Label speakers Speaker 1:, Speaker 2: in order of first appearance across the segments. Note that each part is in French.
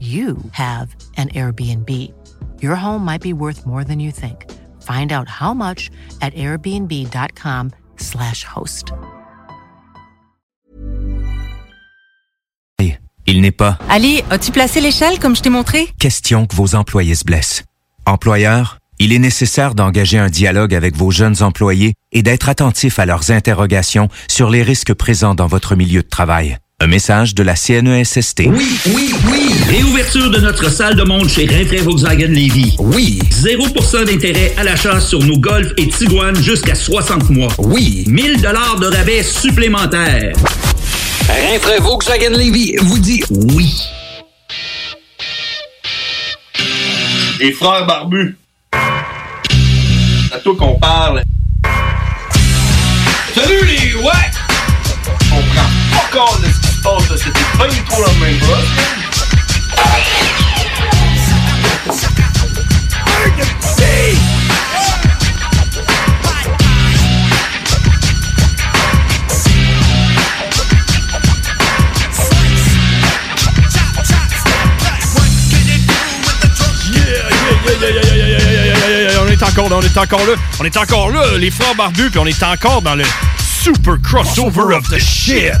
Speaker 1: you have an Airbnb. Your home might be worth more than you think. Find out how much at airbnb.com/slash host.
Speaker 2: Il n'est pas
Speaker 3: Ali, as-tu placé l'échelle comme je t'ai montré?
Speaker 2: question que vos employés se blessent. Employeur, il est nécessaire d'engager un dialogue avec vos jeunes employés et d'être attentif à leurs interrogations sur les risques présents dans votre milieu de travail. Un message de la E CNESST.
Speaker 4: Oui, oui, oui. Réouverture de notre salle de monde chez Rinfrae Volkswagen Levy.
Speaker 5: Oui,
Speaker 4: 0% d'intérêt à l'achat sur nos Golf et Tiguan jusqu'à 60 mois.
Speaker 5: oui.
Speaker 4: 1000 dollars de rabais supplémentaires.
Speaker 5: Rinfrae Volkswagen Levy vous dit oui.
Speaker 6: Les frères barbus. C'est à toi qu'on parle. Salut les ouais! On prend pas compte de ce qui se passe, là. C'était pas du tout la même chose.
Speaker 7: On est encore là, on est encore là, on est encore là, les frères barbus, puis on est encore dans le super crossover of the shit.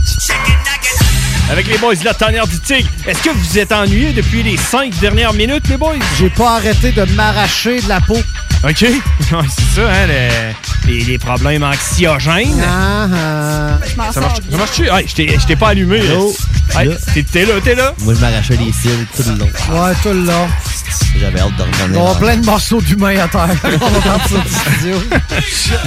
Speaker 7: Avec les boys de la tanière du tigre, est-ce que vous êtes ennuyés depuis les cinq dernières minutes, les boys?
Speaker 8: J'ai pas arrêté de m'arracher de la peau.
Speaker 7: OK. Ouais, c'est ça, hein, le- les, les problèmes anxiogènes.
Speaker 8: Ah, ah.
Speaker 7: Ça marche- ça marche-tu? Hey, je t'ai- je t'ai pas allumé.
Speaker 9: Allô?
Speaker 7: Hey,
Speaker 9: Là.
Speaker 7: t'es- T'es là, t'es là?
Speaker 9: Moi, je m'arrachais les cils tout le long.
Speaker 8: Ouais, tout le long.
Speaker 9: J'avais hâte de
Speaker 8: On
Speaker 9: revenir.
Speaker 8: va
Speaker 9: en-
Speaker 8: plein de morceaux d'humains à terre. On va prendre ça du studio.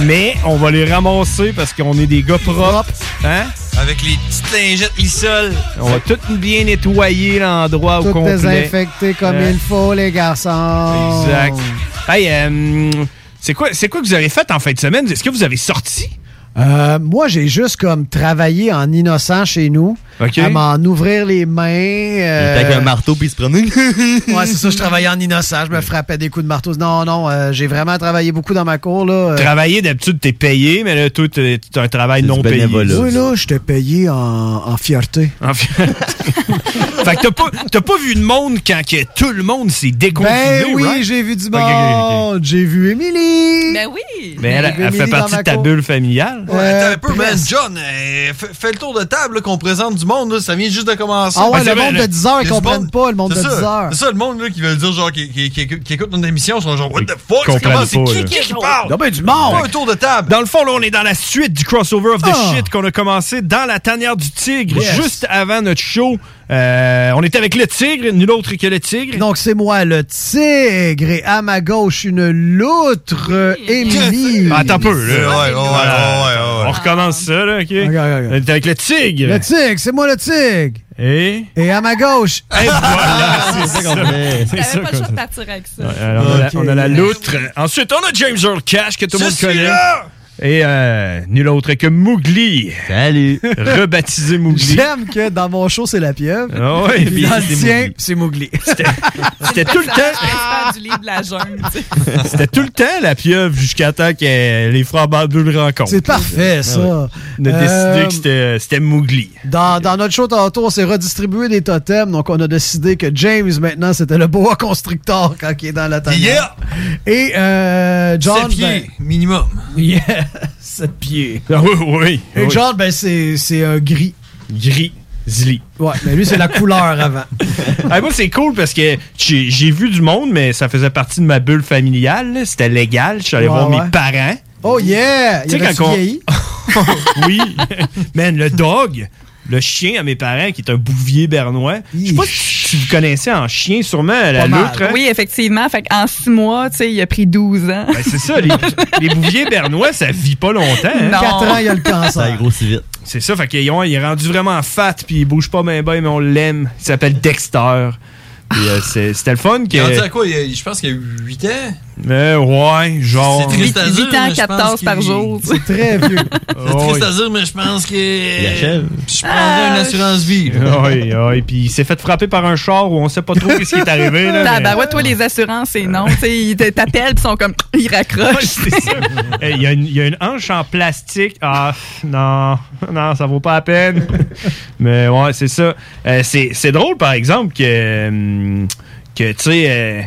Speaker 7: Mais on va les ramasser parce qu'on est des gars propres. Hein?
Speaker 10: Avec les petites lingettes lissoles.
Speaker 7: On va tout bien nettoyer l'endroit au
Speaker 8: Tout
Speaker 7: complet.
Speaker 8: désinfecté comme
Speaker 7: Ouais.
Speaker 8: il faut, les garçons.
Speaker 7: Exact. Hey, euh, c'est quoi, c'est quoi que vous avez fait en fin de semaine? Est-ce que vous avez sorti?
Speaker 8: Euh, moi, j'ai juste comme travaillé en innocent chez nous.
Speaker 7: OK.
Speaker 8: À m'en ouvrir les mains. euh,
Speaker 9: Avec un marteau, puis il se prenait.
Speaker 8: ouais, c'est ça, je travaillais en innocent. Je me frappais des coups de marteau. Non, non, euh, j'ai vraiment travaillé beaucoup dans ma cour. Là, euh,
Speaker 7: Travailler, d'habitude, t'es payé, mais là, toi, t'es t'as un travail
Speaker 9: C'est du
Speaker 7: non payé.
Speaker 9: bénévolat.
Speaker 8: oui, Euh, là, j'étais payé en, en fierté.
Speaker 7: En fait Fait que t'as pas, t'as pas vu de monde quand que tout le monde s'est déconfiné,
Speaker 8: Ben oui,
Speaker 7: right?
Speaker 8: j'ai vu du
Speaker 7: ok, ok.
Speaker 8: monde. J'ai vu Émilie.
Speaker 3: Ben oui!
Speaker 7: Mais elle, elle
Speaker 8: Émilie
Speaker 7: fait
Speaker 8: dans
Speaker 7: partie
Speaker 8: ma
Speaker 7: de ta
Speaker 8: cour.
Speaker 7: bulle familiale.
Speaker 8: Ouais,
Speaker 10: Attends un peu, man.
Speaker 8: presque.
Speaker 10: John, euh, fais fais le tour de table là, qu'on présente du monde. là. Ça vient juste de commencer.
Speaker 8: Ah ouais,
Speaker 7: Ben, c'est
Speaker 8: le
Speaker 7: vrai,
Speaker 8: monde
Speaker 7: le-
Speaker 8: de 10 heures,
Speaker 10: Il
Speaker 8: ils
Speaker 10: y a du
Speaker 8: comprennent
Speaker 10: monde-
Speaker 8: pas le monde de
Speaker 10: C'est
Speaker 8: 10
Speaker 10: ça.
Speaker 8: heures.
Speaker 10: C'est ça, le monde là, qui veut dire, genre, qui, qui, qui, qui écoute notre émission, sont genre, What the fuck?
Speaker 7: Ils comprennent
Speaker 10: Comment c'est
Speaker 7: pas,
Speaker 10: qui,
Speaker 7: là.
Speaker 10: qui qui parle?
Speaker 8: ben du
Speaker 10: Fais
Speaker 8: monde!
Speaker 10: un tour de table.
Speaker 7: Dans le fond, là, on est dans la suite du crossover of the
Speaker 8: Ah.
Speaker 7: shit qu'on a commencé dans la tanière du tigre,
Speaker 8: Yes.
Speaker 7: juste avant notre show. Euh, on était avec le tigre, nul autre que le tigre.
Speaker 8: Donc, c'est moi, le tigre, et à ma gauche, une loutre, euh, Émilie.
Speaker 7: Ah, Attends un peu, là.
Speaker 10: Ouais, ouais, ouais, ouais, ouais,
Speaker 7: On
Speaker 10: ouais.
Speaker 7: recommence ça, là, OK?
Speaker 8: Ok, ok,
Speaker 7: On
Speaker 8: ok.
Speaker 7: est avec le tigre.
Speaker 8: Le tigre, c'est moi le tigre.
Speaker 7: Et... Eh,
Speaker 8: Et à ma gauche,
Speaker 7: Et voilà,
Speaker 8: Ah,
Speaker 7: c'est ça. C'est ça
Speaker 3: T'avais pas le
Speaker 7: qu'on
Speaker 3: choix de
Speaker 7: fait.
Speaker 3: partir avec ça.
Speaker 7: Ouais, alors, on, a la,
Speaker 8: Ok.
Speaker 7: on a la loutre. Ensuite, on a James Earl Cash, que tout le monde
Speaker 10: Je suis
Speaker 7: connaît.
Speaker 10: là!
Speaker 7: Et euh, nul autre que Mougli,
Speaker 9: Salut.
Speaker 7: rebaptisé Mougli.
Speaker 8: j'aime que dans mon show, c'est la pieuvre.
Speaker 7: Ah ouais,
Speaker 8: Puis
Speaker 7: puis
Speaker 8: dans
Speaker 7: c'est
Speaker 8: le tien,
Speaker 7: Mowgli.
Speaker 8: c'est Mowgli.
Speaker 7: C'était tout le temps,
Speaker 3: Expert du livre de la jungle. tu sais.
Speaker 7: c'était tout le temps la pieuvre jusqu'à temps que les frères Barbu le rencontrent.
Speaker 8: C'est parfait, ça.
Speaker 7: On a décidé
Speaker 8: Euh,
Speaker 7: que c'était- c'était Mougli.
Speaker 8: Dans, dans notre show tantôt, on s'est redistribué des totems, donc on a décidé que James, maintenant, c'était le boa constrictor quand il est dans la tanière.
Speaker 10: Yeah!
Speaker 8: Et euh, John...
Speaker 10: Sept pieds, minimum.
Speaker 8: ben- yeah, sept pieds.
Speaker 7: Ah oui, oui.
Speaker 8: Et
Speaker 7: oui.
Speaker 8: John, ben, c'est c'est un gris.
Speaker 7: Gris. Zili.
Speaker 8: Ouais, mais lui, c'est la couleur avant.
Speaker 7: Ah, moi, c'est cool parce que j'ai j'ai vu du monde, mais ça faisait partie de ma bulle familiale. là. C'était légal. Je suis allé
Speaker 8: Ouais,
Speaker 7: voir
Speaker 8: ouais.
Speaker 7: mes parents.
Speaker 8: Oh yeah!
Speaker 7: Tu sais,
Speaker 8: Il a
Speaker 7: quand on-
Speaker 8: vieilli.
Speaker 7: oui. Man, le dog, le chien à mes parents, qui est un bouvier bernois. Je sais pas si si vous connaissez en chien, sûrement, la loutre. hein?
Speaker 11: Oui, effectivement. Fait en six mois, tu sais, il a pris 12 ans.
Speaker 7: Ben, c'est ça, les, les bouviers bernois, ça vit pas longtemps.
Speaker 11: Non. Quatre ans, il a le
Speaker 8: cancer. Ça
Speaker 7: grossit vite. C'est ça, fait qu'il est rendu vraiment fat, puis il bouge pas bien, bien, mais on l'aime. Il s'appelle Dexter. Puis, euh, c'est- C'était le fun que.
Speaker 12: Il est rendu à quoi? Il y a- Je pense qu'il y a 8 ans.
Speaker 7: Mais ouais, genre.
Speaker 12: C'est triste à dire,
Speaker 11: Huit ans,
Speaker 12: mais je pense
Speaker 11: 14 par
Speaker 12: qu'il-
Speaker 11: jour.
Speaker 8: Oh. C'est très vieux.
Speaker 12: C'est triste à dire, mais je pense que. Il
Speaker 7: Oh, achève.
Speaker 12: Je prendrais
Speaker 8: Ah.
Speaker 12: une assurance vie.
Speaker 7: Oui, oui, puis il s'est fait frapper par un char où on sait pas trop qu'est-ce qui est arrivé. Là, mais-
Speaker 11: Tabarouette, ben toi, les assurances, c'est non. Tu sais, ils te- t'appellent, puis ils sont comme, ils raccrochent.
Speaker 7: Hey, Il y, a une- il y a une hanche en plastique. Ah, non, non, ça vaut pas la peine. Mais ouais, c'est ça. Euh, c'est c'est drôle, par exemple, que, hum, que tu sais, euh,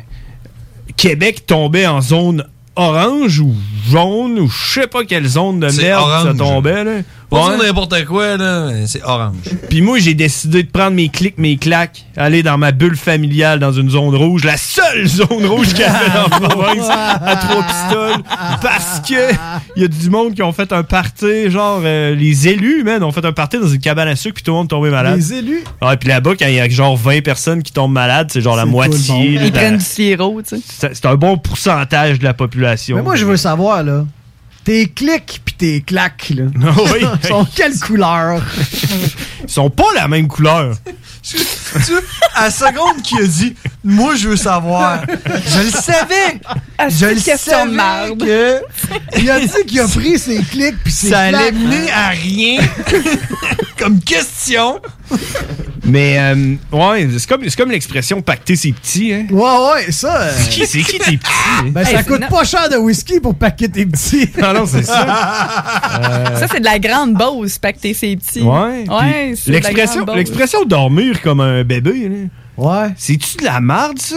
Speaker 7: Québec tombait en zone orange ou jaune ou je sais pas quelle zone de
Speaker 12: C'est
Speaker 7: merde ça
Speaker 12: orange.
Speaker 7: tombait. Là.
Speaker 12: Pas
Speaker 7: Ouais.
Speaker 12: dire n'importe quoi, là, mais c'est orange.
Speaker 7: Puis moi, j'ai décidé de prendre mes clics, mes claques, aller dans ma bulle familiale dans une zone rouge, la seule zone rouge qu'il y avait dans la province, à trois pistoles, parce que il y a du monde qui ont fait un party, genre euh, les élus, man, ont fait un party dans une cabane à sucre, puis tout le monde est tombé malade.
Speaker 8: Les élus?
Speaker 7: Ouais, puis là-bas, quand il y a genre 20 personnes qui tombent malades, c'est genre la
Speaker 8: C'est tout le monde.
Speaker 7: moitié. là,
Speaker 11: Ils
Speaker 7: dans-
Speaker 11: prennent du sirop, tu sais.
Speaker 7: c'est c'est un bon pourcentage de la population.
Speaker 8: Mais moi, je veux savoir, là. Tes clics pis tes claques, là.
Speaker 7: Ah oui.
Speaker 8: sont quelle couleur?
Speaker 7: Ils sont pas la même couleur.
Speaker 12: Tu vois, à la seconde qu'il a dit Moi, je veux savoir. Je le savais.
Speaker 11: Ah,
Speaker 12: Je le
Speaker 8: Question
Speaker 12: savais.
Speaker 8: de marde.
Speaker 12: Que...
Speaker 8: Il a dit qu'il a pris ses clics pis ses
Speaker 12: Ça allait
Speaker 8: claques.
Speaker 12: mener à rien comme question.
Speaker 7: Mais, euh, ouais, c'est comme, c'est comme l'expression pacter ses petits, hein.
Speaker 8: Ouais, ouais, ça. euh,
Speaker 7: C'est qui, c'est qui tes petits? hein?
Speaker 8: Ben, ça coûte pas cher de whisky pour paquer tes petits.
Speaker 7: Non, non, c'est ça. Euh,
Speaker 11: Ça, c'est de la grande bosse, pacter ses petits.
Speaker 7: ouais.
Speaker 11: Ouais,
Speaker 7: puis
Speaker 11: c'est de la
Speaker 7: L'expression,
Speaker 11: grande base.
Speaker 7: l'expression dormir comme un bébé, là.
Speaker 8: Ouais.
Speaker 7: C'est-tu de la marde, ça?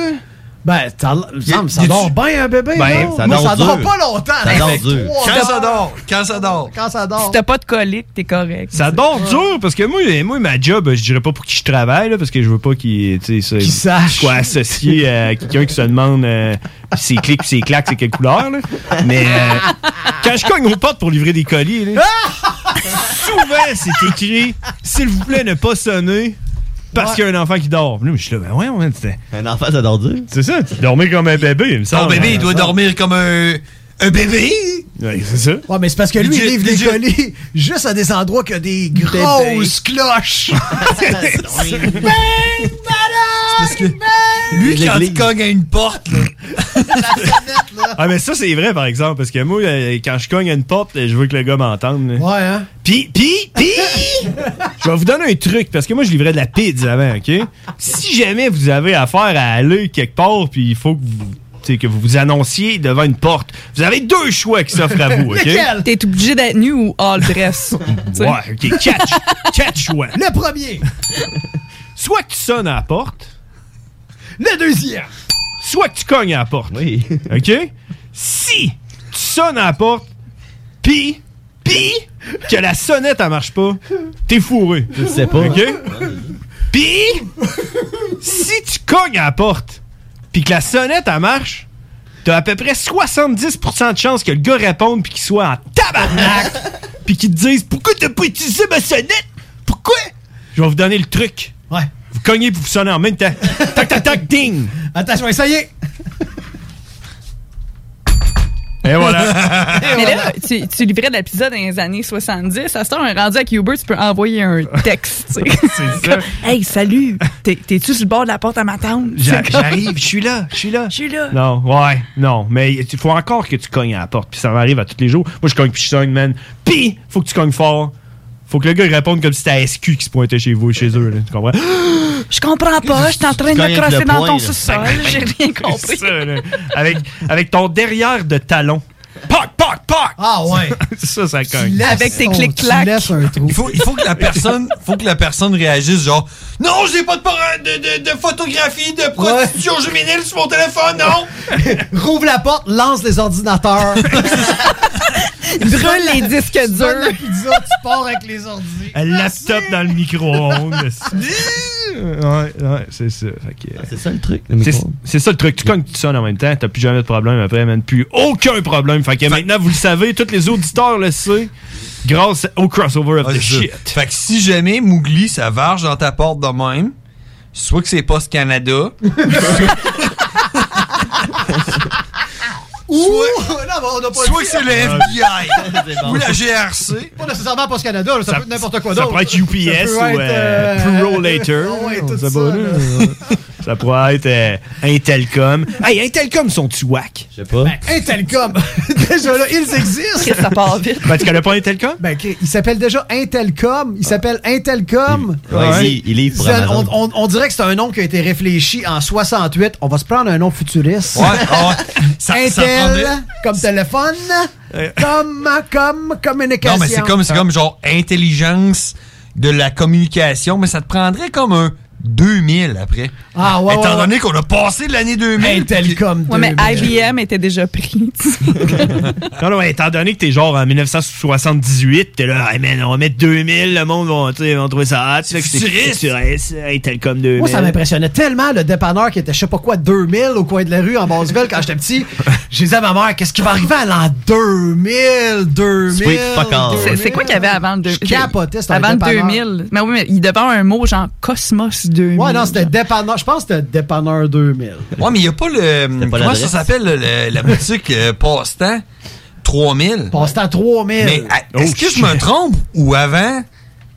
Speaker 8: Ben, ça, semble, ça dort bien un bébé,
Speaker 7: Ben,
Speaker 8: non?
Speaker 7: ça
Speaker 8: Moi,
Speaker 7: dort
Speaker 8: ça dort
Speaker 7: dur.
Speaker 8: pas longtemps.
Speaker 7: Ça
Speaker 8: là,
Speaker 7: dort
Speaker 8: fait
Speaker 7: dur.
Speaker 8: trois
Speaker 12: Quand
Speaker 8: heures.
Speaker 12: ça dort. Quand ça dort.
Speaker 8: Quand Ah, ça
Speaker 11: Si
Speaker 8: dort.
Speaker 11: t'as pas de colique, t'es correct.
Speaker 7: Ça dort dur, parce que moi, moi ma job, je dirais pas pour qui je travaille, là, parce que je veux pas qu'il tu sais, ça-
Speaker 8: sache.
Speaker 7: soit associé à quelqu'un qui se demande euh, ses clics puis ses claques, c'est quelle couleur. là. Mais euh, quand je cogne aux portes pour livrer des colis, là, souvent c'est écrit S'il vous plaît, ne pas sonner parce
Speaker 13: Ouais.
Speaker 7: qu'il y a un enfant qui dort. Là, je suis là, ben ouais, ouais, c'était.
Speaker 13: Un enfant, ça dort dur.
Speaker 7: C'est ça, tu dormais comme un bébé, il me
Speaker 12: Ton
Speaker 7: semble.
Speaker 12: bébé, il doit dormir comme un, un bébé.
Speaker 7: Ouais, c'est ça.
Speaker 8: Ouais, mais c'est parce que lui, il livre des colis juste à des endroits qui ont des grosses cloches.
Speaker 12: Parce que lui, quand il cogne à une porte, là,
Speaker 7: Ah, mais ça, c'est vrai, par exemple, parce que moi, euh, quand je cogne à une porte, euh, je veux que le gars m'entende. là.
Speaker 8: Ouais, hein?
Speaker 7: Pis, pis, pis! je vais vous donner un truc, parce que moi, je livrais de la pizza avant, OK? Si jamais vous avez affaire à aller quelque part, puis il faut que vous, tu sais, que vous vous annonciez devant une porte, vous avez deux choix qui s'offrent à vous, OK?
Speaker 11: Lequel? T'es obligé d'être nu ou all dress? Tu sais.
Speaker 7: Ouais, OK, quatre, quatre choix.
Speaker 8: Le premier,
Speaker 7: Soit que tu sonnes à la porte,
Speaker 8: le deuxième.
Speaker 7: soit que tu cognes à la porte.
Speaker 13: Oui.
Speaker 7: OK? Si tu sonnes à la porte, pis, pis, que la sonnette, elle marche pas, t'es fourré.
Speaker 13: Je sais pas.
Speaker 7: OK? Pis, si tu cognes à la porte, pis que la sonnette, elle marche, t'as à peu près 70% de chances que le gars réponde pis qu'il soit en tabarnak, pis qu'il te dise Pourquoi t'as pas utilisé ma sonnette Pourquoi Je vais vous donner le truc.
Speaker 8: Ouais.
Speaker 7: Vous cognez puis vous sonnez en même temps. Tac, tac, tac, ding
Speaker 8: Attends, je vais essayer.
Speaker 7: Et voilà.
Speaker 11: Mais là, tu, tu livrais de la pizza dans les années 70. À ce temps, un rendu avec Uber, tu peux envoyer un texte. tu sais.
Speaker 7: C'est ça.
Speaker 11: hey, salut! T'es- T'es-tu sur le bord de la porte à ma tante?
Speaker 7: J'a-
Speaker 11: C'est comme-
Speaker 7: J'arrive, je suis là, je suis là.
Speaker 11: Je suis là.
Speaker 7: Non, ouais, non. Mais il faut encore que tu cognes à la porte. Puis ça m'arrive à tous les jours. Moi, je cogne, puis je sonne, man. Puis, faut que tu cognes fort. Faut que le gars il réponde comme si c'était SQ qui se pointait chez vous, chez eux. là. tu comprends?
Speaker 11: Je comprends pas. Je suis en train de
Speaker 13: Cognes
Speaker 11: me
Speaker 13: avec
Speaker 11: crosser
Speaker 13: le
Speaker 11: dans
Speaker 13: poing,
Speaker 11: ton
Speaker 13: là.
Speaker 11: sous-sol. J'ai rien
Speaker 7: Ben,
Speaker 11: compris.
Speaker 7: C'est ça, là. Avec, avec ton derrière de talon. Poc, poc, poc!
Speaker 8: Ah ouais.
Speaker 7: Ça, ça
Speaker 8: Tu
Speaker 7: cogne.
Speaker 8: laisses-
Speaker 11: Avec tes
Speaker 8: on-
Speaker 11: clics-clacs.
Speaker 8: Tu laisses un trou.
Speaker 12: il faut, il faut que la personne, faut que la personne réagisse genre non, j'ai pas de, par- de, de, de photographie de prostitution juvénile sur mon téléphone, non.
Speaker 8: Rouvre la porte, lance les ordinateurs.
Speaker 11: brûle les disques
Speaker 8: Tu
Speaker 11: durs.
Speaker 8: donnes la pizza, tu pars avec les ordi.
Speaker 14: Un laptop dans le micro-ondes.
Speaker 7: Ouais, ouais, c'est ça. C'est
Speaker 15: Ah, ça le truc.
Speaker 7: C'est c'est ça le truc. Tu cognes, tu sonnes en même temps, t'as plus jamais de problème après, man. Plus aucun problème. Fait que maintenant, vous le savez, tous les auditeurs le savent, grâce au crossover of
Speaker 10: Ah,
Speaker 7: the
Speaker 10: c'est ça.
Speaker 7: shit.
Speaker 10: Fait que si jamais Mougli, ça varge dans ta porte de même, soit que c'est Post Canada,
Speaker 8: Ouh! Non, mais on n'a pas
Speaker 10: Soit
Speaker 8: dit. hein.
Speaker 10: que c'est le FBI.
Speaker 8: C'est bon.
Speaker 10: Ou la GRC.
Speaker 8: Pas nécessairement Post Canada, là, ça, peut être n'importe quoi
Speaker 7: ça
Speaker 8: d'autre.
Speaker 7: pourrait être UPS
Speaker 8: Ça peut être,
Speaker 7: ou euh,
Speaker 8: euh,
Speaker 7: Pro Later.
Speaker 8: ouais, tout
Speaker 7: ça,
Speaker 8: ça,
Speaker 7: pourrait- euh, ça pourrait être euh, Intelcom. Hey, Intelcom sont-tu whack? Ben,
Speaker 15: Je sais pas.
Speaker 8: Intelcom. déjà là, ils existent.
Speaker 7: Ça part vite. Ben, tu connais pas Intelcom?
Speaker 8: Ben, ok, il s'appelle déjà Intelcom. Il s'appelle Intelcom.
Speaker 15: Ouais, il- il livre pour
Speaker 8: Ça, on,
Speaker 15: Amazon.
Speaker 8: on- on dirait que c'est un nom qui a été réfléchi en 68. On va se prendre un nom futuriste.
Speaker 15: Ouais, ouais. Ça-
Speaker 8: Intel,
Speaker 15: ça prendrait-
Speaker 8: comme téléphone,
Speaker 10: Euh.
Speaker 8: comme, comme communication.
Speaker 10: Non, mais c'est comme, c'est comme genre intelligence de la communication, mais ça te prendrait comme un 2000 après.
Speaker 8: Ah, ouais,
Speaker 10: Étant
Speaker 8: ouais, ouais.
Speaker 10: donné qu'on a passé l'année 2000.
Speaker 8: Intelcom
Speaker 11: Ouais, mais IBM était déjà pris.
Speaker 7: Non, non, étant donné que t'es genre en 1978, t'es là, hey man, on va mettre 2000, le monde va, tu sais, va trouver ça hot. Fait que C'est
Speaker 8: Futuriste.
Speaker 7: futuriste. Intelcom 2000.
Speaker 8: Moi, ça m'impressionnait tellement le dépanneur qui était, je sais pas quoi, 2000 au coin de la rue en Basseville quand j'étais petit. Je disais à ma mère, qu'est-ce qui va arriver à l'an 2000, 2000?
Speaker 11: C'est- C'est quoi qu'il y avait avant le 2000?
Speaker 8: Je capotais, c'était un
Speaker 11: Avant le
Speaker 8: dépanneur.
Speaker 11: 2000. Mais oui, mais il devait avoir un mot genre Cosmos 2000.
Speaker 8: Ouais, non, c'était dépanneur. Je pense que c'était dépanneur 2000.
Speaker 10: Ouais, mais il n'y a pas le.
Speaker 8: pas
Speaker 10: comment ça
Speaker 8: l'adresse.
Speaker 10: s'appelle le- le- la boutique euh, Passe-temps 3000?
Speaker 8: Passe-temps 3000.
Speaker 10: Mais à- est-ce que je me trompe ou avant,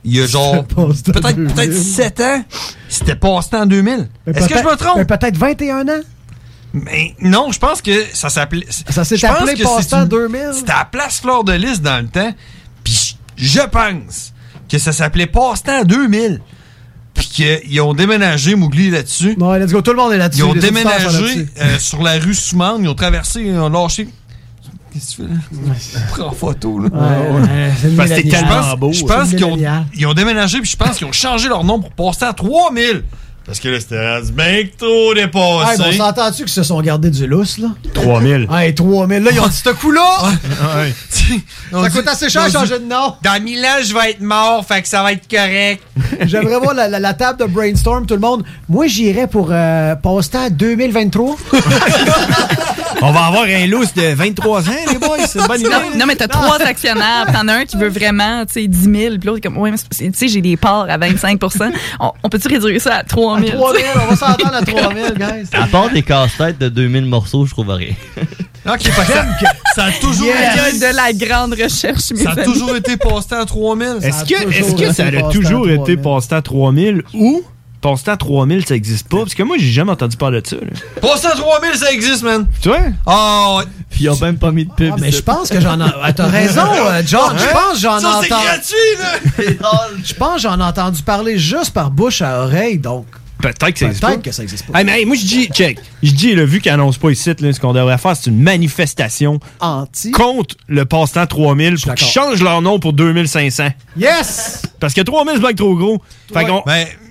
Speaker 10: il y a genre peut-être peut-être 7 ans, c'était Passe-temps 2000?
Speaker 8: Mais
Speaker 10: Est-ce que je
Speaker 8: peut-être-
Speaker 10: me trompe?
Speaker 8: mais Peut-être 21 ans?
Speaker 10: Mais non, je pense que ça s'appelait. Ça
Speaker 8: s'est appelé Passe-temps 2000.
Speaker 10: C'était à la place Fleur de Lys dans le temps. Puis je je pense que ça s'appelait Passe-temps 2000. Puis qu'ils ont déménagé Mougli là-dessus.
Speaker 8: Ouais, let's go, tout le monde est là-dessus.
Speaker 10: Ils ont
Speaker 8: les auditeurs sont
Speaker 10: déménagé
Speaker 8: là-dessus.
Speaker 10: euh, sur la rue Soumande, ils ont traversé, ils ont lâché. Qu'est-ce que tu fais là? Prends photo, là.
Speaker 8: Ouais, ouais, c'est
Speaker 10: Parce que
Speaker 8: millénial.
Speaker 10: t'es tellement beau. Je pense
Speaker 8: C'est
Speaker 10: qu'ils ont,
Speaker 8: millénial.
Speaker 10: ils ont déménagé, puis je pense qu'ils ont changé leur nom pour passer à 3000. Parce que là, c'était rendu bien que trop
Speaker 8: Hey, mais
Speaker 10: dépassé.
Speaker 8: on s'entend-tu qu'ils se sont gardés du lousse, là?
Speaker 7: 3000.
Speaker 8: Hey, 3000. Là, ils ont dit ce coup-là!
Speaker 10: On
Speaker 8: Ça
Speaker 10: dit-
Speaker 8: coûte assez cher
Speaker 10: on
Speaker 8: de
Speaker 10: dit-
Speaker 8: changer de nom.
Speaker 10: Dans mille ans, je vais être mort, fait que ça va être correct.
Speaker 8: J'aimerais voir la, la- la table de brainstorm, tout le monde. Moi, j'irais pour euh, Passe-temps 2023.
Speaker 7: On va avoir un loose de 23 ans, les boys. C'est une bonne idée.
Speaker 11: Non, non, mais t'as trois actionnaires. puis T'en as un qui veut vraiment, tu sais, 10 000. Puis l'autre, est comme, ouais, mais c'est- tu sais, j'ai des parts à 25 On, on peut-tu réduire ça à 3 000?
Speaker 8: 3 000, on va s'entendre à 3 000, guys.
Speaker 15: À part des casse-têtes de 2000 morceaux, je trouve rien.
Speaker 10: Ok, fait que ça, ça a toujours
Speaker 11: Yes.
Speaker 10: été.
Speaker 11: de la grande recherche, mes
Speaker 10: Ça a
Speaker 11: amis.
Speaker 10: toujours été passé à 3000.
Speaker 7: Est-ce que, est-ce que ça a toujours été Passe-temps 3000 ou Passe-temps 3000, ça existe pas? Parce que moi, j'ai jamais entendu parler de ça. là.
Speaker 10: Passé à 3000, ça existe, man.
Speaker 7: Tu vois?
Speaker 10: Oh!
Speaker 15: Puis ils ont même pas mis de pub.
Speaker 8: mais je pense que j'en ai. ah, T'as raison, euh, George. Je pense que j'en
Speaker 10: Ça,
Speaker 8: entends.
Speaker 10: c'est gratuit, là!
Speaker 8: Je pense que j'en ai entendu parler juste par bouche à oreille, donc.
Speaker 7: Peut-être que ça existe
Speaker 8: Peut-être que
Speaker 7: pas.
Speaker 8: ça existe pas.
Speaker 7: Hey, mais hey, moi, je dis, check. Je dis, là, vu qu'ils annoncent pas ici, là, ce qu'on devrait faire, c'est une manifestation contre le passe-temps 3000 pour qu'ils changent leur nom pour 2500.
Speaker 8: Yes!
Speaker 7: Parce que 3000, c'est bien que trop gros. Fait qu'on.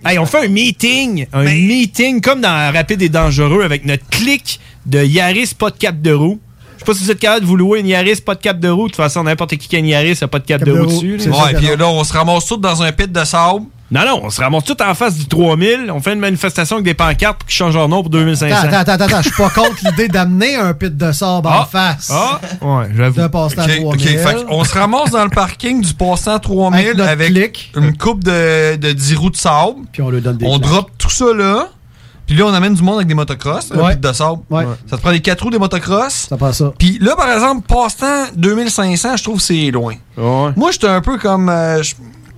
Speaker 7: hey, on fait un meeting. Un meeting comme dans Rapide et Dangereux avec notre clic de Yaris, pas de cap de roue. Je sais pas si vous êtes capable de vous louer une Yaris, pas de cap de roue. De toute façon, n'importe qui qui a une Yaris, a pas de cap, de, roue dessus. là.
Speaker 10: Ouais, puis là, on se ramasse tous dans un pit de sable.
Speaker 7: Non, non, on se ramasse tout en face du 3000. On fait une manifestation avec des pancartes pour qu'ils changent leur nom pour 2500.
Speaker 8: Attends, attends, attends, attends, je suis pas contre l'idée d'amener un pit de sable en face.
Speaker 7: Ah, ouais, j'avoue.
Speaker 8: De passe-temps
Speaker 10: Ok,
Speaker 8: 3000.
Speaker 10: ok, fait que on se ramasse dans le parking du passant 3000 avec, une coupe de, de 10 roues de sable.
Speaker 8: Puis on lui donne des
Speaker 10: On
Speaker 8: claques.
Speaker 10: drop tout ça là. Puis là, on amène du monde avec des motocross, un
Speaker 8: Ouais.
Speaker 10: pit de sable.
Speaker 8: Ouais.
Speaker 10: Ça te prend des 4 roues des motocross.
Speaker 8: Ça passe ça.
Speaker 10: Puis là, par exemple, passe-temps 2500, je trouve que c'est loin. Moi, j'étais un peu comme. euh, je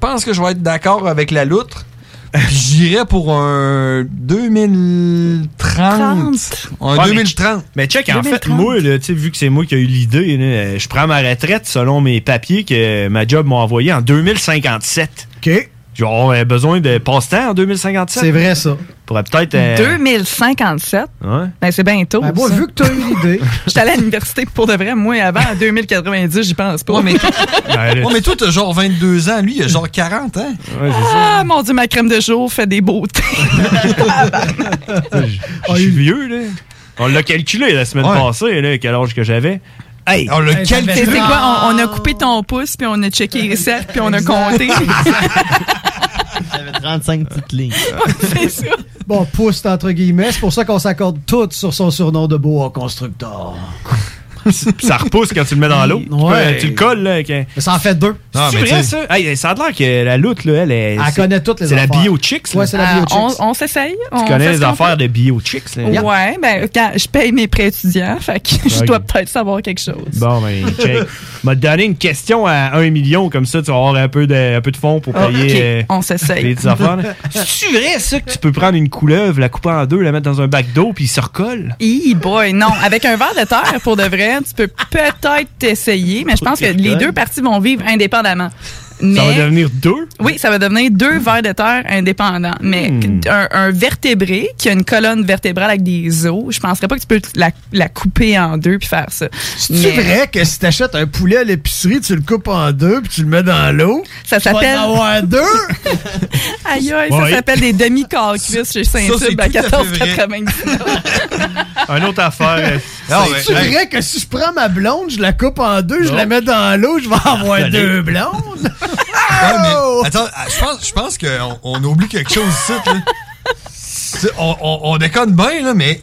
Speaker 10: pense que je vais être d'accord avec la loutre. Puis J'irais pour un 2030. Un
Speaker 7: Ouais,
Speaker 10: 2030.
Speaker 7: Mais check, en fait, moi, là, tu sais, vu que c'est moi qui ai eu l'idée, là, euh, je prends ma retraite selon mes papiers que euh, ma job m'a envoyé en 2057.
Speaker 8: OK.
Speaker 7: Genre, besoin de passe-temps en 2057.
Speaker 8: C'est vrai, ça.
Speaker 7: Pourrait peut-être. euh,
Speaker 11: 2057.
Speaker 7: Ouais.
Speaker 11: Ben, c'est bientôt.
Speaker 8: Ben, moi, vu que t'as eu l'idée.
Speaker 11: J'étais allé à l'université pour de vrai. Moi, avant, en 2090, j'y pense pas.
Speaker 10: mais Ouais, mais toi, t'as genre 22 ans. Lui, il a genre 40 ans.
Speaker 11: Ah, mon Dieu, ma crème de jour fait des beautés.
Speaker 8: Ah,
Speaker 7: Je suis vieux, là. On l'a calculé la semaine
Speaker 10: Ouais.
Speaker 7: passée, là, quel âge que j'avais.
Speaker 16: Hey,
Speaker 10: on l'a
Speaker 11: Tu sais quoi, on, on a coupé ton pouce, puis on a checké les recettes, puis on a compté.
Speaker 17: 35 petites lignes.
Speaker 8: Ah, Bon, pouce entre guillemets, c'est pour ça qu'on s'accorde toutes sur son surnom de beau constructeur.
Speaker 7: Puis ça repousse quand tu le mets dans l'eau. Euh,
Speaker 8: Ouais.
Speaker 7: Tu peux- Tu le colles, là. avec un-
Speaker 8: Ça en fait deux.
Speaker 7: C'est vrai, ça? Hey, ça a l'air que la loutre, là, elle est.
Speaker 8: Elle
Speaker 7: c'est-
Speaker 8: connaît toutes les
Speaker 7: C'est la
Speaker 8: affaires.
Speaker 7: bio-chicks, là.
Speaker 8: Ouais, c'est la
Speaker 11: Ah, on on s'essaye.
Speaker 7: Tu connais les affaires de bio-chicks, là.
Speaker 11: Ouais, ben, quand je paye mes prêts étudiants, fait que je dois peut-être savoir quelque chose.
Speaker 7: Bon, ben, check. M'a donné une question à 1 million, comme ça, tu vas avoir un peu de, un peu de fonds pour
Speaker 11: Ah,
Speaker 7: payer.
Speaker 11: ok,
Speaker 7: euh,
Speaker 11: on s'essaye.
Speaker 7: payer tes affaires, là. C'est vrai, ça, que tu peux prendre une couleuvre, la couper en deux, la mettre dans un bac d'eau, puis il se recolle.
Speaker 11: Hi boy, non. Avec un verre de terre, pour de vrai, tu peux peut-être t'essayer, mais je pense que les deux parties vont vivre indépendamment. Mais,
Speaker 7: Ça va devenir deux?
Speaker 11: Oui, ça va devenir deux vers de terre indépendants. Mais
Speaker 7: Hmm.
Speaker 11: un, un vertébré qui a une colonne vertébrale avec des os, je penserais pas que tu peux la, la couper en deux puis faire ça.
Speaker 8: C'est vrai que si t'achètes un poulet à l'épicerie, tu le coupes en deux puis tu le mets dans l'eau.
Speaker 11: Ça
Speaker 8: tu vas en
Speaker 11: s'appelle-
Speaker 8: avoir deux.
Speaker 11: Aïe, aïe,
Speaker 7: Ouais.
Speaker 11: ça s'appelle des demi-carcus chez Saint-Tube à
Speaker 7: tout à fait vrai.
Speaker 11: 14,90.
Speaker 7: Un autre affaire.
Speaker 11: Ah,
Speaker 8: C'est vrai que si je prends ma blonde, je la coupe en deux, je la mets dans l'eau, je vais avoir
Speaker 10: Allez.
Speaker 8: deux blondes.
Speaker 7: Oh!
Speaker 10: Ouais, mais attends, ah, je pense, je pense qu'on on oublie quelque chose ici. là. C'est- On, on, on déconne bien, là, mais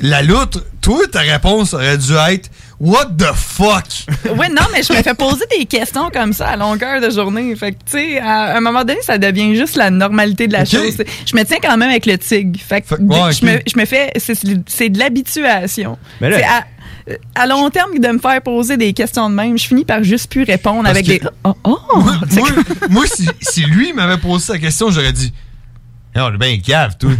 Speaker 10: la loutre, toi, ta réponse aurait dû être What the fuck?
Speaker 11: Oui, non, mais je me fais poser des questions comme ça à longueur de journée. Fait que, tu sais, à un moment donné, ça devient juste la normalité de la chose. Je me tiens quand même avec le tigre. Fait que,
Speaker 7: ouais,
Speaker 11: je,
Speaker 7: ok.
Speaker 11: me, je me fais. C'est c'est de l'habituation.
Speaker 7: Mais là-
Speaker 11: Tu sais, à, euh, à long terme, de me faire poser des questions de même, je finis par juste plus répondre avec
Speaker 10: que-
Speaker 11: des. Oh, oh,
Speaker 10: moi, moi, si, si lui m'avait posé sa question, j'aurais dit Non, le bien cave, toi.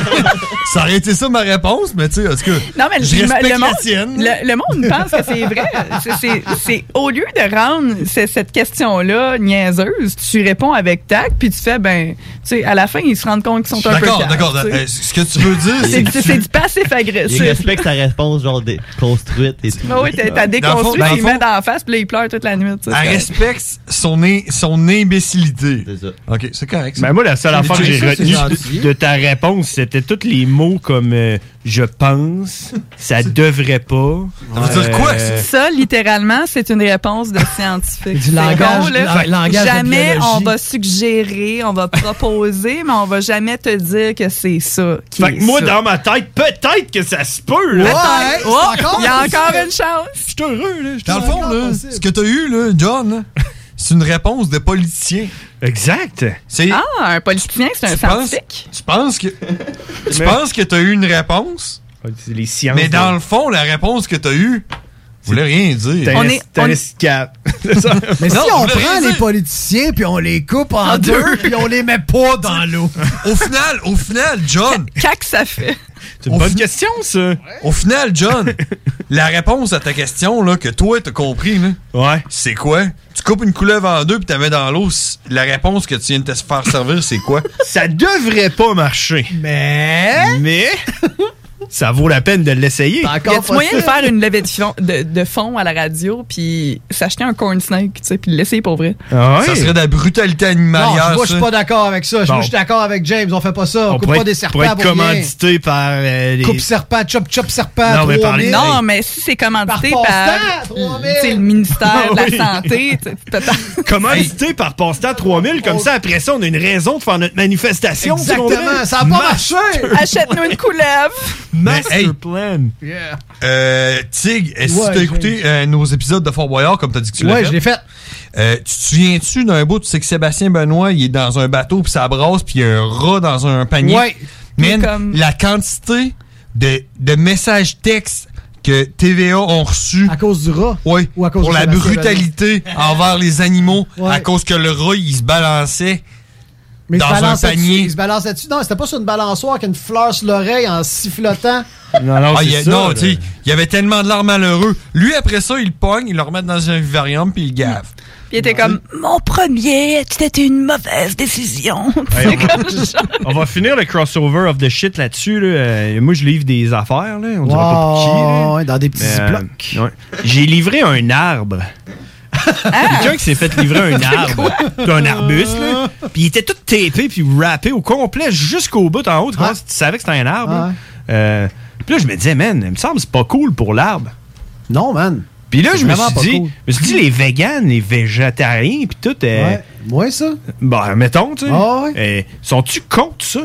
Speaker 10: ça aurait été ça ma réponse, mais tu sais, en tout cas,
Speaker 11: Non, mais le,
Speaker 10: je respecte
Speaker 11: le
Speaker 10: la
Speaker 11: monde,
Speaker 10: tienne.
Speaker 11: le, le monde pense que c'est vrai. C'est- c'est- C'est au lieu de rendre ce- cette question-là niaiseuse, tu réponds avec tact, puis tu fais, ben, tu sais, à la fin, ils se rendent compte qu'ils sont un peu
Speaker 10: D'accord,
Speaker 11: caves,
Speaker 10: d'accord.
Speaker 11: tu sais.
Speaker 10: euh, ce que tu veux dire, c'est.
Speaker 11: C'est-
Speaker 10: que
Speaker 11: C'est
Speaker 10: tu-
Speaker 11: c'est du passif-agressif.
Speaker 17: Il respecte ta réponse, genre dé- construite et tout.
Speaker 11: Ah oui, t'as t'as déconstruit, puis il met dans la face, puis là, il pleure toute la nuit. tu sais.
Speaker 10: Elle respecte son, i- son imbécilité.
Speaker 17: C'est ça.
Speaker 10: Ok, c'est correct. ça.
Speaker 7: Ben moi, la seule affaire que j'ai
Speaker 10: Ça, c'est
Speaker 7: retenue
Speaker 10: gentil.
Speaker 7: de ta réponse, c'était tous les mots comme euh, je pense, ça devrait pas.
Speaker 10: Ça veut dire quoi,
Speaker 7: Euh,
Speaker 11: Ça, littéralement, c'est une réponse de scientifique.
Speaker 7: Du
Speaker 11: C'est
Speaker 7: langage-
Speaker 11: con, là.
Speaker 7: la- langage de
Speaker 11: jamais
Speaker 7: biologie.
Speaker 11: on va suggérer, on va proposer, mais on va jamais te dire que c'est ça. qui
Speaker 7: Fait
Speaker 11: est
Speaker 7: que moi,
Speaker 11: ça.
Speaker 7: dans ma tête, peut-être que ça se peut, là.
Speaker 11: Attends, oh, il y a encore une chance. Je
Speaker 7: suis heureux, là.
Speaker 10: Dans le fond, là, ce que t'as eu, là, John, là, c'est une réponse de politicien.
Speaker 7: Exact.
Speaker 11: Ah, un politicien, c'est un scientifique.
Speaker 10: Tu penses que. tu penses que t'as eu une réponse?
Speaker 7: Les sciences.
Speaker 10: Mais dans le fond, la réponse que t'as eue voulait rien dire.
Speaker 7: On est- t'as on- un escape. C'est ça.
Speaker 8: Mais
Speaker 10: Non,
Speaker 8: si
Speaker 10: je
Speaker 8: on
Speaker 10: voulais rien
Speaker 8: prend les
Speaker 10: dire.
Speaker 8: politiciens puis on les coupe en,
Speaker 10: En
Speaker 8: deux,
Speaker 10: deux.
Speaker 8: puis on les met pas dans l'eau.
Speaker 10: Au final, au final, John.
Speaker 11: Qu'est-ce que ça fait?
Speaker 7: C'est une bonne question, ça.
Speaker 10: Au final, John, la réponse à ta question là, que toi, t'as compris, là, c'est quoi? Tu coupes une couleuvre en deux puis t'as mets dans l'eau. c- La réponse que tu viens de te faire servir, c'est quoi?
Speaker 7: Ça devrait pas marcher.
Speaker 8: Mais.
Speaker 7: Mais. ça vaut la peine de l'essayer.
Speaker 11: Y a-tu moyen de faire une levée de fond, de, de fonds à la radio, puis s'acheter un corn snake, tu sais, puis l'essayer pour vrai?
Speaker 7: Ah ouais?
Speaker 10: Ça serait de la brutalité
Speaker 8: Non,
Speaker 10: animalière.
Speaker 8: moi, je suis
Speaker 10: ça.
Speaker 8: pas d'accord avec ça.
Speaker 10: Bon.
Speaker 8: Moi, je suis d'accord avec James. On fait pas ça. On, coupe
Speaker 7: pourrait
Speaker 8: pas des
Speaker 7: être-
Speaker 8: serpents
Speaker 7: pourrait être
Speaker 8: pour rien.
Speaker 7: commandité par euh, les-
Speaker 8: Coupe serpent, chop chop serpent.
Speaker 7: Non, mais par
Speaker 8: 3000.
Speaker 7: les-
Speaker 11: Non, mais si c'est commandité
Speaker 8: Par
Speaker 11: par, hmm,
Speaker 8: passe-temps,
Speaker 11: tu sais, le ministère de
Speaker 7: Ah oui.
Speaker 11: la Santé, tu sais, peut-être.
Speaker 7: commandité par Constant 3000, comme ça, après ça, on a une raison de faire notre manifestation. tu comprends?
Speaker 11: Achète-nous une couleuvre!
Speaker 7: Master
Speaker 10: Mais, hey.
Speaker 7: plan.
Speaker 10: Euh, Tig, est-ce que
Speaker 7: Ouais,
Speaker 10: tu as
Speaker 7: j'ai-
Speaker 10: écouté euh, nos épisodes de Fort Boyard, comme tu as dit que tu l'as
Speaker 8: Ouais, je l'ai fait.
Speaker 10: Euh, tu te souviens-tu d'un bout, tu sais que Sébastien Benoît, il est dans un bateau, puis ça brasse, puis il y a un rat dans un panier.
Speaker 8: Ouais.
Speaker 10: Man, la quantité de, de messages textes que TVA ont reçus.
Speaker 8: À cause du rat?
Speaker 10: Oui.
Speaker 8: Ou à cause
Speaker 10: pour
Speaker 8: de
Speaker 10: la
Speaker 8: Sébastien
Speaker 10: brutalité envers les animaux, à cause que le rat, il se balançait
Speaker 8: Mais il se
Speaker 10: dans un
Speaker 8: balance là-dessus,
Speaker 10: panier.
Speaker 8: Il se balance là-dessus. Non, c'était pas sur une balançoire qu'une fleur sur l'oreille en sifflotant.
Speaker 7: Non, non,
Speaker 10: Ah, il y
Speaker 7: c'est
Speaker 10: a-
Speaker 7: ça,
Speaker 10: non,
Speaker 7: là.
Speaker 10: tu sais, il y avait tellement de l'air malheureux. Lui, après ça, il le pogne, il le remet dans un vivarium, puis il le gave.
Speaker 11: Puis il était comme, mon premier, c'était une mauvaise décision.
Speaker 7: Hey, on, va, on va finir le crossover of the shit là-dessus. là. Euh, Moi, je livre des affaires. Là. On dira pas pour qui. là.
Speaker 8: Ouais, dans des petits
Speaker 7: Mais,
Speaker 8: ziplocs.
Speaker 7: euh, ouais. J'ai livré un arbre. Quelqu'un qui s'est fait livrer un
Speaker 8: Ah! C'est
Speaker 7: arbre,
Speaker 8: quoi?
Speaker 7: un arbuste, là. Puis il était tout tapé puis rappé au complet jusqu'au bout en haut. Tu, vois, tu savais que c'était un arbre. là. Euh, puis là, je me disais, man, il me semble que c'est pas cool pour l'arbre.
Speaker 8: Non, man.
Speaker 18: Puis là,
Speaker 8: C'est
Speaker 18: je me
Speaker 8: vraiment
Speaker 18: suis
Speaker 8: pas
Speaker 18: dit,
Speaker 8: cool.
Speaker 18: je me suis dit, les véganes, les végétariens, puis tout. Euh,
Speaker 8: Ouais, moins ça.
Speaker 18: Bah, mettons, tu sais.
Speaker 8: Ah ouais.
Speaker 18: Euh, Sont-tu contre ça?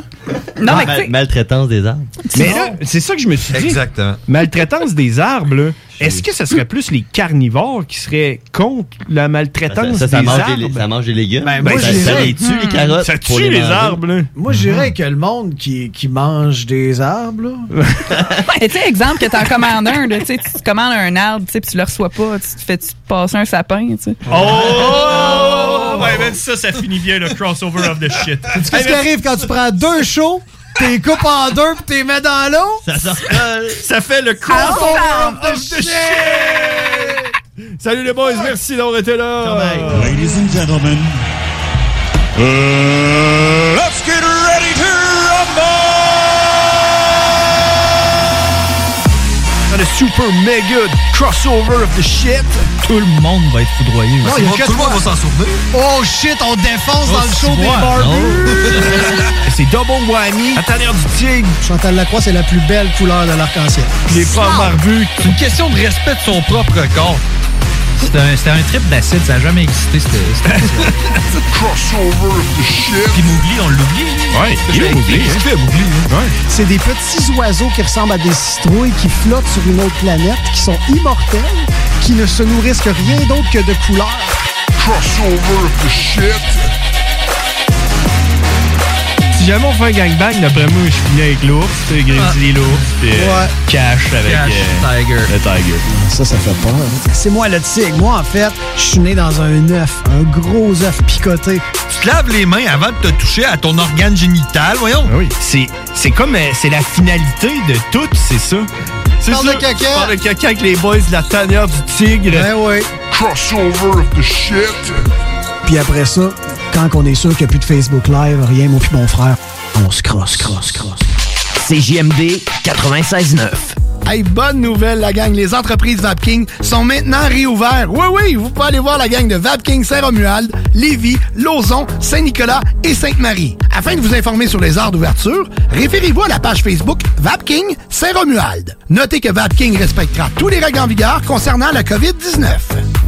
Speaker 11: Non, mais Mal- tu sais-
Speaker 18: maltraitance des arbres. Mais
Speaker 11: Non.
Speaker 18: là, c'est ça que je me suis dit.
Speaker 19: Exactement.
Speaker 18: Maltraitance des arbres, là. Est-ce que ça serait plus les carnivores qui seraient contre la maltraitance
Speaker 20: Ça, ça
Speaker 18: des
Speaker 20: mange
Speaker 18: arbres?
Speaker 20: les- ça mange les légumes.
Speaker 18: Ben,
Speaker 20: Ben,
Speaker 18: moi,
Speaker 20: ça-
Speaker 18: je
Speaker 20: ça
Speaker 18: dirais-
Speaker 20: les tue, les
Speaker 18: Hmm.
Speaker 20: carottes,
Speaker 18: Ça
Speaker 20: pour
Speaker 18: tue
Speaker 20: les
Speaker 18: les
Speaker 20: manger.
Speaker 18: arbres, là.
Speaker 8: Moi, je dirais que le monde qui, qui mange des arbres, là,
Speaker 11: Et tu sais, exemple, que t'en commandes un, là, tu sais, tu commandes un arbre, tu sais, puis tu le reçois pas, tu te fais -tu passer un sapin, tu sais.
Speaker 21: Oh! Ouais,
Speaker 18: ben,
Speaker 21: même ça, ça finit bien le crossover of the shit.
Speaker 8: Sais-tu Qu'est-ce qui arrive quand tu prends deux shows, t'es coupes en deux pis t'es mets dans l'eau?
Speaker 20: Ça,
Speaker 7: ça fait
Speaker 8: Ah,
Speaker 7: le
Speaker 8: crossover
Speaker 7: crossover
Speaker 8: of
Speaker 7: of the shit! Salut les boys, merci d'avoir été là!
Speaker 22: Ladies and gentlemen, uh, let's get ready to
Speaker 7: Le super mega crossover of the shit! Tout le monde va être foudroyé.
Speaker 19: Non, il y a Tout que le monde toi. va s'en souvenir.
Speaker 8: Oh shit, on défonce dans le show des
Speaker 18: Oh,
Speaker 8: barbus!
Speaker 18: C'est double whammy. La tanière du tigre.
Speaker 8: Chantal Lacroix, c'est la plus belle couleur de l'arc-en-ciel.
Speaker 7: Les frères barbus.
Speaker 10: C'est une question de respect de son propre corps. C'était un, c'était un trip d'acide, ça n'a jamais existé, cette cette émission.
Speaker 7: crossover of the shit!
Speaker 10: Puis Mowgli, on l'oublie.
Speaker 7: Ouais, il est Mowgli, hein.
Speaker 8: C'est des petits oiseaux qui ressemblent à des citrouilles qui flottent sur une autre planète, qui sont immortels, qui ne se nourrissent que rien d'autre que de couleurs.
Speaker 7: Crossover of the shit!
Speaker 18: Si jamais on fait un gangbang, d'après moi, je finis avec l'ours, tu sais,
Speaker 7: Ah.
Speaker 18: Grizzly l'ours, puis euh,
Speaker 8: Ouais.
Speaker 18: Cash avec
Speaker 8: Cash,
Speaker 18: euh, le Tiger.
Speaker 8: Ça, ça fait peur. hein. C'est moi le tigre. Moi, en fait, je suis né dans un œuf, un gros œuf picoté.
Speaker 19: Tu te laves les mains avant de te toucher à ton organe génital, voyons.
Speaker 10: Ah
Speaker 18: oui. C'est, c'est comme euh, c'est la finalité de tout, c'est ça.
Speaker 7: C'est
Speaker 18: Parle
Speaker 7: ça,
Speaker 18: de caca.
Speaker 7: tu parles de caca avec les boys de la tanière du tigre.
Speaker 8: Ben ouais.
Speaker 7: Crossover of the shit!
Speaker 8: Puis après ça, quand on est sûr qu'il n'y a plus de Facebook Live, rien, moi puis mon frère, on se crosse, crosse, crosse.
Speaker 23: CJMD 96.9. Hey, bonne nouvelle, la gang. Les entreprises Vapking sont maintenant réouvertes. Oui, oui, vous pouvez aller voir la gang de Vapking Saint-Romuald, Lévis, Lauson, Saint-Nicolas et Sainte-Marie. Afin de vous informer sur les heures d'ouverture, référez-vous à la page Facebook Vapking Saint-Romuald. Notez que Vapking respectera tous les règles en vigueur concernant la COVID-19.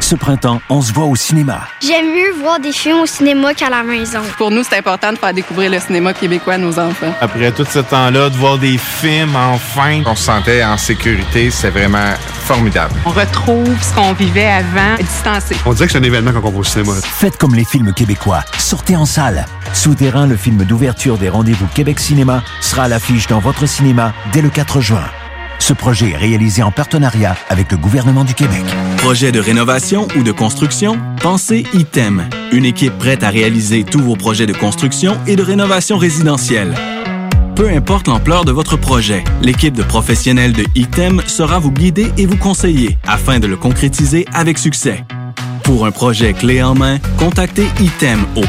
Speaker 24: Ce printemps, on se voit au cinéma.
Speaker 13: J'aime mieux voir des films au cinéma qu'à la maison. Pour nous, c'est important de faire découvrir le cinéma québécois à nos enfants.
Speaker 17: Après tout ce temps-là, de voir des films, enfin, on se sentait en sécurité, c'est vraiment formidable.
Speaker 25: On retrouve ce qu'on vivait avant, distancé.
Speaker 17: On dirait que c'est un événement quand on va au cinéma.
Speaker 23: Faites comme les films québécois, sortez en salle. Souterrain, le film d'ouverture des rendez-vous Québec Cinéma, sera à l'affiche dans votre cinéma dès le 4 juin. Ce projet est réalisé en partenariat avec le gouvernement du Québec.
Speaker 26: Projet de rénovation ou de construction? Pensez ITEM, une équipe prête à réaliser tous vos projets de construction et de rénovation résidentielle. Peu importe l'ampleur de votre projet, l'équipe de professionnels de ITEM sera vous guider et vous conseiller afin de le concrétiser avec succès. Pour un projet clé en main, contactez ITEM au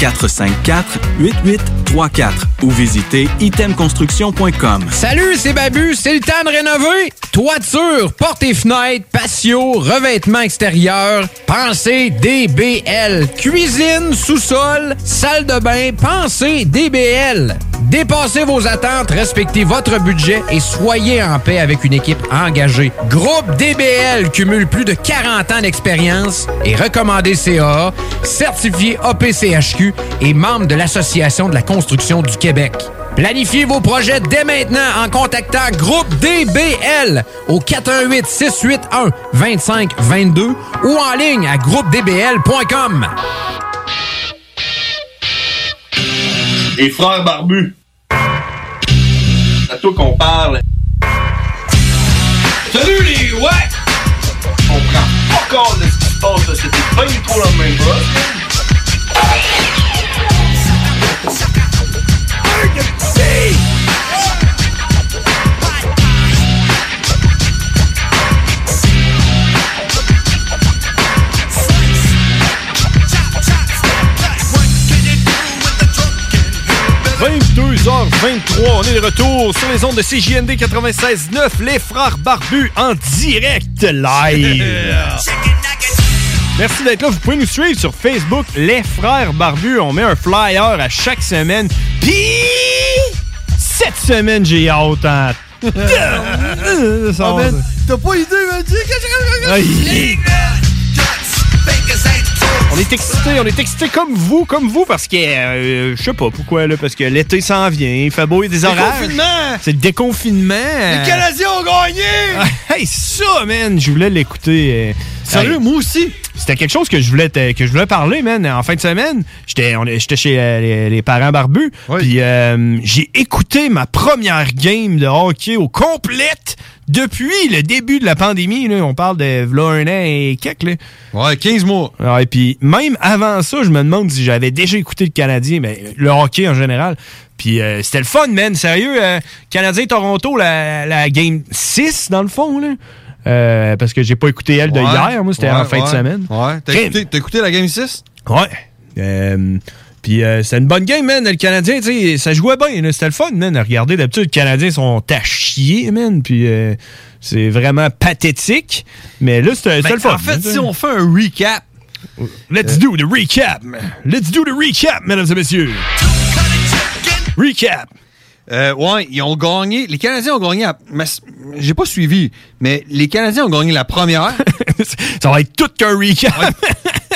Speaker 26: 418-454-8834 ou visitez itemconstruction.com.
Speaker 27: Salut, c'est Babu, c'est le temps de rénover. Toiture, portes et fenêtres, patio, revêtement extérieur, pensez DBL. Cuisine, sous-sol, salle de bain, pensez DBL. Dépassez vos attentes, respectez votre budget et soyez en paix avec une équipe engagée. Groupe DBL cumule plus de 40 ans d'expérience et recommandé CA, certifié APCHQ et membre de l'Association de la construction du Québec. Planifiez vos projets dès maintenant en contactant Groupe DBL au 418 681 2522 ou en ligne à groupedbl.com.
Speaker 28: Les frères barbus. C'est à toi qu'on parle. Salut les ouais! On prend pas compte de ce qui se passe, là. c'était pas du tout la même
Speaker 7: Hey! 22h23, on est de retour sur les ondes de CJND 96.9, les frères barbus en direct live. Merci d'être là. Vous pouvez nous suivre sur Facebook, Les Frères Barbus. On met un flyer à chaque semaine. Puis, cette semaine, j'ai hâte en...
Speaker 10: ben,
Speaker 29: Ah, man, T'as pas idée, man.
Speaker 7: Aïe. On est excités, on est excités comme vous, comme vous, parce que euh, je sais pas pourquoi, là, parce que l'été s'en vient, il fait beau, il y a des orages.
Speaker 10: Déconfinement!
Speaker 7: C'est le déconfinement!
Speaker 10: Les Canadiens ont gagné!
Speaker 7: Ah, Hey, ça, man! Je voulais l'écouter. euh,
Speaker 10: Sérieux,
Speaker 7: euh,
Speaker 10: moi aussi!
Speaker 7: C'était quelque chose que je voulais te- que je voulais parler, man. En fin de semaine, j'étais on est- j'étais chez euh, les, les parents barbus. Puis euh, j'ai écouté ma première game de hockey au complète depuis le début de la pandémie. Là. On parle de v'là un an et quelques. Là.
Speaker 10: Ouais, 15 mois.
Speaker 7: et puis même avant ça, je me demande si j'avais déjà écouté le Canadien, mais le hockey en général. Puis euh, c'était le fun, man. Sérieux, euh, Canadien-Toronto, la, la game 6, dans le fond, là. Euh, parce que j'ai pas écouté elle de
Speaker 10: Ouais,
Speaker 7: hier, moi, c'était en
Speaker 10: ouais,
Speaker 7: fin de
Speaker 10: ouais,
Speaker 7: semaine.
Speaker 10: Ouais. T'as
Speaker 7: Crime.
Speaker 10: écouté, t'as écouté la Game 6?
Speaker 7: Ouais. Euh, puis euh, c'était une bonne game, man. Le Canadien, tu sais, ça jouait bien. là. C'était le fun, man. Regardez, d'habitude, les Canadiens sont à chier, man. Puis euh, c'est vraiment pathétique. Mais là, c'était c'était
Speaker 10: Ben,
Speaker 7: le fun.
Speaker 10: en fait,
Speaker 7: man, tu sais.
Speaker 10: si on fait un recap. euh,
Speaker 7: Let's do the recap. Let's do the recap, mesdames et messieurs. Recap.
Speaker 10: Euh, ouais, ils ont gagné. Les Canadiens ont gagné. la- mais c- J'ai pas suivi, mais les Canadiens ont gagné la première.
Speaker 7: ça va être tout qu'un recap.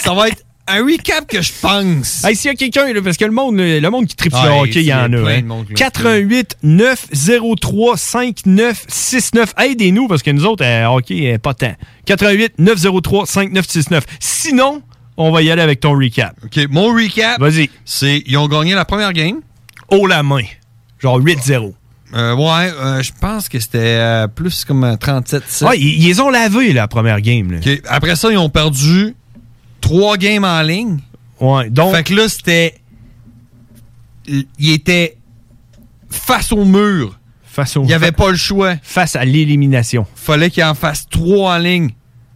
Speaker 10: ça va être un recap que je pense.
Speaker 7: Hey, s'il y a quelqu'un, là, parce que le monde, euh, le le monde qui tripe sur le
Speaker 10: Ouais,
Speaker 7: hockey, il y
Speaker 10: s'il y a
Speaker 7: en a.
Speaker 10: Ah, plein
Speaker 7: hein.
Speaker 10: de monde qui le
Speaker 7: 88 903 5969. Aidez-nous, parce que nous autres, euh, hockey, euh, pas tant. 88 903 5969. Sinon, on va y aller avec ton recap.
Speaker 10: OK, mon recap.
Speaker 7: Vas-y.
Speaker 10: C'est ils ont gagné la première game.
Speaker 7: Haut la main. Genre 8-0.
Speaker 10: Euh, ouais, euh, je pense que c'était euh, plus comme un 37-7.
Speaker 7: Ouais, ils, ils ont lavé la première game. là.
Speaker 10: OK, Après ça, ils ont perdu trois games en ligne.
Speaker 7: Ouais, donc.
Speaker 10: Fait que là, c'était. Il était face au mur.
Speaker 7: Face au
Speaker 10: Il n'y avait pas le choix.
Speaker 7: Face à l'élimination.
Speaker 10: Fallait qu'il en fasse trois en ligne.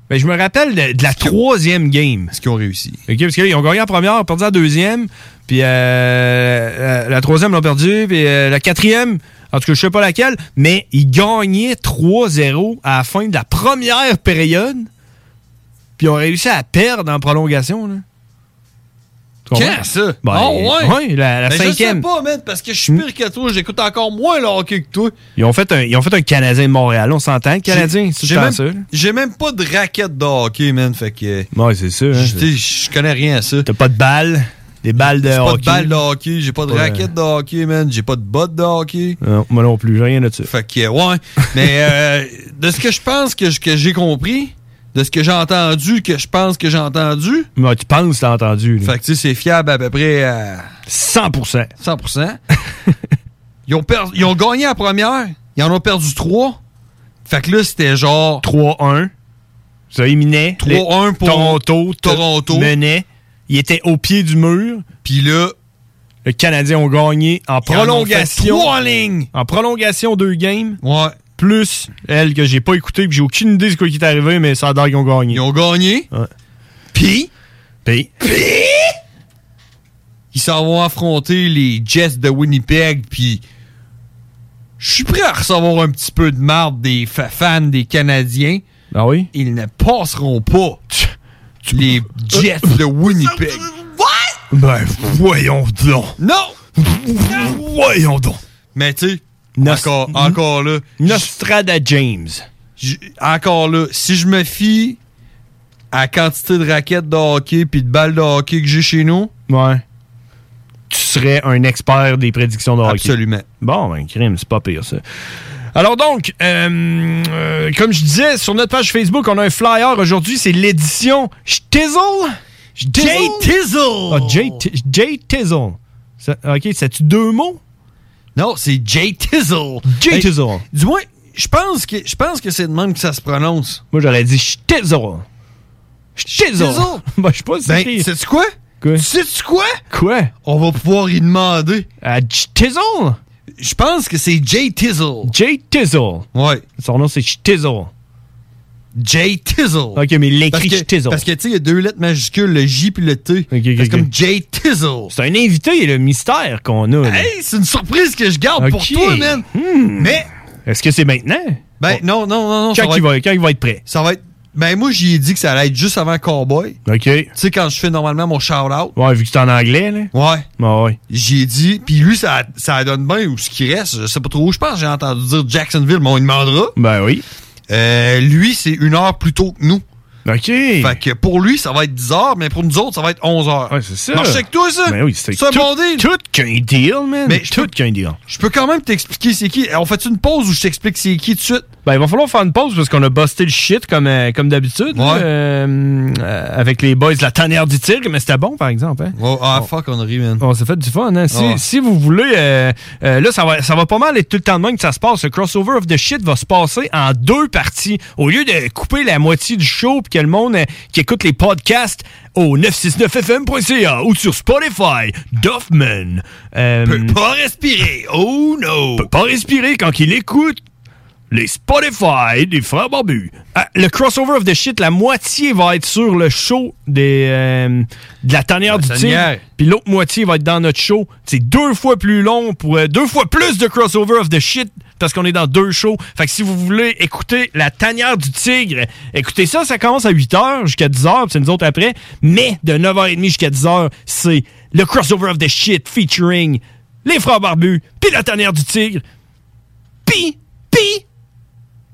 Speaker 7: Mais je me rappelle de, de la troisième game.
Speaker 10: Ce qu'ils ont réussi.
Speaker 7: OK, parce qu'ils ont gagné la première, ils ont perdu la deuxième, puis euh, euh, la troisième, ils l'ont perdu, puis euh, la quatrième, en tout cas, je sais pas laquelle, mais ils gagnaient 3-0 à la fin de la première période, puis ils ont réussi à perdre en prolongation. Là. Tu comprends?
Speaker 10: Quand ça?
Speaker 7: Ben,
Speaker 10: oh, ouais.
Speaker 7: ouais, la, la
Speaker 10: Ben, Je sais
Speaker 7: cinquième.
Speaker 10: pas, man, parce que je suis pire que toi. J'écoute encore moins le hockey que toi.
Speaker 7: Ils ont, fait un, ils ont fait un Canadien de Montréal, on s'entend, Canadien, c'est
Speaker 10: J'ai
Speaker 7: tout le temps
Speaker 10: même-
Speaker 7: ça. là.
Speaker 10: J'ai même pas de raquette de hockey, man. Fait que.
Speaker 7: Ouais, c'est ça. hein.
Speaker 10: Je t'sais, je connais rien à ça.
Speaker 7: T'as pas de balles, des balles de
Speaker 10: J'ai pas de
Speaker 7: hockey.
Speaker 10: balle de hockey, j'ai pas de
Speaker 7: Ouais.
Speaker 10: raquette de hockey, man. J'ai pas de bottes de hockey.
Speaker 7: Non, moi non plus, j'ai rien là-dessus.
Speaker 10: Fait que, ouais. Mais euh, de ce que je pense que, je- que j'ai compris, de ce que j'ai entendu, que je pense que j'ai entendu,
Speaker 7: Ouais, tu penses, t'as entendu. là.
Speaker 10: fait que, tu sais, c'est fiable à peu près à
Speaker 7: 100%.
Speaker 10: 100%. ils, ont per- ils ont gagné la première, ils en ont perdu trois. Fait que là, c'était genre
Speaker 7: 3-1. Ça éminait.
Speaker 10: 3-1 pour
Speaker 7: Toronto. te-
Speaker 10: Toronto.
Speaker 7: Menait. Il était au pied du mur.
Speaker 10: Puis là,
Speaker 7: le Canadien ont gagné en
Speaker 10: Ils en ont
Speaker 7: prolongation.
Speaker 10: fait trois en ligne.
Speaker 7: En prolongation, deux games.
Speaker 10: Ouais.
Speaker 7: Plus elle que j'ai pas écouté, puis j'ai aucune idée de ce quoi qui est arrivé, mais ça a l'air qu'ils ont gagné. Ils
Speaker 10: ont gagné.
Speaker 7: Ouais.
Speaker 10: Puis.
Speaker 7: Puis.
Speaker 10: ils s'en vont affronter les Jets de Winnipeg, puis je suis prêt à recevoir un petit peu de marde des fa- fans des Canadiens.
Speaker 7: Ah oui?
Speaker 10: Ils ne passeront pas les Jets de Winnipeg.
Speaker 7: Ben, voyons donc.
Speaker 10: Non!
Speaker 7: voyons donc.
Speaker 10: Mais tu sais, encore, encore là.
Speaker 7: Nostrada James.
Speaker 10: Encore là, si je me fie à la quantité de raquettes de hockey puis de balles de hockey que j'ai chez nous,
Speaker 7: Ouais. Tu serais un expert des prédictions de hockey.
Speaker 10: Absolument.
Speaker 7: Bon, ben, crime, c'est pas pire, ça. Alors donc, euh, euh, comme je disais, sur notre page Facebook, on a un flyer aujourd'hui. C'est l'édition Stizzle. Stizzle?
Speaker 10: Jay Tizzle.
Speaker 7: Ah, Jay, Ti- Jay Tizzle. Ça- OK, c'est-tu deux mots?
Speaker 10: Non, c'est Jay Tizzle.
Speaker 7: Jay
Speaker 10: Hey,
Speaker 7: Tizzle.
Speaker 10: Du moins, je pense que je pense que c'est de même que ça se prononce.
Speaker 7: Moi, j'aurais dit Stizzle. Stizzle. Ben, je sais pas si
Speaker 10: Ben,
Speaker 7: c'est-
Speaker 10: sais-tu quoi?
Speaker 7: Quoi?
Speaker 10: Sais-tu quoi?
Speaker 7: Quoi?
Speaker 10: On va pouvoir y demander.
Speaker 7: À Euh, Tizzle?
Speaker 10: Je pense que c'est Jay Tizzle.
Speaker 7: Jay Tizzle.
Speaker 10: Ouais.
Speaker 7: Son nom, c'est Stizzle.
Speaker 10: Jay Tizzle. OK,
Speaker 7: mais il
Speaker 10: Parce
Speaker 7: l'écrit
Speaker 10: que,
Speaker 7: Stizzle.
Speaker 10: Parce que, tu sais, il y a deux lettres majuscules, le J puis le T. c'est
Speaker 7: ok.
Speaker 10: comme Jay Tizzle.
Speaker 7: C'est un invité, le mystère qu'on a. là.
Speaker 10: Hey, c'est une surprise que je garde pour
Speaker 7: Ok.
Speaker 10: toi, man.
Speaker 7: Hmm.
Speaker 10: Mais,
Speaker 7: Est-ce que c'est maintenant?
Speaker 10: ben, non, non, non, non.
Speaker 7: Quand,
Speaker 10: ça va
Speaker 7: il
Speaker 10: être-
Speaker 7: va, quand il va être prêt.
Speaker 10: Ça va être Ben, moi, j'y ai dit que ça allait être juste avant Cowboy.
Speaker 7: OK. Tu
Speaker 10: sais, quand je fais normalement mon shout-out.
Speaker 7: Ouais, vu que c'est en anglais, là.
Speaker 10: Ouais.
Speaker 7: ouais.
Speaker 10: J'y ai dit. Puis lui, ça, ça donne bien ou ce qui reste. Je sais pas trop où je pense. J'ai entendu dire Jacksonville, mais on lui demandera. Euh,
Speaker 7: Ben oui.
Speaker 10: lui, c'est une heure plus tôt que nous. OK. Fait que pour lui, ça va être 10 heures, mais pour nous autres, ça va être 11 heures. Ouais, c'est
Speaker 7: ça.
Speaker 10: Marche avec toi, ça.
Speaker 7: Ben oui, c'est
Speaker 10: ça.
Speaker 7: tout-
Speaker 10: bon deal.
Speaker 7: Tout qu'un deal, man.
Speaker 10: Mais je
Speaker 7: tout qu'un deal.
Speaker 10: Je peux quand même t'expliquer c'est qui. On fait une pause où je t'explique c'est qui tout de suite?
Speaker 7: Ben, il va falloir faire une pause parce qu'on a busté le shit comme, euh, comme d'habitude. là, euh, euh, avec les boys de la tanière du tigre, mais c'était bon, par exemple. Hein?
Speaker 10: Oh, ah, fuck, on rit, man. Ah.
Speaker 7: On s'est fait du fun, hein? Si,
Speaker 10: Ouais.
Speaker 7: si vous voulez, euh, euh, là, ça va, ça va pas mal être tout le temps de même que ça se passe. Le crossover of the shit va se passer en deux parties. Au lieu de couper la moitié du show puis que le monde euh, qui écoute les podcasts au 969fm.ca ou sur Spotify, Duffman. euh, peut
Speaker 10: pas respirer, oh no!
Speaker 7: Peut pas respirer quand il écoute les Spotify des Frères Barbus. Ah, le crossover of the shit, la moitié va être sur le show des, euh, de la tanière du
Speaker 10: tanière.
Speaker 7: tigre. Puis l'autre moitié va être dans notre show. C'est deux fois plus long pour euh, deux fois plus de crossover of the shit parce qu'on est dans deux shows. Fait que si vous voulez écouter la tanière du tigre, écoutez ça, ça commence à 8h jusqu'à 10h, puis c'est nous autres après. Mais de 9h30 jusqu'à 10h, c'est le crossover of the shit featuring les frères barbus, puis la tanière du tigre, puis, puis,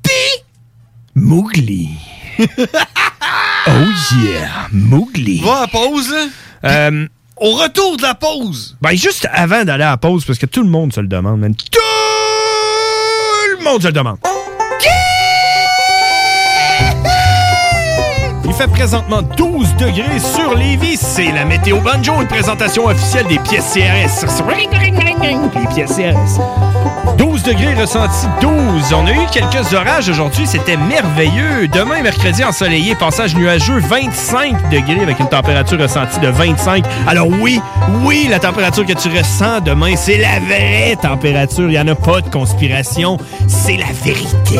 Speaker 7: puis, Mowgli. oh yeah, Mowgli. Euh,
Speaker 10: Va à la pause, là. Au retour de la pause.
Speaker 7: Ben, juste avant d'aller à la pause, parce que tout le monde se le demande, man. Tout le monde se le demande. Il fait présentement 12 degrés sur Lévis. C'est la météo banjo, une présentation officielle des pièces CRS. Les pièces CRS. 12 degrés ressentis 12. On a eu quelques orages aujourd'hui, c'était merveilleux. Demain, mercredi, ensoleillé, passage nuageux, 25 degrés avec une température ressentie de 25. Alors oui, oui, la température que tu ressens demain, c'est la vraie température. Il n'y en a pas de conspiration, c'est la vérité.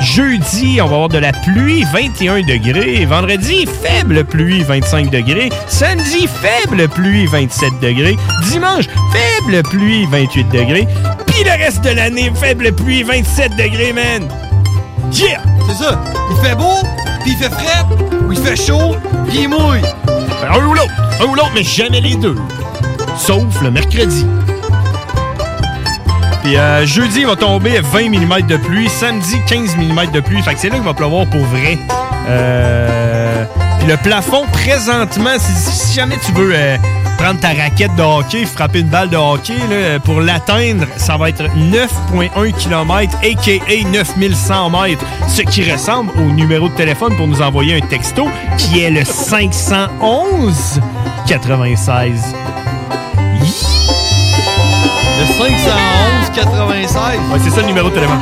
Speaker 7: Jeudi, on va avoir de la pluie, 21 degrés. Vendredi, faible pluie, 25 degrés. Samedi, faible pluie, 27 degrés. Dimanche, faible pluie, 28 degrés. Puis le reste de l'année, faible pluie, 27 degrés, man. Yeah!
Speaker 10: C'est ça. Il fait beau, puis il fait frais, ou il fait chaud, puis il mouille.
Speaker 7: Un ou l'autre. Un ou l'autre, mais jamais les deux. Sauf le mercredi. Puis euh, jeudi, il va tomber 20 mm de pluie. Samedi, 15 mm de pluie. Fait que c'est là qu'il va pleuvoir pour vrai. Euh, puis le plafond, présentement, si, si jamais tu veux euh, prendre ta raquette de hockey, frapper une balle de hockey, là, pour l'atteindre, ça va être 9,1 km, a.k.a. 9100 mètres. Ce qui ressemble au numéro de téléphone pour nous envoyer un texto, qui est le 511 96
Speaker 10: Le 511 96.
Speaker 7: Ouais, c'est ça le numéro de téléphone.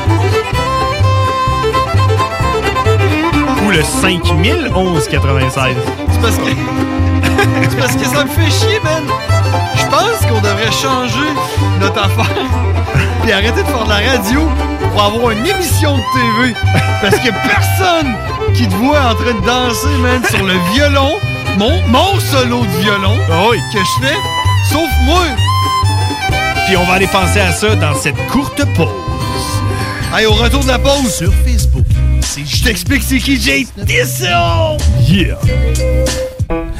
Speaker 7: Ou le 5011 96.
Speaker 10: C'est parce que. c'est parce que ça me fait chier, man. Je pense qu'on devrait changer notre affaire. Puis arrêter de faire de la radio pour avoir une émission de TV. Parce qu'il y a personne qui te voit en train de danser, man, sur le violon. Mon, mon solo de violon
Speaker 7: Ah
Speaker 10: que je fais. Sauf moi.
Speaker 7: Puis on va aller penser à ça dans cette courte pause.
Speaker 10: Allez, au retour de la pause. Sur Facebook. Je t'explique c'est qui Jay Tisson.
Speaker 7: Yeah.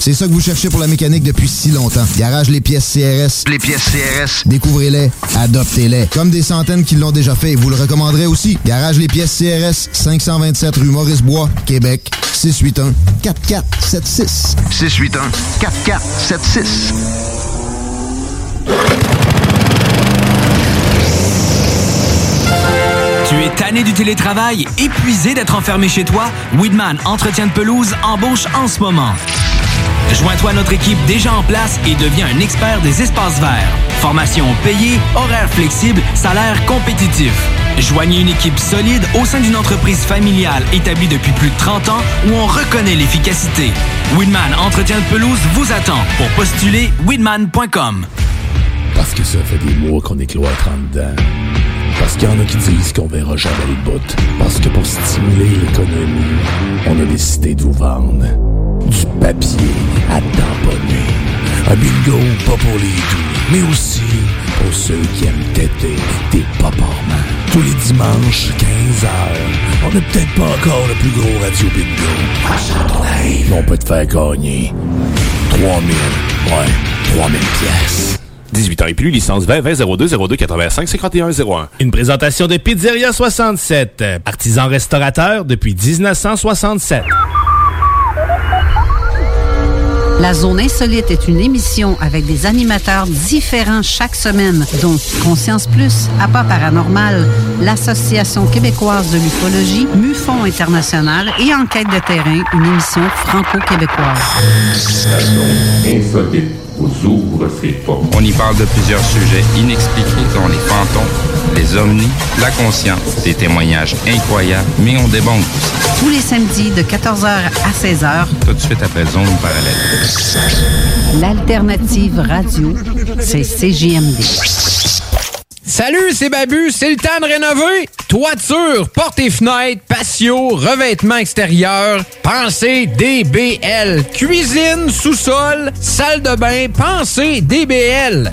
Speaker 30: C'est ça que vous cherchez pour la mécanique depuis si longtemps. Garage Les Pièces CRS. Les pièces CRS. Découvrez-les, adoptez-les. Comme des centaines qui l'ont déjà fait, vous le recommanderez aussi. Garage Les Pièces CRS, 527 rue Maurice-Bois, Québec, 681 4476. 681 4476.
Speaker 31: Tu es tanné du télétravail, épuisé d'être enfermé chez toi? Weedman Entretien de pelouse embauche en ce moment. Joins-toi à notre équipe déjà en place et deviens un expert des espaces verts. Formation payée, horaires flexibles, salaire compétitif. Joignez une équipe solide au sein d'une entreprise familiale établie depuis plus de 30 ans où on reconnaît l'efficacité. Weedman Entretien de pelouse vous attend. Pour postuler, weedman.com.
Speaker 29: Parce que ça fait des mois qu'on est cloître en dedans. Parce qu'il y en a qui disent qu'on verra jamais le bout. Parce que pour stimuler l'économie, on a décidé de vous vendre du papier à tamponner. Un bingo pas pour les doux, mais aussi pour ceux qui aiment têter des paparmans. Tous les dimanches, 15h, on n'est peut-être pas encore le plus gros radio bingo. On arrive, on peut te faire gagner 3000, ouais, 3000 pièces.
Speaker 32: 18 ans et plus, licence 20 20 02 02 85 51 01. Une présentation de Pizzeria 67, euh, artisan restaurateur depuis 1967.
Speaker 33: La Zone Insolite est une émission avec des animateurs différents chaque semaine, dont Conscience Plus, Appât Paranormal, l'Association québécoise de l'ufologie, MUFON International et Enquête de terrain, une émission franco-québécoise.
Speaker 34: Insolite vous ouvre ses portes. On y parle de plusieurs sujets inexpliqués dont les fantômes, les ovnis, la conscience, des témoignages incroyables, mais on débonde aussi.
Speaker 33: Tous les samedis de 14h à 16h,
Speaker 34: Tout de suite après Zone Parallèle.
Speaker 33: l'alternative radio, c'est CJMD.
Speaker 27: Salut, c'est Babu, c'est le temps de rénover. Toiture, portes et fenêtres, patio, revêtement extérieur, pensez DBL. Cuisine, sous-sol, salle de bain, pensez DBL.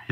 Speaker 35: il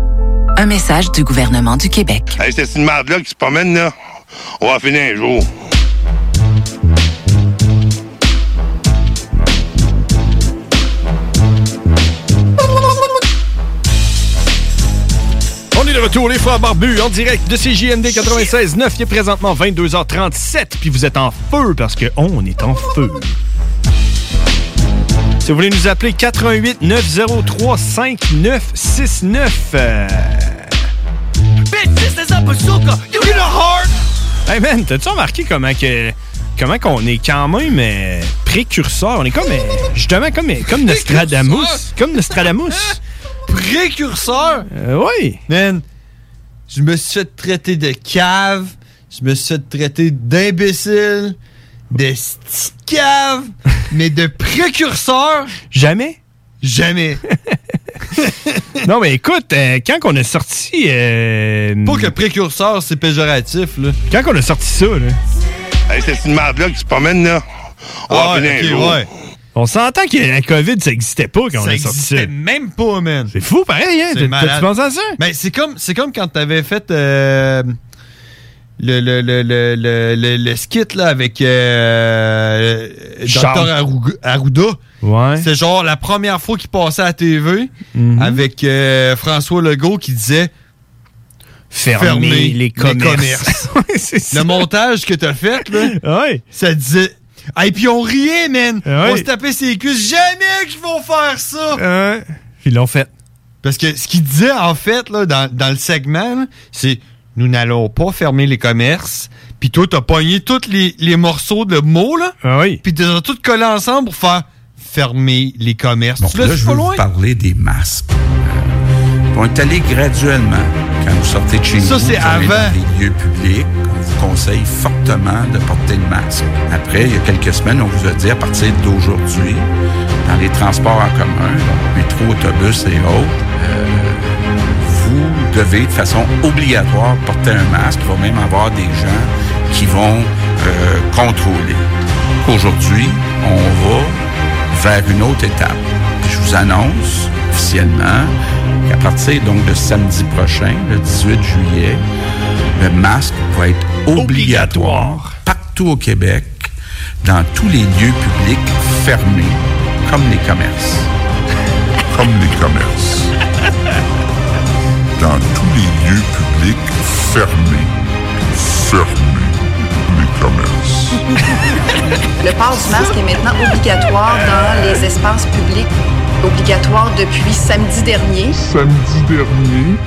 Speaker 36: Un message du gouvernement du Québec.
Speaker 37: Hey, c'est une merde là qui se promène, là. On va finir un jour.
Speaker 7: On est de retour, les frères barbus, en direct de CJMD 96.9. Il est présentement 22h37, puis vous êtes en feu parce que on est en feu. Si vous voulez nous appeler, 88 903 5969. Euh,
Speaker 8: Bitch, this is a bazooka. You need a heart.
Speaker 7: Hey man, t'as-tu remarqué comment que comment qu'on est quand même euh, précurseur? On est comme euh, justement comme, euh, comme Nostradamus. Comme Nostradamus.
Speaker 10: Précurseur?
Speaker 7: Euh, oui.
Speaker 10: Man, je me suis fait traiter de cave, je me suis fait traiter d'imbécile, de sti cave, mais de précurseur?
Speaker 7: Jamais?
Speaker 10: Hein? Jamais.
Speaker 7: non mais écoute, euh, quand on a sorti euh,
Speaker 10: Pas que précurseur, c'est péjoratif, là.
Speaker 7: Quand on a sorti ça, là.
Speaker 37: Hey, c'est une merde là qui se promène, là. On
Speaker 10: Ah
Speaker 37: va finir un jour.
Speaker 7: On s'entend que la COVID, ça n'existait pas quand on
Speaker 10: Ça
Speaker 7: a sorti ça.
Speaker 10: existait même pas, man.
Speaker 7: C'est fou, pareil, hein?
Speaker 10: C'est
Speaker 7: T'as-
Speaker 10: malade.
Speaker 7: T'as-tu pensé à ça?
Speaker 10: Mais c'est comme, c'est comme quand t'avais fait euh, le, le, le, le, le, le- le skit là, avec euh,
Speaker 7: Charles.
Speaker 10: Dr. Arruda.
Speaker 7: Ouais.
Speaker 10: C'est genre la première fois qu'il passait à la TV
Speaker 7: Mhm.
Speaker 10: avec euh, François Legault qui disait
Speaker 7: Fermez les commerces. Ouais, c'est
Speaker 10: le
Speaker 7: ça.
Speaker 10: montage que t'as fait, là, ça disait. Et puis on riait, man!
Speaker 7: Ouais.
Speaker 10: On se tapait ses cuisses. Jamais que je vais faire ça! Euh, Ils l'ont fait. Parce que ce qu'il disait, en fait, là, dans, dans le segment, là, c'est nous n'allons pas fermer les commerces. Puis toi, t'as pogné tous les, les morceaux de mots, là. Ah oui. Puis t'as tout collé ensemble pour faire fermer les commerces.
Speaker 38: Bon,
Speaker 10: tu
Speaker 38: là,
Speaker 10: l'as
Speaker 38: je
Speaker 10: pas
Speaker 38: veux
Speaker 10: loin?
Speaker 38: vous parler des masques. Euh, On est allé graduellement quand vous sortez de chez
Speaker 10: Ça,
Speaker 38: vous.
Speaker 10: c'est
Speaker 38: vous allez
Speaker 10: avant.
Speaker 38: Dans les lieux publics, on vous conseille fortement de porter le masque. Après, il y a quelques semaines, on vous a dit à partir d'aujourd'hui, dans les transports en commun, donc métro, autobus et autres, euh, vous devez de façon obligatoire porter un masque. Il va même avoir des gens qui vont euh, contrôler. Aujourd'hui, on va vers une autre étape. Je vous annonce officiellement qu'à partir donc de samedi prochain, le 18 juillet, le masque va être obligatoire partout au Québec, dans tous les lieux publics fermés, comme les commerces.
Speaker 39: Comme les commerces. Dans tous les lieux publics fermés. Fermés. Les commerces.
Speaker 25: Le passe masque est maintenant obligatoire dans les espaces publics, obligatoire depuis samedi dernier.
Speaker 39: Samedi dernier.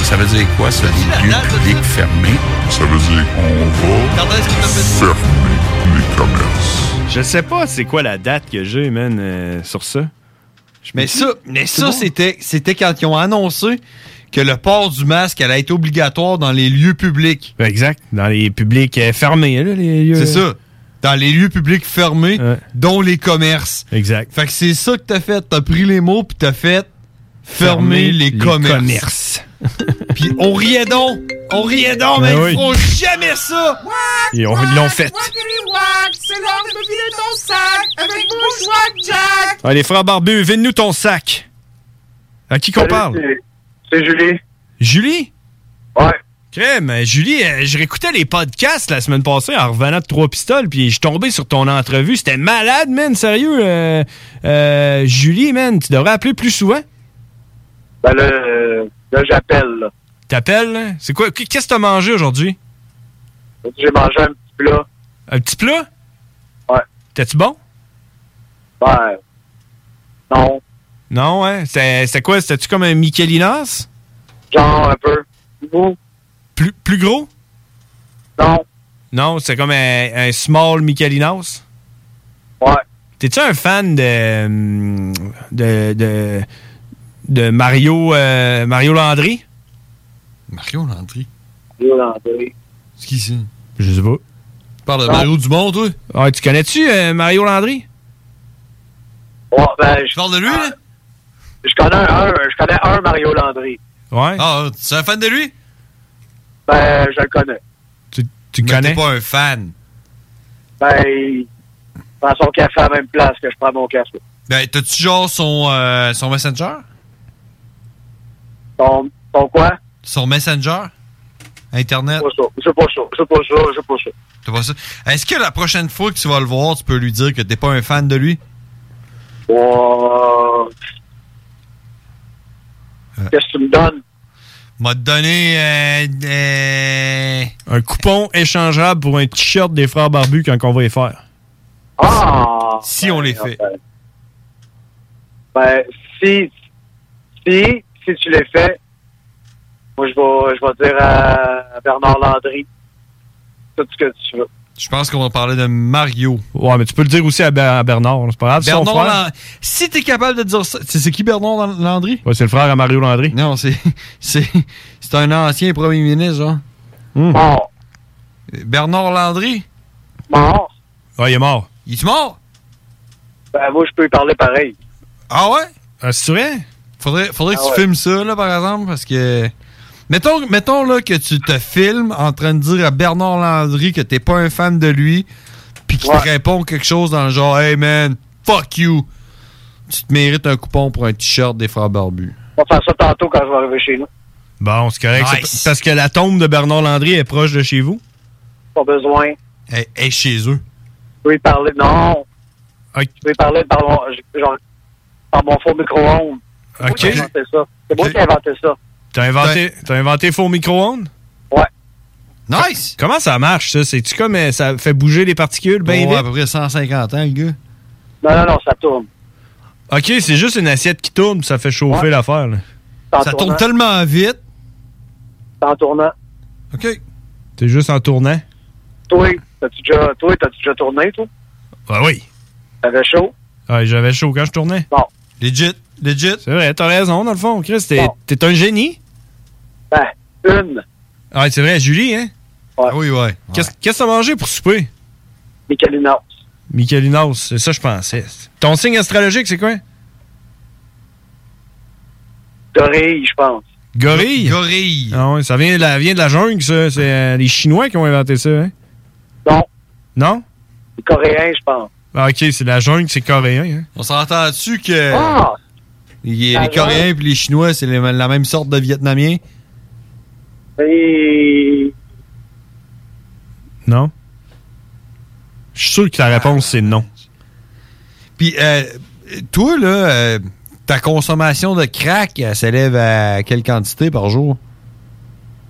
Speaker 38: Ça veut dire quoi, ça, les lieux publics fermés?
Speaker 39: Ça veut dire qu'on va fermer les commerces.
Speaker 7: Je sais pas c'est quoi la date que j'ai, man, euh, sur ça. Je me
Speaker 10: Mais
Speaker 7: dis-
Speaker 10: ça, mais
Speaker 7: c'est
Speaker 10: ça
Speaker 7: bon.
Speaker 10: c'était, c'était quand ils ont annoncé que le port du masque allait être obligatoire dans les lieux publics.
Speaker 7: Exact. Dans les publics euh, fermés, là, les lieux.
Speaker 10: C'est ça. Dans les lieux publics fermés, dont les commerces.
Speaker 7: Exact.
Speaker 10: Fait que c'est ça que t'as fait. T'as pris les mots puis t'as fait fermer, les, commerces. puis on riait donc. On riait donc, mais
Speaker 7: Ben oui.
Speaker 10: ils feront jamais ça.
Speaker 7: Et on- ils l'ont fait.
Speaker 8: c'est l'heure de me vider ton sac avec Bourgeois Jack.
Speaker 7: Ah, les frères barbus, vide-nous ton sac. À qui qu'on
Speaker 8: Salut,
Speaker 7: parle?
Speaker 8: C'est Julie.
Speaker 7: Julie?
Speaker 8: Ouais.
Speaker 7: Crème, euh, Julie, euh, je réécoutais les podcasts la semaine passée en revenant de Trois Pistoles, puis je suis tombé sur ton entrevue. C'était malade, man, sérieux. euh, euh, Julie, man, tu devrais appeler plus souvent.
Speaker 8: Ben là, euh, là j'appelle. là.
Speaker 7: T'appelles, là? C'est quoi? qu- Qu'est-ce que t'as mangé aujourd'hui?
Speaker 8: J'ai mangé un petit plat.
Speaker 7: Un petit plat?
Speaker 8: Ouais.
Speaker 7: T'es-tu bon?
Speaker 8: Ben, non.
Speaker 7: Non, hein? C'est c'est quoi? C'était-tu comme un Michelinas?
Speaker 8: Genre un peu.
Speaker 7: Plus, plus gros?
Speaker 8: Non.
Speaker 7: Non, c'est comme un, un small Michelinas?
Speaker 8: Ouais.
Speaker 7: T'es-tu un fan de. hum, de. de, de Mario, euh, Mario Landry?
Speaker 10: Mario Landry.
Speaker 8: Mario Landry.
Speaker 10: C'est qui ça?
Speaker 7: Je sais pas.
Speaker 10: Tu parles de Mario Dumont, toi?
Speaker 7: Ouais, tu connais-tu euh, Mario Landry?
Speaker 8: Ouais, ben, je parle de lui, là? Je connais un, je connais un Mario Landry.
Speaker 7: Ouais.
Speaker 10: Ah, tu es un fan de lui?
Speaker 8: Ben, je le connais.
Speaker 7: Tu
Speaker 10: mais T'es pas un fan.
Speaker 8: Ben, il prend son café à la même place que je prends mon café.
Speaker 10: Ben, t'as-tu genre son, euh, son Messenger?
Speaker 8: Son, son quoi?
Speaker 10: Son Messenger? Internet?
Speaker 8: Pas ça. C'est pas ça. C'est pas ça. C'est pas ça.
Speaker 10: T'as pas ça? Est-ce que la prochaine fois que tu vas le voir, tu peux lui dire que t'es pas un fan de lui?
Speaker 8: Ouais.
Speaker 10: Euh,
Speaker 8: Qu'est-ce que tu me donnes?
Speaker 10: M'a donné. euh, euh,
Speaker 7: Un coupon échangeable pour un t-shirt des frères barbus quand on va les faire.
Speaker 8: Ah!
Speaker 10: Si on les fait.
Speaker 8: Ben, si, si, si tu les fais, moi, je vais, je vais dire à Bernard Landry tout ce que tu veux.
Speaker 10: Je pense qu'on va parler de Mario.
Speaker 7: Ouais, mais tu peux le dire aussi à, Ber- à Bernard, c'est pas grave. c'est son
Speaker 10: Bernard
Speaker 7: frère.
Speaker 10: Lan- Si t'es capable de dire ça. C'est c'est qui Bernard Lan- Landry?
Speaker 7: Ouais, c'est le frère à Mario Landry.
Speaker 10: Non, c'est. C'est c'est un ancien premier ministre, genre.
Speaker 7: Hmm.
Speaker 8: Mort.
Speaker 10: Bernard Landry?
Speaker 8: Mort.
Speaker 7: Ouais, il est mort.
Speaker 10: Il est mort?
Speaker 8: Ben, moi, je peux lui parler pareil.
Speaker 10: Ah ouais?
Speaker 7: Ah, c'est vrai?
Speaker 10: Faudrait, faudrait que
Speaker 8: Ah
Speaker 10: tu
Speaker 8: ouais.
Speaker 10: filmes ça, là, par exemple, parce que. Mettons, mettons là, que tu te filmes en train de dire à Bernard Landry que t'es pas un fan de lui, puis qu'il te répond quelque chose dans le genre Hey man, fuck you! Tu te mérites un coupon pour un t-shirt des frères barbus.
Speaker 8: On va faire ça tantôt quand je vais arriver chez nous.
Speaker 7: Bon, c'est correct. c'est p- Parce que la tombe de Bernard Landry est proche de chez vous.
Speaker 8: Pas besoin.
Speaker 10: Elle est chez eux.
Speaker 8: Je peux lui parler. Non. Je peux lui parler par mon, je- genre, par mon faux micro-ondes. C'est moi qui ai inventé ça. C'est moi qui ai inventé ça.
Speaker 7: T'as inventé,
Speaker 10: Ben-
Speaker 7: t'as inventé faux micro-ondes?
Speaker 8: Ouais.
Speaker 10: Nice!
Speaker 7: Comment ça marche, ça? C'est-tu comme euh, ça fait bouger les particules, ben
Speaker 10: Bon,
Speaker 7: vite?
Speaker 10: à peu près 150 ans, le gars.
Speaker 8: Non, non, non, ça tourne.
Speaker 7: OK, c'est juste une assiette qui tourne, ça fait chauffer
Speaker 10: Ouais.
Speaker 7: l'affaire. là.
Speaker 10: En Ça tourne tournant.
Speaker 7: tellement vite.
Speaker 8: En tournant.
Speaker 7: OK. T'es juste en tournant?
Speaker 8: Toi, t'as-tu déjà, toi, t'as-tu déjà tourné, toi?
Speaker 7: Ah oui.
Speaker 8: T'avais chaud?
Speaker 7: Ouais, Ah, j'avais chaud quand je tournais.
Speaker 8: Bon.
Speaker 7: Legit, legit. C'est vrai, t'as raison, dans le fond, Chris. T'es t'es un génie.
Speaker 8: Ben, une.
Speaker 7: Ouais, c'est vrai, Julie, hein?
Speaker 10: Ah oui, ouais.
Speaker 7: Qu'est-ce qu'est-ce que t'as mangé pour souper?
Speaker 8: Michelinos.
Speaker 7: Michelinos, c'est ça, je pensais. Ton signe astrologique, c'est quoi?
Speaker 8: Gorille, je pense.
Speaker 7: Gorille?
Speaker 10: Gorille.
Speaker 7: Ah ouais, ça vient de la, vient de la jungle, ça. C'est euh, les Chinois qui ont inventé ça, hein?
Speaker 8: Non.
Speaker 7: Non?
Speaker 8: Les Coréens, je pense.
Speaker 7: Ah, ok, c'est la jungle, c'est coréen, hein?
Speaker 10: On s'entend dessus que
Speaker 8: Ah!
Speaker 10: les,
Speaker 8: Ah,
Speaker 10: les
Speaker 8: ouais.
Speaker 10: Coréens et les Chinois, c'est les- la même sorte de Vietnamiens?
Speaker 8: Et...
Speaker 7: Non? Je suis sûr que ta réponse, c'est non.
Speaker 10: Puis, euh, toi, là, euh, ta consommation de crack, elle s'élève à quelle quantité par jour?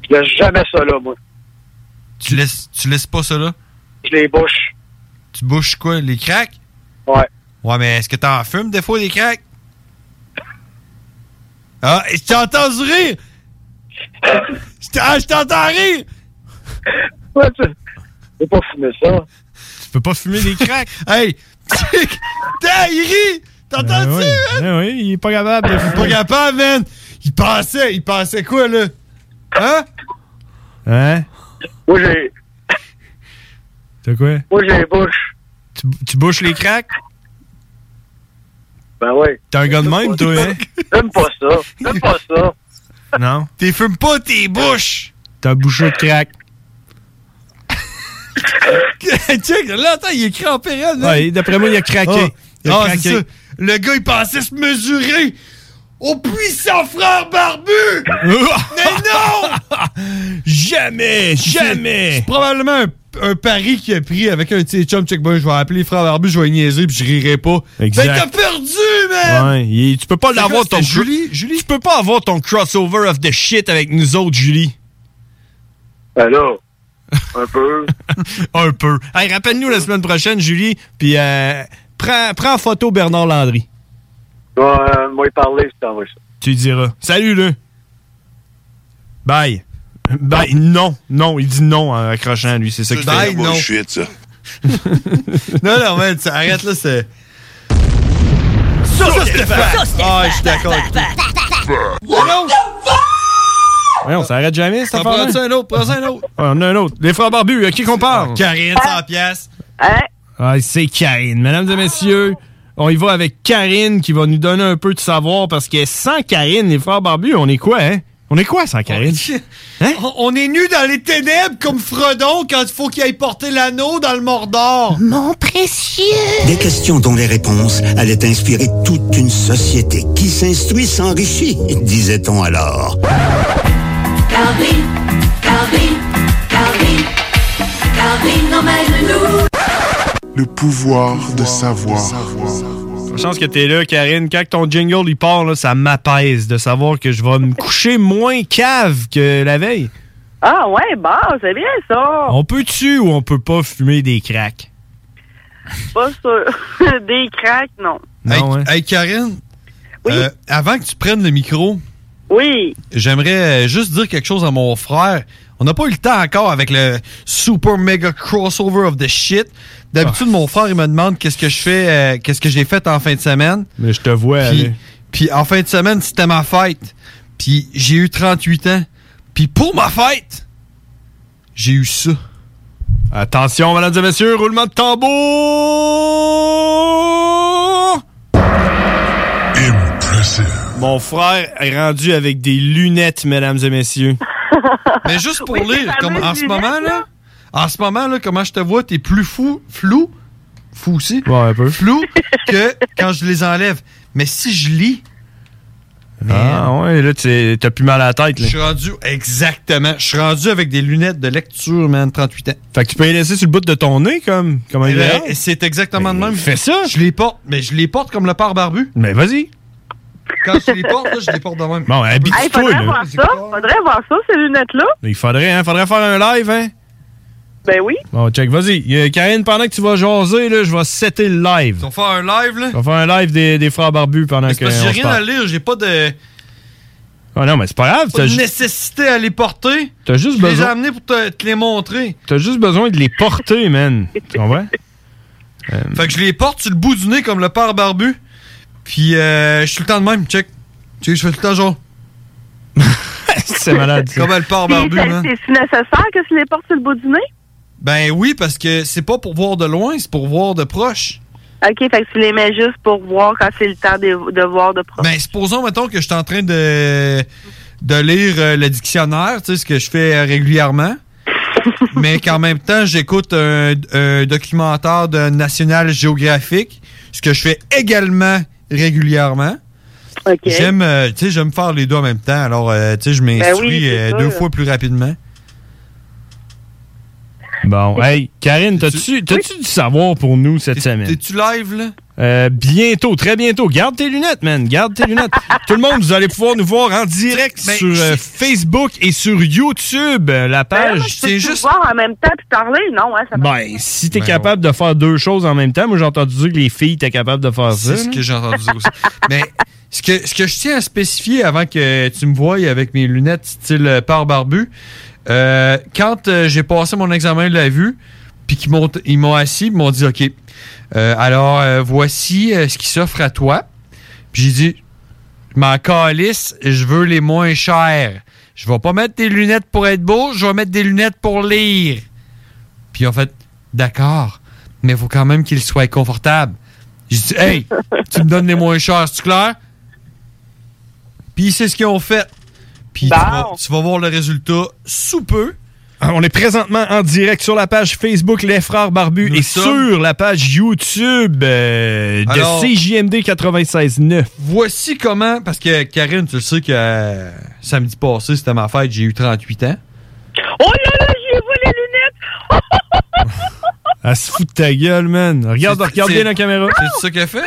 Speaker 8: Je laisse jamais ça là, moi.
Speaker 10: Tu laisses, tu laisses pas ça là?
Speaker 8: Je les bouche.
Speaker 10: Tu bouches quoi? Les cracks?
Speaker 8: Ouais.
Speaker 10: Ouais, mais est-ce que t'en fumes des fois des cracks? Ah, et je t'entends rire! Je t'en- ah, je t'entends rire!
Speaker 8: Ouais, tu... J'ai pas fumé ça.
Speaker 7: Tu peux pas fumer des cracks?
Speaker 10: hey! T'as, il rit! T'entends-tu, man?
Speaker 7: Ben oui, il est pas capable de
Speaker 10: Il est pas capable, man! Il pensait, il pensait quoi, là? Hein?
Speaker 7: Hein?
Speaker 8: Moi, j'ai...
Speaker 7: T'as quoi?
Speaker 8: Moi, j'ai les bouche.
Speaker 7: Tu, tu bouches les cracks?
Speaker 8: Ben ouais.
Speaker 7: T'es un gars de même, toi, hein?
Speaker 8: J'aime pas ça. J'aime pas ça.
Speaker 7: Non?
Speaker 10: T'es fumes pas tes bouches!
Speaker 7: T'as bouché de crack.
Speaker 10: Check, là, attends, il est crampé, hein, là.
Speaker 7: Ouais, d'après moi, il a craqué. Il a
Speaker 10: Ah,
Speaker 7: craqué.
Speaker 10: c'est ça. Le gars, il pensait se mesurer au puissant frère barbu! Mais non! jamais! Jamais! C'est probablement un, un pari qu'il a pris avec un petit chum. Check, boy, je vais appeler frère barbu, je vais niaiser, puis je rirai pas.
Speaker 7: Exact.
Speaker 10: Ben, t'as perdu, man!
Speaker 7: Ouais, il- tu peux pas
Speaker 10: C'est
Speaker 7: l'avoir
Speaker 10: quoi,
Speaker 7: ton
Speaker 10: c'était Julie,
Speaker 7: Tu peux pas avoir ton crossover of the shit avec nous autres, Julie.
Speaker 8: Ben là, un peu.
Speaker 7: Un peu. Hey, rappelle-nous la semaine prochaine, Julie, puis euh, prends, prends en photo Bernard Landry.
Speaker 8: Moi, euh, moi, parler, je t'envoie ça.
Speaker 7: Tu lui diras. Salut, le. Bye. Bye. Non, non, il dit non en accrochant, lui. C'est ça qu'il fait.
Speaker 10: Bye, non. Bullshit,
Speaker 7: ça.
Speaker 10: non, non, man, ça- arrête, là, c'est. Ça, ça, c'était fait! Ah, je suis d'accord avec toi. Non!
Speaker 7: Ouais, on s'arrête jamais, cette
Speaker 10: T'en
Speaker 7: affaire-là?
Speaker 10: prends-tu un autre? Prends-en un autre! Ah,
Speaker 7: Ouais, on a un autre. Les frères barbus, à qui qu'on parle?
Speaker 10: Karine, 100 piastres.
Speaker 7: Ah, c'est Karine. Mesdames et messieurs, on y va avec Karine qui va nous donner un peu de savoir parce que sans Karine, les frères barbus, on est quoi, hein? On est quoi sans Karine? Hein?
Speaker 10: On- On est nus dans les ténèbres comme Frodon quand il faut qu'il aille porter l'anneau dans le Mordor. Mon précieux.
Speaker 24: Des questions dont les réponses allaient inspirer toute une société qui s'instruit s'enrichit, disait-on alors.
Speaker 36: Calvin, Calvin, Calvin, Calvin emmène-nous.
Speaker 39: Le pouvoir de savoir.
Speaker 7: La chance que t'es là, Karine. Quand ton jingle il part, là, ça m'apaise de savoir que je vais me coucher moins cave que la veille.
Speaker 40: Ah ouais, bah, c'est bien ça.
Speaker 7: On peut-tu ou on peut pas fumer des cracks?
Speaker 40: Pas sûr. Des cracks, non.
Speaker 10: Hey, hey, Karine, euh, avant que tu prennes le micro,
Speaker 40: oui.
Speaker 10: j'aimerais euh, juste dire quelque chose à mon frère. On n'a pas eu le temps encore avec le super mega crossover of the shit.
Speaker 7: Ah.
Speaker 10: D'habitude, mon frère, il me demande qu'est-ce que je fais, euh, qu'est-ce que j'ai fait en fin de semaine.
Speaker 7: Mais je te vois
Speaker 10: Puis,
Speaker 7: aller.
Speaker 10: puis en fin de semaine, c'était ma fête. Puis j'ai eu 38 ans. Puis pour ma fête, j'ai eu ça.
Speaker 7: Attention, mesdames et messieurs, roulement de tambour! Mon frère est rendu avec des lunettes, mesdames et messieurs.
Speaker 10: Mais juste pour
Speaker 7: Oui, les
Speaker 10: lire, comme en
Speaker 7: fameuses
Speaker 10: ce moment
Speaker 7: lunettes,
Speaker 10: là, en ce moment là, comment je te vois, t'es plus fou, flou, fou aussi, flou que quand je les enlève. Mais si je lis,
Speaker 7: Ah ouais, là, tu- t'as plus mal à la tête.
Speaker 10: je
Speaker 7: Là.
Speaker 10: suis rendu exactement, je suis rendu avec des lunettes de lecture, man, 38 ans. Eh ben,
Speaker 7: Fait que tu peux les laisser sur le bout de ton nez, comme, comme un
Speaker 10: Mais
Speaker 7: gars.
Speaker 10: C'est exactement de même.
Speaker 7: Ben, Fais ça.
Speaker 10: Je les porte, mais je les porte comme le pare barbu.
Speaker 7: Mais vas-y.
Speaker 10: Quand je les porte, là, je les porte de même.
Speaker 7: Bon,
Speaker 40: Hey, faudrait
Speaker 7: habitue-toi, là.
Speaker 40: voir ça. Faudrait voir ça, ces lunettes-là.
Speaker 7: Il faudrait, hein? Faudrait faire un live, hein?
Speaker 40: Ben oui.
Speaker 7: Bon, check, vas-y. Euh, Karine, pendant que tu vas jaser, là, je vais setter le live.
Speaker 10: On va faire un live, là.
Speaker 7: On va faire un live des, des frères barbus pendant
Speaker 10: C'est
Speaker 7: que.
Speaker 10: parce que
Speaker 7: on
Speaker 10: j'ai
Speaker 7: se
Speaker 10: rien
Speaker 7: parle.
Speaker 10: à lire, j'ai pas de
Speaker 7: Ah non, mais c'est pas grave.
Speaker 10: pas
Speaker 7: T'as
Speaker 10: de
Speaker 7: ju-
Speaker 10: nécessité à les porter.
Speaker 7: t'as juste,
Speaker 10: Je les ai
Speaker 7: besoin...
Speaker 10: amenés pour te, te les montrer.
Speaker 7: t'as juste besoin de les porter, man. Tu comprends? Euh,
Speaker 10: Fait que je les porte sur le bout du nez comme le père barbu. Puis euh, je suis tout le temps de même, check. Tu sais, je fais tout le temps genre.
Speaker 7: c'est malade. ça.
Speaker 10: Comme le père
Speaker 40: Puis,
Speaker 10: barbu, hein.
Speaker 40: c'est- C'est nécessaire que tu les portes sur le bout du nez?
Speaker 10: Ben oui, parce que c'est pas pour voir de loin, c'est pour voir de proche.
Speaker 40: OK, fait que tu les mets juste pour voir quand c'est le temps de, de voir de proche.
Speaker 10: Ben, supposons, mettons, que je suis en train de, de lire euh, le dictionnaire, tu sais, ce que je fais euh, régulièrement, mais qu'en même temps, j'écoute un, un documentaire de National Geographic, ce que je fais également régulièrement. J'aime, euh, tu sais, j'aime faire les deux en même temps, alors, euh, tu sais, je m'instruis
Speaker 7: Ben oui, c'est
Speaker 10: euh,
Speaker 7: ça.
Speaker 10: deux fois plus rapidement.
Speaker 7: Bon, hey, Karine, t'as-tu t'as-tu du savoir pour nous cette semaine?
Speaker 10: T'es-tu live, là?
Speaker 7: Euh, bientôt, très bientôt. Garde tes lunettes, man. Garde tes lunettes. Tout le monde, vous allez pouvoir nous voir en direct sur euh, Facebook et sur YouTube, euh, la
Speaker 40: Ben,
Speaker 7: page.
Speaker 40: moi, je peux juste... voir en même temps puis parler, non? Hein, ça marche
Speaker 7: Ben, si t'es capable de faire deux choses en même temps, moi j'ai entendu dire que les filles étaient capables de faire ça.
Speaker 10: C'est ce
Speaker 7: là.
Speaker 10: que j'ai entendu dire aussi. Mais ce que, ce que je tiens à spécifier avant que tu me voies avec mes lunettes style euh, par barbu, euh, quand euh, j'ai passé mon examen de la vue, puis qu'ils m'ont, ils m'ont assis, ils m'ont dit OK, euh, alors euh, voici euh, ce qui s'offre à toi. Puis j'ai dit Je m'en calisse, je veux les moins chers. Je vais pas mettre des lunettes pour être beau, je vais mettre des lunettes pour lire. Puis en fait, d'accord, mais il faut quand même qu'il soit confortable. J'ai dit, hey, tu me donnes les moins chers, c'est clair? Puis c'est ce qu'ils ont fait. Puis tu, vas, tu vas voir le résultat sous peu.
Speaker 7: Ah, On est présentement en direct sur la page Facebook Les Frères Barbus et
Speaker 10: sommes-
Speaker 7: sur la page YouTube euh, de
Speaker 10: Alors-
Speaker 7: CJMD 96.9.
Speaker 10: Voici comment, parce que Karine, tu le sais que euh, samedi passé, c'était ma fête, j'ai eu 38 ans.
Speaker 40: Oh là là, j'ai vu les lunettes!
Speaker 7: Elle se fout de ta gueule, man. Regarde, regarde bien la caméra.
Speaker 10: C'est ça qu'elle fait?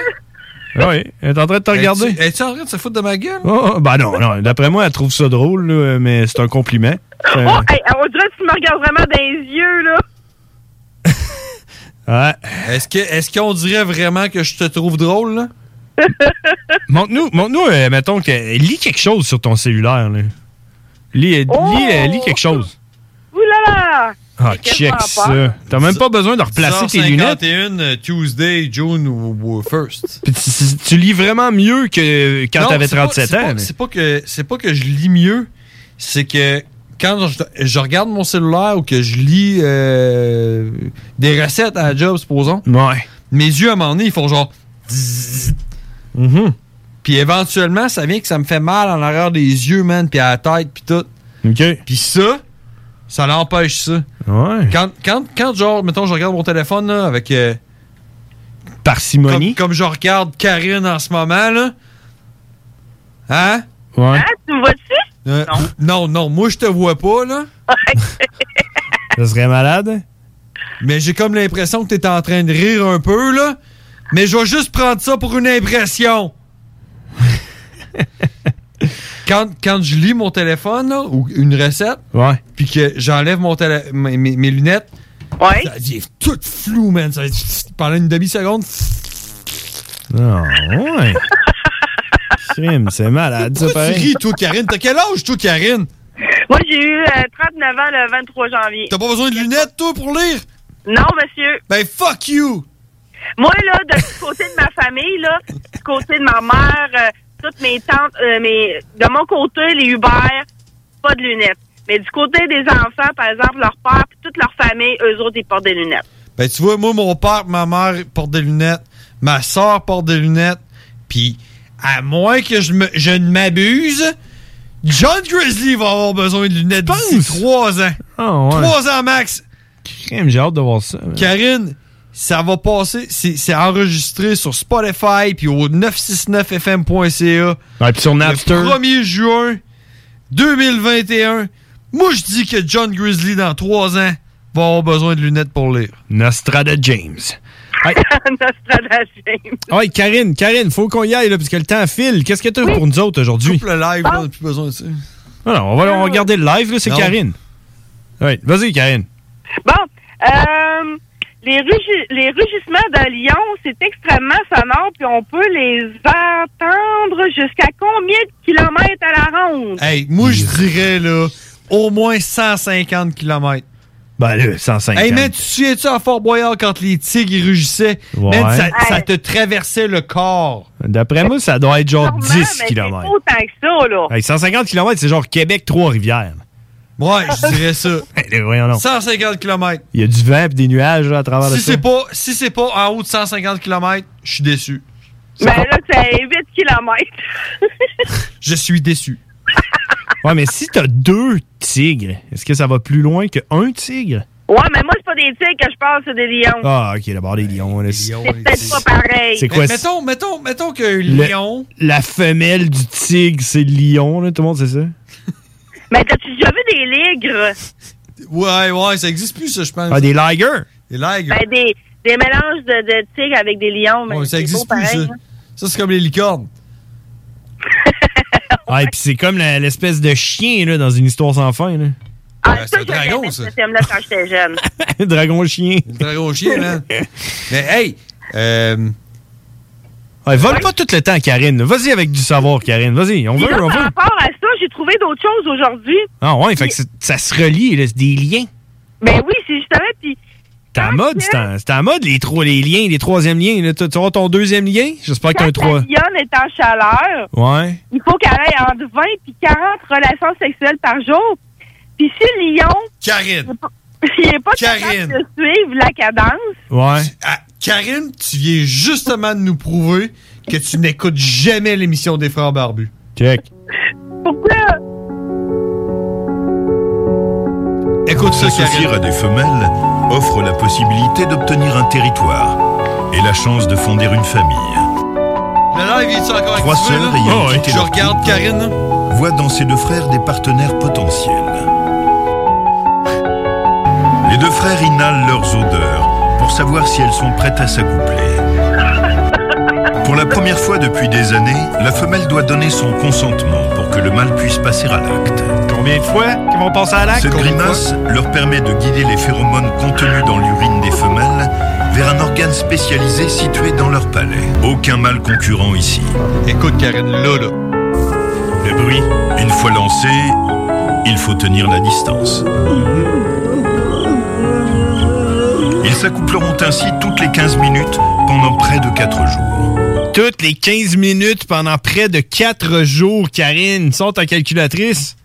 Speaker 7: Oui, elle est en train de te regarder.
Speaker 10: Es-tu es-tu en train de se foutre de ma gueule?
Speaker 7: Oh, oh, ben non, non. D'après moi, elle trouve ça drôle, là, mais c'est un compliment. C'est
Speaker 40: Oh,
Speaker 7: un-
Speaker 40: hey, on dirait que tu me regardes vraiment dans les yeux, là.
Speaker 10: Est-ce que est-ce qu'on dirait vraiment que je te trouve drôle, là?
Speaker 7: Montre-nous, montre-nous, euh, mettons que euh, lis quelque chose sur ton cellulaire. Là. Lis, euh, lis, euh, lis quelque chose.
Speaker 40: Ouh là là!
Speaker 7: Ah,
Speaker 10: J'ai
Speaker 7: check
Speaker 10: quasiment
Speaker 7: ça.
Speaker 10: peur.
Speaker 7: T'as même pas besoin de replacer tes lunettes.
Speaker 10: 51 euh, Tuesday, June ou, ou first.
Speaker 7: Puis tu, tu- tu lis vraiment mieux que euh, quand
Speaker 10: Non,
Speaker 7: t'avais
Speaker 10: c'est pas-
Speaker 7: 37
Speaker 10: c'est
Speaker 7: ans.
Speaker 10: pas-
Speaker 7: mais-
Speaker 10: C'est pas, que c'est pas que je lis mieux, c'est que quand je, je regarde mon cellulaire ou que je lis euh, des recettes à la job, supposons, mes yeux à un moment donné, ils font genre. zzz.
Speaker 7: Mm-hmm.
Speaker 10: Puis éventuellement, ça vient que ça me fait mal en arrière des yeux, man, puis à la tête, puis tout. Puis ça, ça l'empêche ça. Quand, quand, quand, genre, mettons, je regarde mon téléphone là, avec. euh,
Speaker 7: Parcimonie.
Speaker 10: Comme, comme je regarde Karine en ce moment, là. Hein?
Speaker 7: Ouais.
Speaker 40: Ah, tu me vois-tu?
Speaker 10: Euh, non. non, moi je te vois pas, là.
Speaker 7: ça serait malade.
Speaker 10: Mais j'ai comme l'impression que t'es en train de rire un peu, là. Mais je vais juste prendre ça pour une impression. quand, quand je lis mon téléphone, là, ou une recette, puis que j'enlève mon télé- mes, mes- mes lunettes, ça devient tout flou, man. Ça, pendant une demi-seconde,
Speaker 7: Ah, ouais. Crime, c'est malade, ça,
Speaker 10: Pourquoi tu
Speaker 7: pareil.
Speaker 10: ris, toi, Karine? T'as quel âge, toi, Karine?
Speaker 40: Moi, j'ai eu euh, 39 ans le 23 janvier.
Speaker 10: T'as pas besoin de lunettes, toi, pour lire?
Speaker 40: Non, monsieur.
Speaker 10: Ben, fuck you!
Speaker 40: Moi, là, de- du côté de ma famille, là, du côté de ma mère, euh, toutes mes tantes, euh, mes, de mon côté, les Hubert, pas de lunettes. Mais du côté des enfants, par exemple, leur père, puis toute leur famille, eux autres, ils portent des lunettes.
Speaker 10: Ben, tu vois, moi, mon père, ma mère portent des lunettes, ma soeur porte des lunettes, puis à moins que je, me- je ne m'abuse, John Grizzly va avoir besoin de lunettes d'ici trois ans.
Speaker 7: Ah, ouais.
Speaker 10: Trois ans max.
Speaker 7: Crime, j'ai hâte de voir ça. man.
Speaker 10: Karine, ça va passer, c'est c'est enregistré sur Spotify, puis au 969fm.ca.
Speaker 7: Ouais, puis sur Napster.
Speaker 10: Le 1er juin 2021. Moi, je dis que John Grizzly, dans trois ans, va avoir besoin de lunettes pour lire.
Speaker 7: Nostrada James. Ouais, Karine, Karine, faut qu'on y aille, là, parce que le temps file. Qu'est-ce que t'as pour nous autres aujourd'hui?
Speaker 10: Coupe le live, là, on n'a plus besoin de ça.
Speaker 7: Ah non, on va, on va regarder le live, là, c'est
Speaker 10: Non.
Speaker 7: Karine. Ouais, vas-y, Karine.
Speaker 40: Bon, Euh, les, rugi- les rugissements de lion, c'est extrêmement sonore, puis on peut les entendre jusqu'à combien de kilomètres à la ronde?
Speaker 10: Hey, moi, je dirais, là, au moins 150 km.
Speaker 7: Ben là, 150.
Speaker 10: Hey, man, tu te souviens-tu à Fort Boyard quand les tigres ils rugissaient? Man,
Speaker 7: Ouais.
Speaker 10: ça, ça te traversait le corps.
Speaker 7: D'après moi, ça doit être genre 10
Speaker 10: mais
Speaker 7: km.
Speaker 40: Autant que ça, là.
Speaker 7: Hey, 150 km, c'est genre Québec-Trois-Rivières. Ben,
Speaker 10: Ouais, je dirais ça.
Speaker 7: voyons donc.
Speaker 10: 150 km.
Speaker 7: Il y a du vent et des nuages là, à travers
Speaker 10: Si
Speaker 7: le
Speaker 10: c'est pas, si c'est pas en haut de 150 km, je suis déçu.
Speaker 40: Ben là, c'est 8 kilomètres.
Speaker 10: Je suis déçu.
Speaker 7: Ouais, mais si t'as deux tigres, est-ce que ça va plus loin qu'un tigre?
Speaker 40: Ouais, mais moi, c'est pas des tigres que je parle, c'est des lions.
Speaker 7: Ah, ok, d'abord les lions. là, c'est-
Speaker 40: c'est peut-être pas pareil.
Speaker 7: C'est quoi,
Speaker 10: Mais mettons, mettons, mettons que
Speaker 7: Le-
Speaker 10: Léon.
Speaker 7: La femelle du tigre, c'est le lion, là, tout le monde sait ça?
Speaker 40: Mais t'as-tu déjà vu des ligres?
Speaker 10: Ouais, ouais, ça existe plus, ça, je pense.
Speaker 7: Ah, des ligers?
Speaker 10: Des ligers.
Speaker 40: Ben, des, des mélanges de, de tigres avec des lions. Mais
Speaker 10: Ouais, ça
Speaker 40: c'est
Speaker 10: existe
Speaker 40: beau
Speaker 10: plus,
Speaker 40: pareil,
Speaker 10: ça.
Speaker 40: hein.
Speaker 10: Ça, c'est comme les licornes.
Speaker 7: Ah, et puis c'est comme la- l'espèce de chien là, dans une histoire sans fin. Là.
Speaker 40: Ah, ça, je l'aimais, ce film-là, quand j'étais jeune.
Speaker 7: dragon chien.
Speaker 10: dragon chien, man. Mais hey! Euh...
Speaker 7: Ouais, vole pas tout le temps, Karine. là. Vas-y avec du savoir, Karine. Vas-y, on
Speaker 40: Puis là,
Speaker 7: veut, on
Speaker 40: par
Speaker 7: veut.
Speaker 40: rapport à ça, j'ai trouvé d'autres choses aujourd'hui.
Speaker 7: Ah ouais, fait que c'est- ça se relie, là, c'est des liens.
Speaker 40: Ben oui, c'est justement, puis
Speaker 7: T'es en mode, c'est en- c'est en mode les, trois, les liens, les troisième liens. Là. Tu tu vois ton deuxième lien? J'espère que t'as un
Speaker 40: quand la
Speaker 7: trois.
Speaker 40: lionne est en chaleur,
Speaker 7: Ouais.
Speaker 40: il faut qu'elle ait entre 20 et 40 relations sexuelles par jour. Puis si le lion...
Speaker 10: Karine!
Speaker 40: Il n'est pas
Speaker 10: Karine.
Speaker 40: capable de suivre la cadence.
Speaker 7: Ouais.
Speaker 10: ah, Karine, tu viens justement de nous prouver que tu n'écoutes jamais l'émission des Frères Barbus.
Speaker 7: Check.
Speaker 40: Pourquoi?
Speaker 10: Écoute
Speaker 41: ça, S'associer à des femelles offre la possibilité d'obtenir un territoire et la chance de fonder une famille.
Speaker 10: Le live, il est encore
Speaker 41: Trois
Speaker 10: activé,
Speaker 41: sœurs
Speaker 10: là?
Speaker 41: ayant
Speaker 10: Ah ouais.
Speaker 41: quitté
Speaker 10: Je
Speaker 41: leur
Speaker 10: regarde
Speaker 41: couple
Speaker 10: Karine.
Speaker 41: voient dans ces deux frères des partenaires potentiels. Les deux frères inhalent leurs odeurs pour savoir si elles sont prêtes à s'accoupler. Pour la première fois depuis des années, la femelle doit donner son consentement pour que le mâle puisse passer à l'acte.
Speaker 7: Combien de fois qu'ils vont passer à l'acte?
Speaker 41: Cette
Speaker 7: Combien de
Speaker 41: grimace leur permet de guider les phéromones contenus dans l'urine des femelles vers un organe spécialisé situé dans leur palais. Aucun mâle concurrent ici.
Speaker 10: Écoute, Karen, là, là.
Speaker 41: Le bruit, une fois lancé, il faut tenir la distance. Ils s'accoupleront ainsi toutes les 15 minutes pendant près de 4 jours.
Speaker 7: Toutes les 15 minutes pendant près de 4 jours, Karine. Sors ta calculatrice.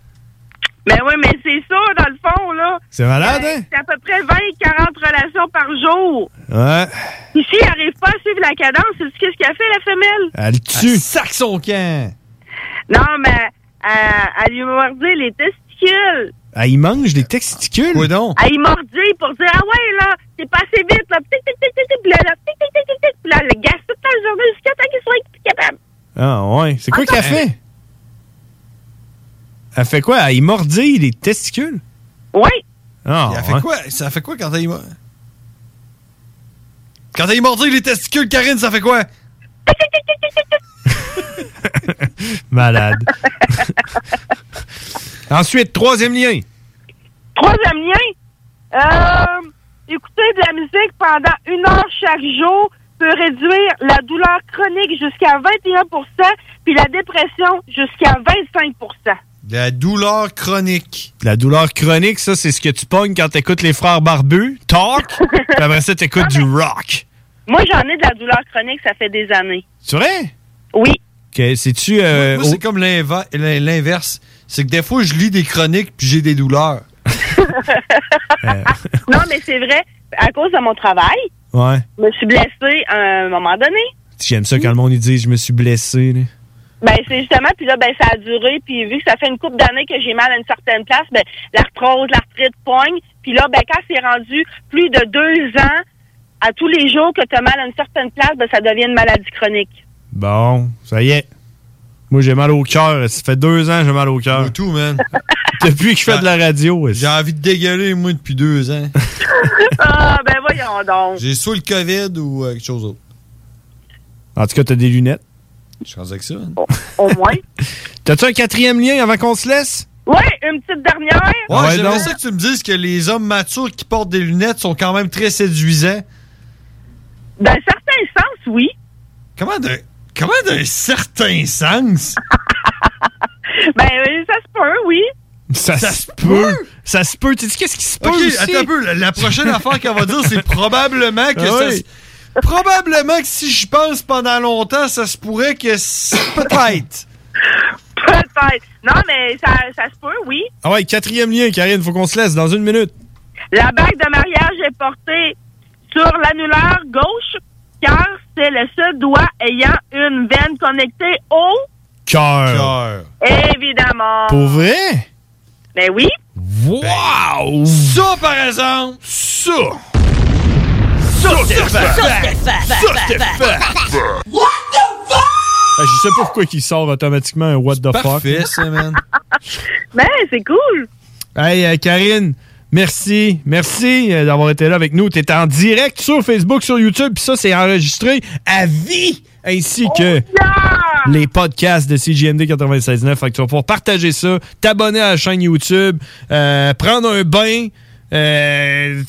Speaker 40: Ben oui, mais c'est ça, dans le fond, là.
Speaker 7: C'est malade,
Speaker 40: Euh,
Speaker 7: hein?
Speaker 40: C'est à peu près 20 40 relations par jour.
Speaker 7: Ouais.
Speaker 40: Puis s'il n'arrive pas à suivre la cadence, c'est qu'est-ce qu'elle fait, la femelle?
Speaker 7: Elle tue.
Speaker 10: sac son camp.
Speaker 40: Non, mais elle- elle lui mordit les testicules.
Speaker 7: Ah, il mange des testicules? Oui,
Speaker 10: donc.
Speaker 40: Elle lui mordit pour dire, ah ouais, là, c'est pas assez vite, là. Tic, tic, tic, tic, tic. Puis là, là, tic, tic, tic, tic, tic. Puis là, elle le gasse toute la journée jusqu'à temps qu'il soit plus capable.
Speaker 7: Ah, ouais. C'est quoi
Speaker 40: Attends.
Speaker 7: qu'elle fait? Elle fait quoi? Elle mordit les testicules?
Speaker 40: Oui.
Speaker 7: Ah,
Speaker 10: Elle fait
Speaker 7: ouais.
Speaker 10: quoi? Ça fait quoi quand elle y mord- Quand elle y mordit les testicules, Karine, ça fait quoi?
Speaker 7: Malade. Ensuite, troisième lien.
Speaker 40: Troisième lien, euh, écouter de la musique pendant une heure chaque jour peut réduire la douleur chronique jusqu'à 21 puis la dépression jusqu'à 25
Speaker 10: La douleur chronique.
Speaker 7: La douleur chronique, ça, c'est ce que tu pognes quand t'écoutes les frères barbus. Talk. puis après ça, t'écoutes du rock.
Speaker 40: Moi, j'en ai de la douleur chronique, ça fait des années.
Speaker 7: C'est vrai?
Speaker 40: Oui.
Speaker 7: Ok, c'est-tu. euh,
Speaker 10: Moi, c'est comme l'inva- l'in- l'inverse. C'est que des fois, je lis des chroniques puis j'ai des douleurs.
Speaker 40: Non, mais c'est vrai, à cause de mon travail,
Speaker 7: au- Ouais.
Speaker 40: je me suis blessée à un moment donné.
Speaker 7: J'aime ça quand le monde il dit je me suis blessé. là.
Speaker 40: Ben, c'est justement, puis là, ben, ça a duré, puis vu que ça fait une couple d'années que j'ai mal à une certaine place, ben, l'arthrose, l'arthrite poigne, puis là, ben, quand c'est rendu plus de deux ans, à tous les jours que tu as mal à une certaine place, ben, ça devient une maladie chronique.
Speaker 7: Bon, ça y est. Moi, j'ai mal au cœur. Ça fait deux ans que j'ai mal au cœur.
Speaker 10: tout, man.
Speaker 7: Depuis que je fais de la radio.
Speaker 10: J'ai envie de dégueuler, moi, depuis deux ans.
Speaker 40: ah, ben, voyons donc.
Speaker 10: J'ai soit le COVID ou euh, quelque chose d'autre.
Speaker 7: En tout cas, t'as des lunettes.
Speaker 10: Je suis rendu avec ça.
Speaker 40: Au moins.
Speaker 7: T'as-tu un quatrième lien avant qu'on se laisse?
Speaker 40: Ouais, une petite dernière.
Speaker 7: Ah
Speaker 10: Ouais, j'aimerais ça que tu me dises que les hommes matures qui portent des lunettes sont quand même très séduisants.
Speaker 40: Dans un certain sens, oui.
Speaker 10: Comment d'un comment d'un certain sens?
Speaker 40: Ben, euh, ça se peut, oui.
Speaker 10: Ça, se
Speaker 7: peut. Ça se peut. Tu dis qu'est-ce qui se peut
Speaker 10: Ok,
Speaker 7: aussi?
Speaker 10: attends un peu. La, la prochaine affaire qu'elle va dire, c'est probablement que
Speaker 7: Ah
Speaker 10: ça
Speaker 7: oui.
Speaker 10: se- Probablement que si je pense pendant longtemps, ça se pourrait que... s- Peut-être.
Speaker 40: Peut-être. Non, mais ça, ça se peut, oui.
Speaker 7: Ah ouais, quatrième lien, Karine, faut qu'on se laisse dans une minute.
Speaker 40: La bague de mariage est portée sur l'annulaire gauche car c'est le seul doigt ayant une veine connectée au...
Speaker 7: Cœur.
Speaker 40: Évidemment.
Speaker 7: Pour vrai?
Speaker 40: Ben oui.
Speaker 7: Wow!
Speaker 10: Ça, par exemple!
Speaker 7: Ça! Ça, c'est fat. Ça, c'est fat. Ah, Je sais pas pourquoi il sort automatiquement un what the fuck.
Speaker 10: parfait, ça, man.
Speaker 40: Ben, c'est cool.
Speaker 7: Hey, euh, Karine, merci. Merci euh, d'avoir été là avec nous. Tu en direct sur Facebook, sur YouTube, puis ça, c'est enregistré à vie, ainsi
Speaker 40: Oh,
Speaker 7: que les podcasts de CGMD 96.9. Fait que tu vas pouvoir partager ça, t'abonner à la chaîne YouTube, euh, prendre un bain, euh,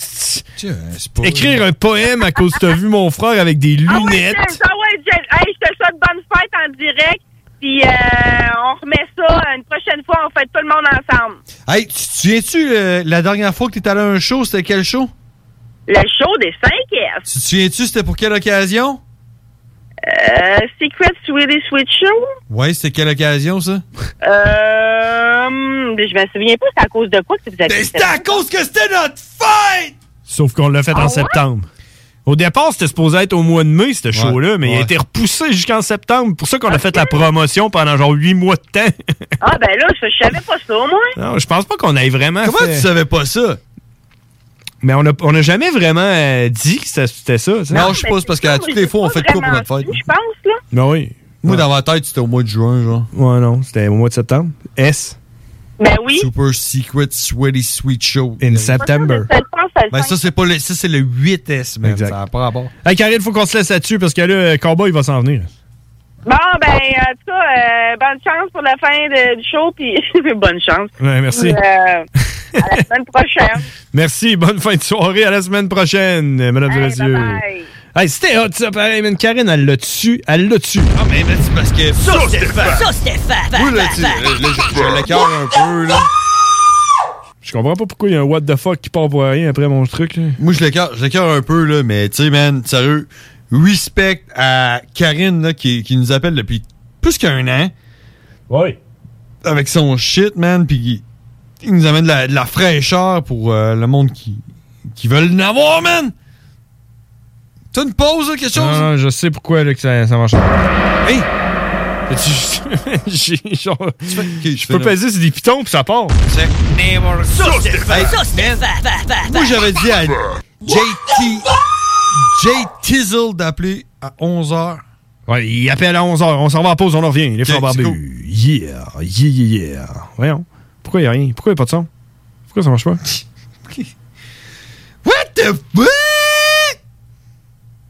Speaker 7: écrire un poème à cause que t'as vu mon frère avec des
Speaker 40: Ah oui,
Speaker 7: lunettes.
Speaker 40: Jess, ah ouais, Jess. Hey, je te souhaite bonne fête en direct. Puis euh, on remet ça une prochaine fois. On fait tout le monde ensemble.
Speaker 10: Hey, tu tu te souviens-tu euh, la dernière fois que t'es allé à un show, c'était quel show?
Speaker 40: Le show des 5 S.
Speaker 10: Tu te souviens-tu, c'était pour quelle occasion?
Speaker 40: Euh, Secret Sweetie Sweet Show.
Speaker 10: Ouais, c'était quelle occasion, ça?
Speaker 40: Euh, hum, je me souviens pas, c'est à cause de quoi que vous avez
Speaker 10: Ben, C'était à cause que c'était notre fête!
Speaker 7: Sauf qu'on l'a fait en septembre. Au départ, c'était supposé être au mois de mai, ce show-là, mais il a
Speaker 10: ouais.
Speaker 7: été repoussé jusqu'en septembre. pour ça qu'on a fait la promotion pendant genre huit mois de temps.
Speaker 40: Ah, ben là, je, je savais pas ça, moi.
Speaker 7: non, je pense pas qu'on ait vraiment
Speaker 10: Comment tu savais pas ça?
Speaker 7: Mais on a, on a jamais vraiment euh, dit que c'était- c'était ça. tu sais.
Speaker 10: Non, je sais pas, c'est parce qu'à toutes les fois, on fait de quoi pour notre fête?
Speaker 40: Je pense, là.
Speaker 7: Ben oui.
Speaker 10: Moi, dans ma tête, c'était au mois de juin, genre.
Speaker 7: Ouais, non, c'était au mois de septembre. S.
Speaker 40: Ben oui.
Speaker 10: Super Secret Sweaty Sweet Show.
Speaker 7: In September.
Speaker 10: Ben ça, c'est pas le, ça, c'est le 8S, man. Ça n'a pas rapport.
Speaker 7: Hey, Karine, faut qu'on se laisse là-dessus parce que là, le combat, il va s'en venir.
Speaker 40: Bon, ben, en tout cas, euh, bonne chance pour la fin de- du show, puis bonne chance.
Speaker 7: Ouais, merci.
Speaker 40: Euh, à la semaine prochaine.
Speaker 7: Merci, bonne fin de soirée, à la semaine prochaine, euh, mesdames et messieurs. Hey, c'était hot, ça, pareil, man. Karine, elle l'a dessus, elle l'a dessus.
Speaker 10: Ah, mais c'est parce que.
Speaker 7: Ça, c'était fat.
Speaker 10: Ça,
Speaker 23: c'était fat.
Speaker 10: Moi, là, tu- là, là, je- je l'écœure un peu, là.
Speaker 7: Je comprends pas pourquoi il y a un what the fuck qui part pour rien après mon truc. là.
Speaker 10: Moi, je l'écœure je l'écœure un peu, là, mais tu sais, man, sérieux, respect à Karine, là, qui, qui nous appelle depuis plus qu'un an.
Speaker 7: Oui.
Speaker 10: Avec son shit, man, puis il, il nous amène de la, de la fraîcheur pour euh, le monde qui, qui veut en avoir, man! T'as une pause, là, quelque chose?
Speaker 7: Ah, je sais pourquoi là, que ça, ça marche. pas. Hey! J'ai genre. Je peux
Speaker 10: fais-
Speaker 7: peser sur des pitons puis ça part.
Speaker 10: Ça, c'était fait.
Speaker 23: Ça, c'était fat.
Speaker 10: Moi, j'avais dit à JT, Jay Tizzle d'appeler à 11h.
Speaker 7: Ouais, il appelle à 11h. On s'en va en pause, on en revient. Les frères barbus. Yeah, yeah, yeah, yeah. Voyons. Pourquoi il n'y a rien? Pourquoi il n'y a pas de son? Pourquoi ça marche pas?
Speaker 10: What the fuck?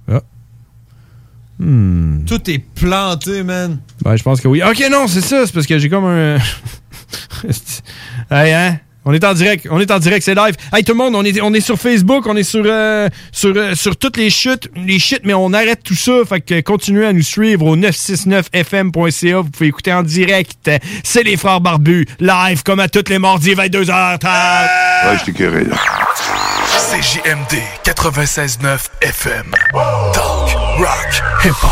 Speaker 7: Ah. Hmm.
Speaker 10: Tout est planté, man.
Speaker 7: Ben, je pense que oui. Ok, non, c'est ça. C'est parce que j'ai comme un. hey, hein? On est en direct, on est en direct, c'est live. Hey tout le monde, on est, on est sur Facebook, on est sur euh, sur euh, sur toutes les chutes, les chutes, mais on arrête tout ça. Fait que continuez à nous suivre au 969fm.ca. Vous pouvez écouter en direct. C'est les frères barbus, live comme à toutes les mardis 22h.
Speaker 12: Ouais, je t'écœurais, là. CJMD 96.9 FM. Talk, rock, hip-hop.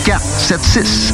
Speaker 23: 6.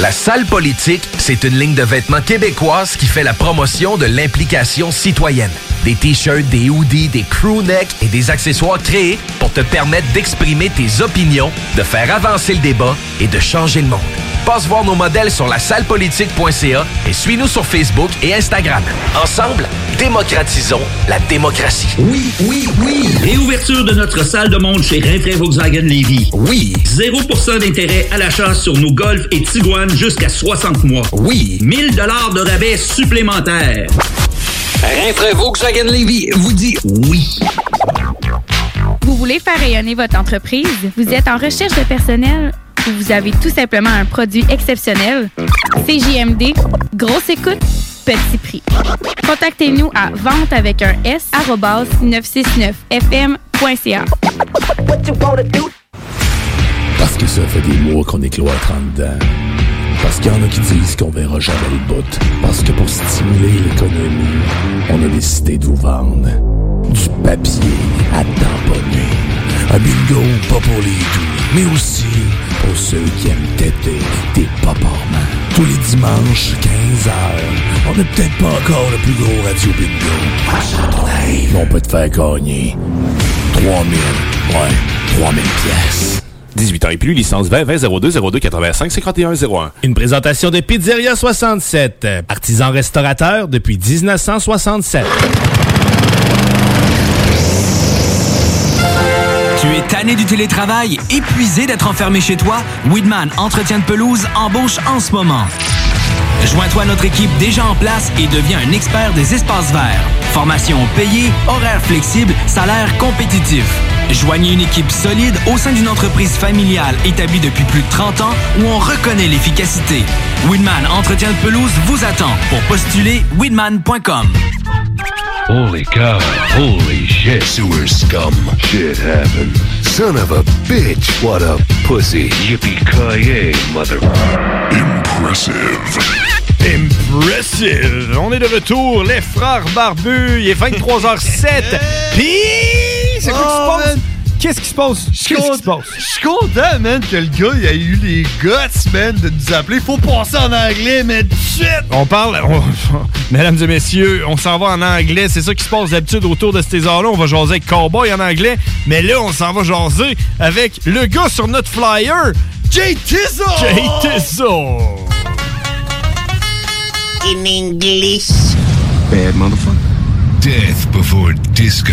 Speaker 42: La salle politique, c'est une ligne de vêtements québécoise qui fait la promotion de l'implication citoyenne. Des t-shirts, des hoodies, des crewnecks et des accessoires créés pour te permettre d'exprimer tes opinions, de faire avancer le débat et de changer le monde. Passe voir nos modèles sur la sallepolitique.ca et suis-nous sur Facebook et Instagram. Ensemble, démocratisons la démocratie.
Speaker 4: Oui, oui, oui. Réouverture de notre salle de monde chez Rinfrae Volkswagen Lévy. Oui. 0% d'intérêt à l'achat sur nos Golf et Tiguan jusqu'à 60 mois. Oui. 1000 dollars de rabais supplémentaires.
Speaker 43: Rinfrae Volkswagen Lévy vous dit oui.
Speaker 44: Vous voulez faire rayonner votre entreprise? Vous êtes en recherche de personnel? ou Vous avez tout simplement un produit exceptionnel? CJMD, grosse écoute, petit prix. Contactez-nous à vente avec un S, arrobas 969fm.ca.
Speaker 29: Parce que ça fait des mois qu'on est cloître en dedans. Parce qu'il y en a qui disent qu'on verra jamais le bout. Parce que pour stimuler l'économie, on a décidé de vous vendre du papier à tamponner. Un bingo pas pour les doux, mais aussi pour ceux qui aiment têter des paparmans. Tous les dimanches, 15h, on n'est peut-être pas encore le plus gros radio bingo. Hey, on peut te faire gagner 3000, ouais, 3000 pièces.
Speaker 45: 18 ans et plus, licence 20 20 02 02 85 51 01.
Speaker 32: Une présentation de Pizzeria 67, euh, artisan restaurateur depuis 1967.
Speaker 4: Tu es tanné du télétravail, épuisé d'être enfermé chez toi? Weedman Entretien de pelouse embauche en ce moment. Joins-toi à notre équipe déjà en place et deviens un expert des espaces verts. Formation payée, horaires flexibles, salaire compétitif. Joignez une équipe solide au sein d'une entreprise familiale établie depuis plus de 30 ans où on reconnaît l'efficacité. Weedman Entretien de pelouse vous attend pour postuler weedman.com.
Speaker 39: Holy cow. Holy shit. Sewer scum. Shit happened. Son of a bitch. What a pussy. Yippee-ki-yay, mother... Impressive.
Speaker 7: Impressive! On est de retour, les frères barbus, il est 23h07. Puis, c'est quoi qui se passe? Qu'est-ce qui se passe? Qu'est-ce qui se passe?
Speaker 10: Je suis content, man, que le gars, il a eu les guts, man, de nous appeler. Faut passer en anglais, man. Shit!
Speaker 7: On parle, on- mesdames et messieurs, on s'en va en anglais. C'est ça qui se passe d'habitude autour de ces heures-là. On va jaser avec Cowboy en anglais, mais là, on s'en va jaser avec le gars sur notre flyer, Jay Tizzo! Jay Tizzo!
Speaker 46: In English.
Speaker 39: Bad motherfucker. Death before disco.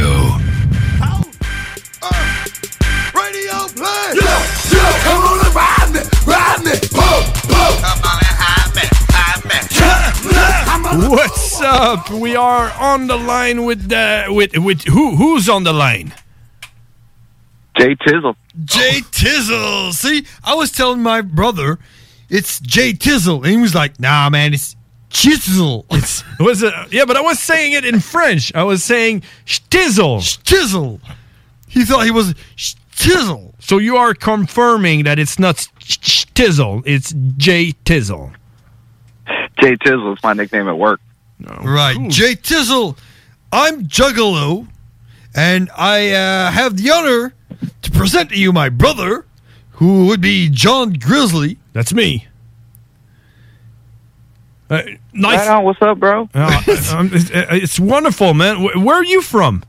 Speaker 18: Radio play! Yo, yo, come on and ride me, ride me, pump, pump.
Speaker 10: Ah!
Speaker 7: up. We are on the line with the with with who who's on the line?
Speaker 15: Jay Tizzle.
Speaker 10: Jay Tizzle. See, I was telling my brother it's Jay Tizzle, and he was like, "Nah, man, it's Chisel." It's
Speaker 7: was it? Yeah, but I was saying it in French. I was saying Stizzle.
Speaker 10: Stizzle. He thought he was Stizzle.
Speaker 7: So you are confirming that it's not Stizzle. It's Jay Tizzle.
Speaker 15: Jay Tizzle is my nickname at work.
Speaker 10: Right. Jay Tizzle, I'm Juggalo, and I uh, have the honor to present to you my brother, who would be John Grizzly.
Speaker 7: That's me. Uh, nice.
Speaker 15: Right on, what's up, bro?
Speaker 7: Uh, um, it's, it's wonderful, Oh, man. Wh- Where are you from?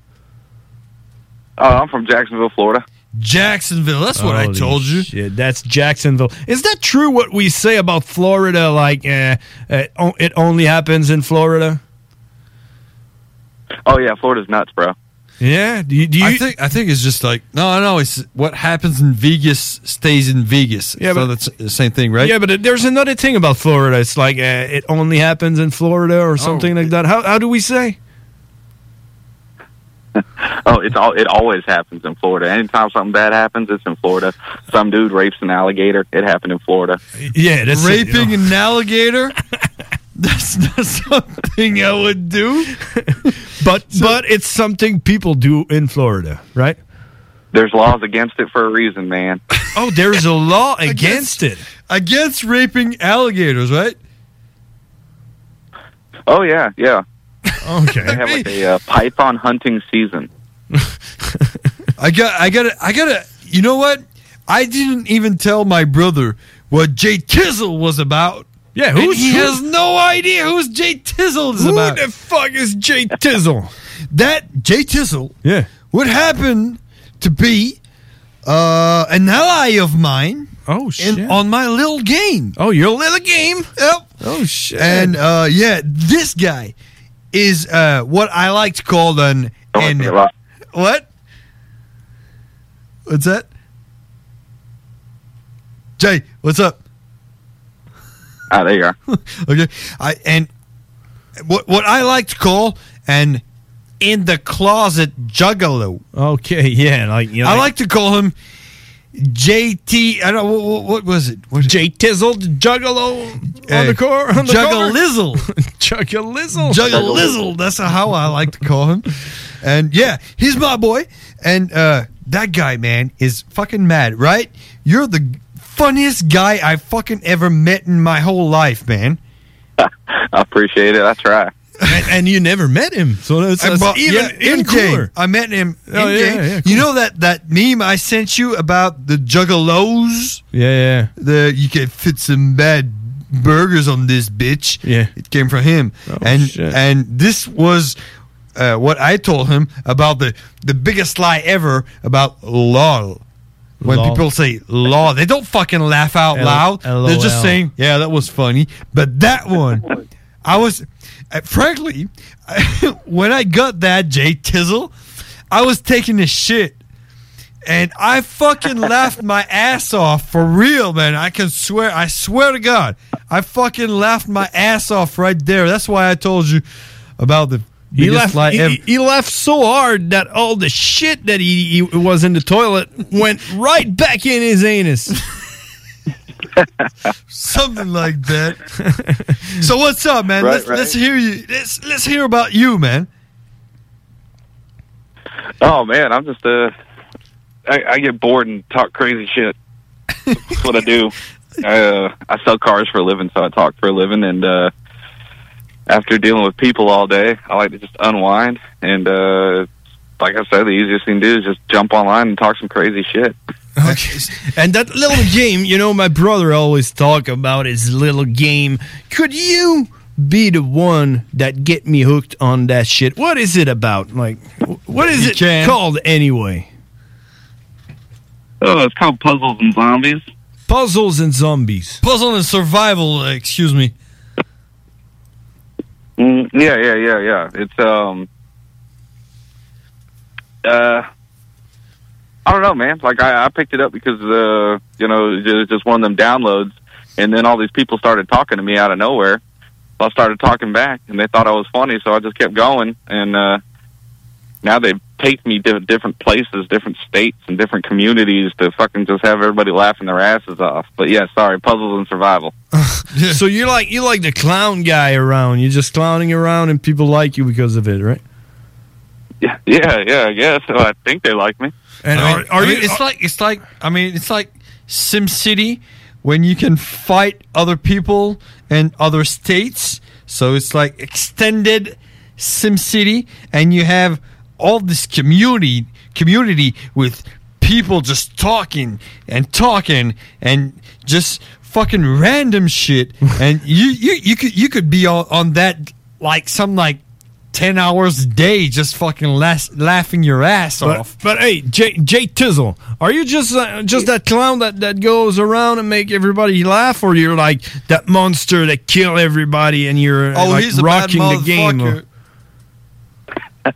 Speaker 15: Oh, I'm from Jacksonville, Florida.
Speaker 10: Jacksonville. That's what I
Speaker 7: Holy
Speaker 10: told you.
Speaker 7: Shit, that's Jacksonville. Is that true? What we say about Florida, like uh, uh, o- it only happens in Florida.
Speaker 15: Oh yeah, Florida's nuts, bro.
Speaker 7: Yeah. Do you, do
Speaker 10: I think I think it's just like no, no. It's what happens in Vegas stays in Vegas.
Speaker 7: Yeah,
Speaker 10: Yeah,
Speaker 7: but-
Speaker 10: so that's the same thing, right?
Speaker 7: Yeah, but it- there's another thing about Florida. It's like uh, it only happens in Florida or
Speaker 10: Oh.
Speaker 7: something like that. How how do we say?
Speaker 15: Oh, it's all it always happens in Florida. Anytime something bad happens, it's in Florida. Some dude rapes an alligator. It happened in Florida.
Speaker 7: Yeah, that's
Speaker 10: raping an alligator. that's not something I would do.
Speaker 7: But but it's something people do in Florida, right?
Speaker 15: There's laws against it for a reason, man.
Speaker 7: Oh, there's a law against, it.
Speaker 10: Against raping alligators, right?
Speaker 15: Oh yeah, yeah.
Speaker 7: Okay.
Speaker 15: They have like a uh, python hunting season.
Speaker 10: I got, I got, to I got to. You know what? I didn't even tell my brother what Jay Tizzle was about.
Speaker 7: Yeah,
Speaker 10: And
Speaker 7: who's-
Speaker 10: he
Speaker 7: who-
Speaker 10: has no idea who's Jay Tizzle is
Speaker 7: Who
Speaker 10: about.
Speaker 7: the fuck is Jay Tizzle?
Speaker 10: that Jay Tizzle,
Speaker 7: yeah,
Speaker 10: would happen to be uh, an ally of mine.
Speaker 7: Oh
Speaker 10: shit! on my little game.
Speaker 7: Oh, your little game.
Speaker 10: Yep.
Speaker 7: Oh shit!
Speaker 10: And uh, yeah, this guy is uh, what I like to call an an what? What's that? Jay, what's up?
Speaker 15: Ah, there you are.
Speaker 10: okay, I and what what I like to call an in the closet juggalo.
Speaker 7: Okay, yeah, like you know,
Speaker 10: I like to call him JT. I don't. What, what, what was it? What
Speaker 7: J Tizzle Juggalo on the core. on the
Speaker 10: Juggalizzle.
Speaker 7: Juggalizzle.
Speaker 10: Juggalizzle. That's how I like to call him. And yeah, he's my boy. And uh, that guy, man, is fucking mad, right? You're the funniest guy I fucking ever met in my whole life, man.
Speaker 15: I appreciate it. I try.
Speaker 7: and, and you never met him, so that's, that's
Speaker 10: But-
Speaker 7: even,
Speaker 10: yeah,
Speaker 7: even
Speaker 10: in
Speaker 7: cooler.
Speaker 10: game. I met him. In
Speaker 7: Oh, yeah,
Speaker 10: game.
Speaker 7: yeah,
Speaker 10: You know that that meme I sent you about the juggalos?
Speaker 7: Yeah,
Speaker 10: The you can fit some bad burgers on this bitch.
Speaker 7: Yeah. Oh,
Speaker 10: it came from him, and and this was. Uh, what I told him about the, the biggest lie ever about lol. When
Speaker 7: Lol.
Speaker 10: people say lol, they don't fucking laugh out
Speaker 7: L-
Speaker 10: loud. They're just
Speaker 7: LOL.
Speaker 10: saying, yeah, that was funny. But that one, I was, uh, frankly, when I got that Jay Tizzle, I was taking a shit. And I fucking laughed my ass off for real, man. I can swear, I swear to God, I fucking laughed my ass off right there. That's why I told you about the
Speaker 7: He left.
Speaker 10: biggest lie
Speaker 7: he-
Speaker 10: ever.
Speaker 7: He, he left so hard that all the shit that he, he was in the toilet went right back in his anus.
Speaker 10: something like that. so what's up, man?
Speaker 15: Right,
Speaker 10: let's,
Speaker 15: right.
Speaker 10: let's hear you. Let's let's hear about you, man.
Speaker 15: Oh man, I'm just uh, I, I get bored and talk crazy shit. That's what I do. Uh, I sell cars for a living, so I talk for a living. And uh, after dealing with people all day, I like to just unwind. And uh, like I said, the easiest thing to do is just jump online and talk some crazy shit.
Speaker 7: And that little game, you know, my brother always talk about his little game. Could you be the one that get me hooked on that shit? What is it about? Like, wh- what is it called anyway?
Speaker 15: Oh, it's called puzzles and zombies.
Speaker 7: Puzzles and zombies.
Speaker 10: Puzzle and survival. uh, Excuse me.
Speaker 15: Mm, yeah, yeah, yeah, yeah. It's um, uh, I don't know, man. Like I, I picked it up because uh, you know, it was just one of them downloads, and then all these people started talking to me out of nowhere. So I started talking back, and they thought I was funny, so I just kept going. And uh, now they take me to different places, different states, and different communities to fucking just have everybody laughing their asses off. But yeah, sorry, puzzles and survival.
Speaker 7: So you're like you're like the clown guy around. You're just clowning around, and people like you because of it, right?
Speaker 15: Yeah, yeah, yeah. I guess so. I think they like me.
Speaker 10: And are, you? It's like it's like I mean it's like Sim City when you can fight other people and other states. So it's like extended Sim City, and you have all this community community with people just talking and talking and just fucking random shit. and you you you could you could be on, on that like some like. 10 hours a day just fucking las- laughing your ass off.
Speaker 7: But, but hey, Jay, Jay Tizzle, are you just uh, just that clown that, that goes around and make everybody laugh, or you're like that monster that kill everybody and you're uh,
Speaker 10: Oh,
Speaker 7: like
Speaker 10: he's a bad
Speaker 7: rocking the game?
Speaker 10: motherfucker.
Speaker 15: Uh,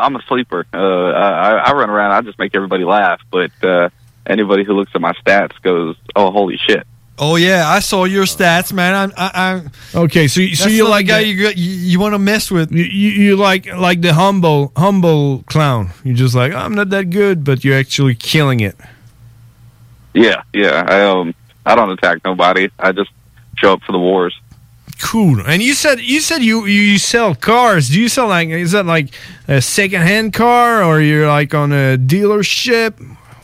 Speaker 15: I'm a sleeper. Uh, I, I run around. I just make everybody laugh. But uh, anybody who looks at my stats goes, "Oh, holy shit!"
Speaker 10: Oh yeah, I saw your stats, man. I'm, I, I,
Speaker 7: okay, so you- so
Speaker 10: That's
Speaker 7: you
Speaker 10: not
Speaker 7: like
Speaker 10: the guy
Speaker 7: the-
Speaker 10: you, got- you you want to mess with?
Speaker 7: You, you you like like the humble humble clown. You're just like I'm not that good, but you're actually killing it.
Speaker 15: Yeah, yeah. I um, I don't attack nobody. I just show up for the wars.
Speaker 7: Cool. And you said you said you you, you sell cars. Do you sell like is that like a secondhand car or you're like on a dealership?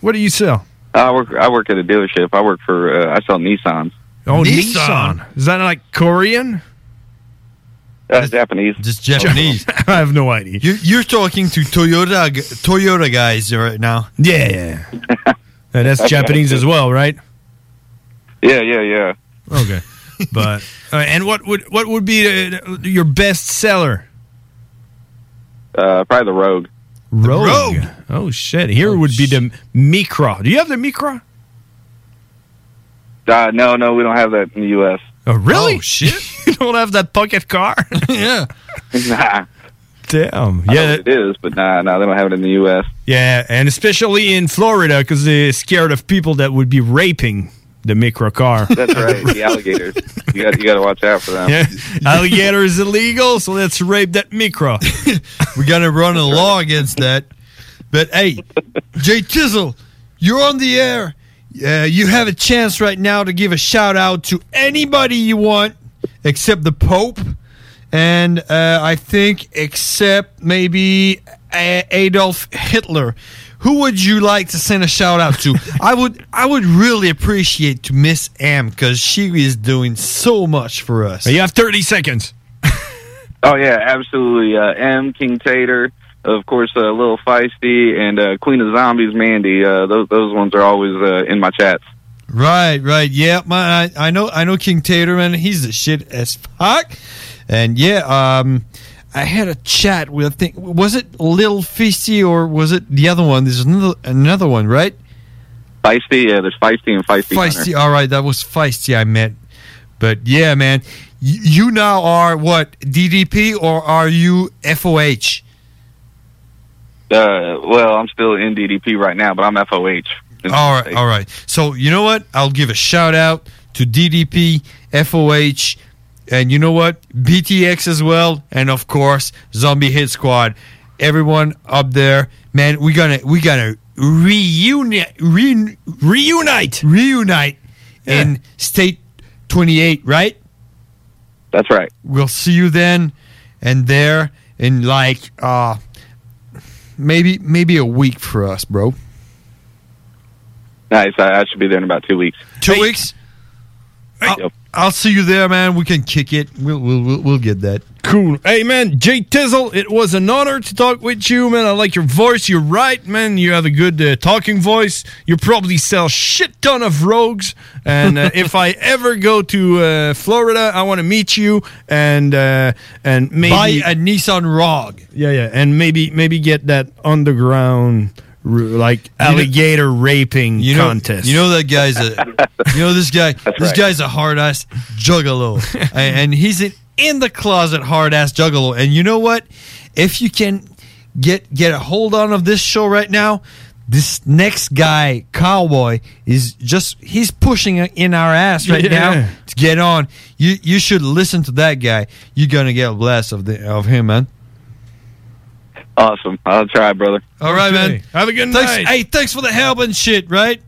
Speaker 7: What do you sell?
Speaker 15: I work. I work at a dealership. I work for. Uh, I sell Nissans.
Speaker 7: Oh, Nissan. Is that like Korean?
Speaker 15: That's Uh, Japanese.
Speaker 10: Just Japanese.
Speaker 7: I have no idea.
Speaker 10: You, you're talking to Toyota g- Toyota guys right now.
Speaker 7: Yeah, yeah. And that's Japanese as well, right?
Speaker 15: Yeah, yeah, yeah.
Speaker 7: Okay. But uh, and what would what would be uh, your best seller?
Speaker 15: Uh, probably the Rogue.
Speaker 7: Rogue. Oh shit! Here would be the Micra. Do you have the Micra?
Speaker 15: Uh, no, no, we don't have that in the U.S.
Speaker 7: Oh, really? shit! you don't have that pocket car? yeah.
Speaker 15: nah.
Speaker 7: Damn.
Speaker 15: Yeah, it is, but nah, nah, they don't have it in the U.S.
Speaker 7: Yeah, and especially in Florida because they're scared of people that would be raping the Micra car.
Speaker 15: That's right. the alligators. You got. You got to watch out for them.
Speaker 7: Yeah. Alligator is illegal, so let's rape that micro.
Speaker 10: we gotta run a law against that. But hey, Jay Tizzle, you're on the air. Uh, you have a chance right now to give a shout out to anybody you want, except the Pope, and uh, I think except maybe A- Adolf Hitler. Who would you like to send a shout out to? I would. I would really appreciate to Miss M because she is doing so much for us.
Speaker 7: You have thirty seconds.
Speaker 15: Oh yeah, absolutely. Uh, M King Tater, of course, uh, Little Feisty, and uh, Queen of Zombies Mandy. Uh, those those ones are always uh, in my chats.
Speaker 10: Right, right. Yeah, my, I, I know I know King Tater, man. He's the shit as fuck. And yeah, um I had a chat with I think was it Lil Feisty or was it the other one? There's another another one, right?
Speaker 15: Feisty, yeah, there's Feisty and Feisty.
Speaker 10: Feisty. uh,
Speaker 15: Hunter.
Speaker 10: All right, that was Feisty I met. But yeah, man. You, you now are what? DDP or are you FOH?
Speaker 15: Uh, well, I'm still in DDP right now, but I'm FOH.
Speaker 10: All right, all right. So you know what? I'll give a shout out to DDP, FOH, and you know what? BTX as well, and of course Zombie Hit Squad. Everyone up there, man. We gonna we gonna reunite re, reunite reunite in State Twenty Eight, right?
Speaker 15: That's right.
Speaker 10: We'll see you then and there in like uh maybe maybe a week for us, bro.
Speaker 15: Nice. I, I should be there in about two weeks.
Speaker 10: Two weeks. I'll, I'll see you there, man. We can kick it. We'll we'll we'll, we'll get that.
Speaker 7: Cool. Hey, man, Jay Tizzle, it was an honor to talk with you, man. I like your voice. You're right, man. You have a good uh, talking voice. You probably sell shit ton of rogues. And uh, if I ever go to uh, Florida, I want to meet you and uh, and maybe
Speaker 10: Buy a Nissan Rogue.
Speaker 7: Yeah, yeah, and maybe maybe get that underground r- like alligator raping
Speaker 10: You know,
Speaker 7: contest.
Speaker 10: you know that guy's a, you know this guy, this
Speaker 7: right.
Speaker 10: guy's a hard ass juggalo, and, and he's an in the closet hard ass juggalo. And you know what? If you can get get a hold on of this show right now, this next guy, Cowboy, is just he's pushing in our ass right
Speaker 37: Yeah.
Speaker 10: now to get on. You you should listen to that guy. You're gonna get a blast of the of him, man.
Speaker 15: Awesome. I'll try, brother.
Speaker 10: All right, man.
Speaker 37: Have a good
Speaker 10: thanks,
Speaker 37: night.
Speaker 10: Hey, thanks for the help and shit, right?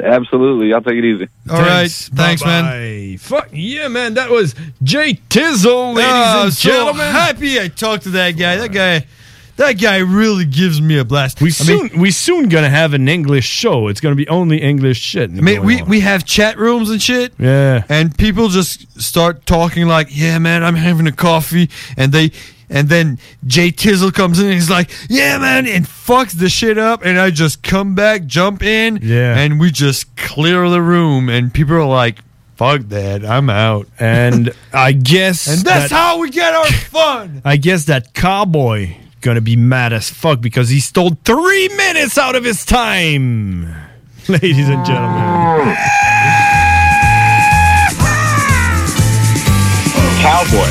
Speaker 15: Absolutely. I'll take it easy.
Speaker 10: All right, thanks,
Speaker 37: man. Fuck yeah, man. That was Jay Tizzle, ladies
Speaker 10: Ah,
Speaker 37: and
Speaker 10: so
Speaker 37: gentlemen.
Speaker 10: happy I talked to that guy. That guy, that guy really gives me a blast. We
Speaker 37: soon, we soon gonna have an English show. It's gonna be only English shit.
Speaker 10: I mean, we, we have chat rooms and shit.
Speaker 37: Yeah.
Speaker 10: And people just start talking like, yeah, man, I'm having a coffee. And they, and then Jay Tizzle comes in and he's like, yeah, man, and fucks the shit up. And I just come back, jump in.
Speaker 37: Yeah.
Speaker 10: And we just clear the room. And people are like, fuck that, I'm out.
Speaker 37: And I guess.
Speaker 10: And that's
Speaker 37: that-
Speaker 10: how we get our fun.
Speaker 37: I guess that cowboy gonna be mad as fuck because he stole three minutes out of his time, ladies and gentlemen.
Speaker 41: Cowboy.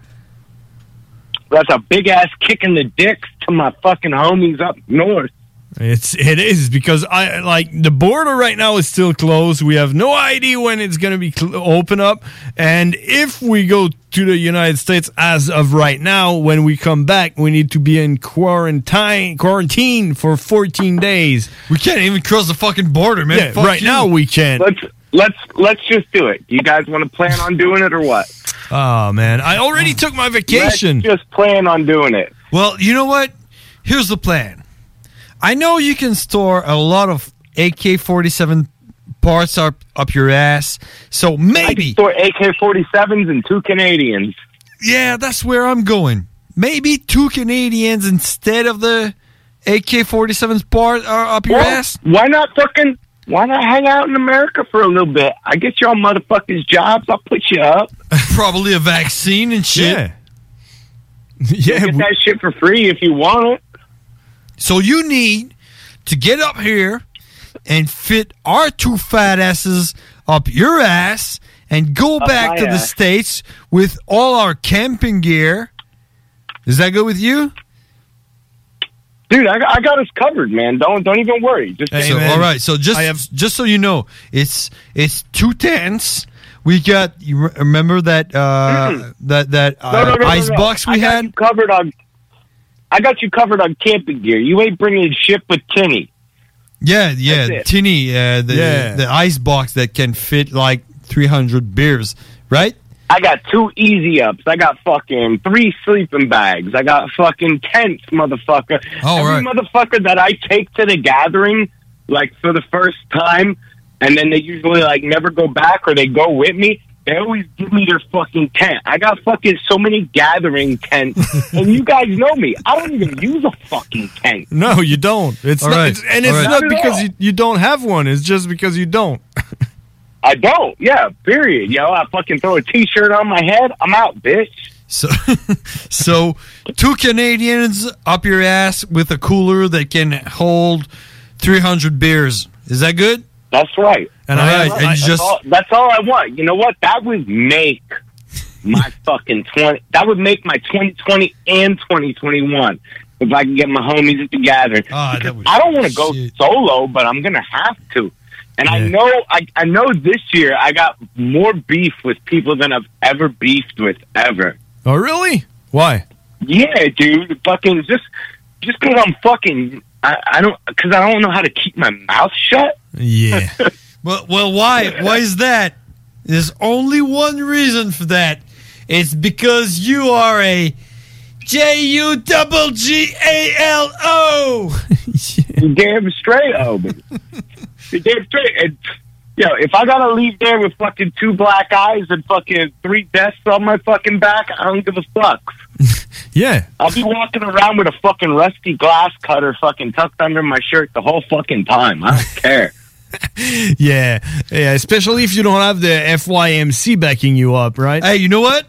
Speaker 41: That's a big ass kick in the dicks to my fucking homies up north.
Speaker 37: It's it is because I like the border right now is still closed. We have no idea when it's going to be cl- open up, and if we go to the United States as of right now, when we come back, we need to be in quarantine quarantine for fourteen days.
Speaker 10: We can't even cross the fucking border, man. Fuck
Speaker 37: right
Speaker 10: you.
Speaker 37: now we can't.
Speaker 41: Let's let's let's just do it. You guys want to plan on doing it or what?
Speaker 37: Oh man, I already took my vacation.
Speaker 41: Let's just plan on doing it.
Speaker 10: Well, you know what? Here's the plan. I know you can store a lot of AK-47 parts up up your ass, so maybe
Speaker 41: store AK-47s and two Canadians.
Speaker 10: Yeah, that's where I'm going. Maybe two Canadians instead of the AK-47's part uh, are up your
Speaker 41: Well,
Speaker 10: ass.
Speaker 41: Why not fucking? Why not hang out in America for a little bit? I get y'all motherfuckers jobs. I'll put you up.
Speaker 10: Probably a vaccine and shit.
Speaker 37: Yeah. yeah,
Speaker 41: get that shit for free if you want it.
Speaker 10: So you need to get up here and fit our two fat asses up your ass and go
Speaker 41: Up my
Speaker 10: back to the
Speaker 41: ass.
Speaker 10: States with all our camping gear. Is that good with you?
Speaker 41: Dude, I got, I got us covered, man. Don't don't even worry. Just
Speaker 10: so, all right. So just just so you know, it's it's two tents. We got you re- remember that uh, that that uh,
Speaker 41: No, no, no, no,
Speaker 10: ice
Speaker 41: no.
Speaker 10: box we
Speaker 41: I got
Speaker 10: had.
Speaker 41: you covered on. I got you covered on camping gear. You ain't bringing shit with Tinny.
Speaker 10: Yeah, yeah,
Speaker 41: it.
Speaker 10: tinny, uh, the
Speaker 41: Yeah.
Speaker 10: the ice box that can fit like three hundred beers, right?
Speaker 41: I got two easy ups. I got fucking three sleeping bags. I got fucking tents, motherfucker.
Speaker 10: All right.
Speaker 41: Every motherfucker that I take to the gathering, like for the first time, and then they usually like never go back or they go with me. They always give me their fucking tent. I got fucking so many gathering tents, and you guys know me. I don't even use a fucking tent.
Speaker 7: No, you don't. It's
Speaker 41: All
Speaker 7: not,
Speaker 41: right.
Speaker 7: it's- and
Speaker 41: All
Speaker 7: it's
Speaker 41: right.
Speaker 7: not
Speaker 41: Not at
Speaker 7: because
Speaker 41: all.
Speaker 7: you, you don't have one. It's just because you don't.
Speaker 41: I don't. Yeah, period. Yo, I fucking throw a t-shirt on my head. I'm out, bitch.
Speaker 10: So, so two Canadians up your ass with a cooler that can hold 300 beers. Is that good?
Speaker 41: That's right.
Speaker 10: And I, I,
Speaker 41: that's,
Speaker 10: just
Speaker 41: all, that's all I want. You know what? That would make my fucking twenty. That would make my twenty twenty and twenty twenty one. If I can get my homies at the gathering,
Speaker 7: Ah,
Speaker 41: Because I don't want to go solo, but I'm gonna have to. And I know, I, I know. This year, I got more beef with people than I've ever beefed with ever.
Speaker 7: Oh, really? Why?
Speaker 41: Yeah, dude. Fucking just, just because I'm fucking. I, I don't because I don't know how to keep my mouth shut.
Speaker 10: Yeah. well, well, why? Why is that? There's only one reason for that. It's because you are a J U double G A L O.
Speaker 41: You damn straight, Obi. You damn straight. And, you know, if I gotta leave there with fucking two black eyes and fucking three deaths on my fucking back, I don't give a fuck.
Speaker 7: Yeah.
Speaker 41: I'll be walking around with a fucking rusty glass cutter fucking tucked under my shirt the whole fucking time. I don't care.
Speaker 7: Yeah. Yeah. Especially if you don't have the FYMC backing you up, right?
Speaker 10: Hey, you know what?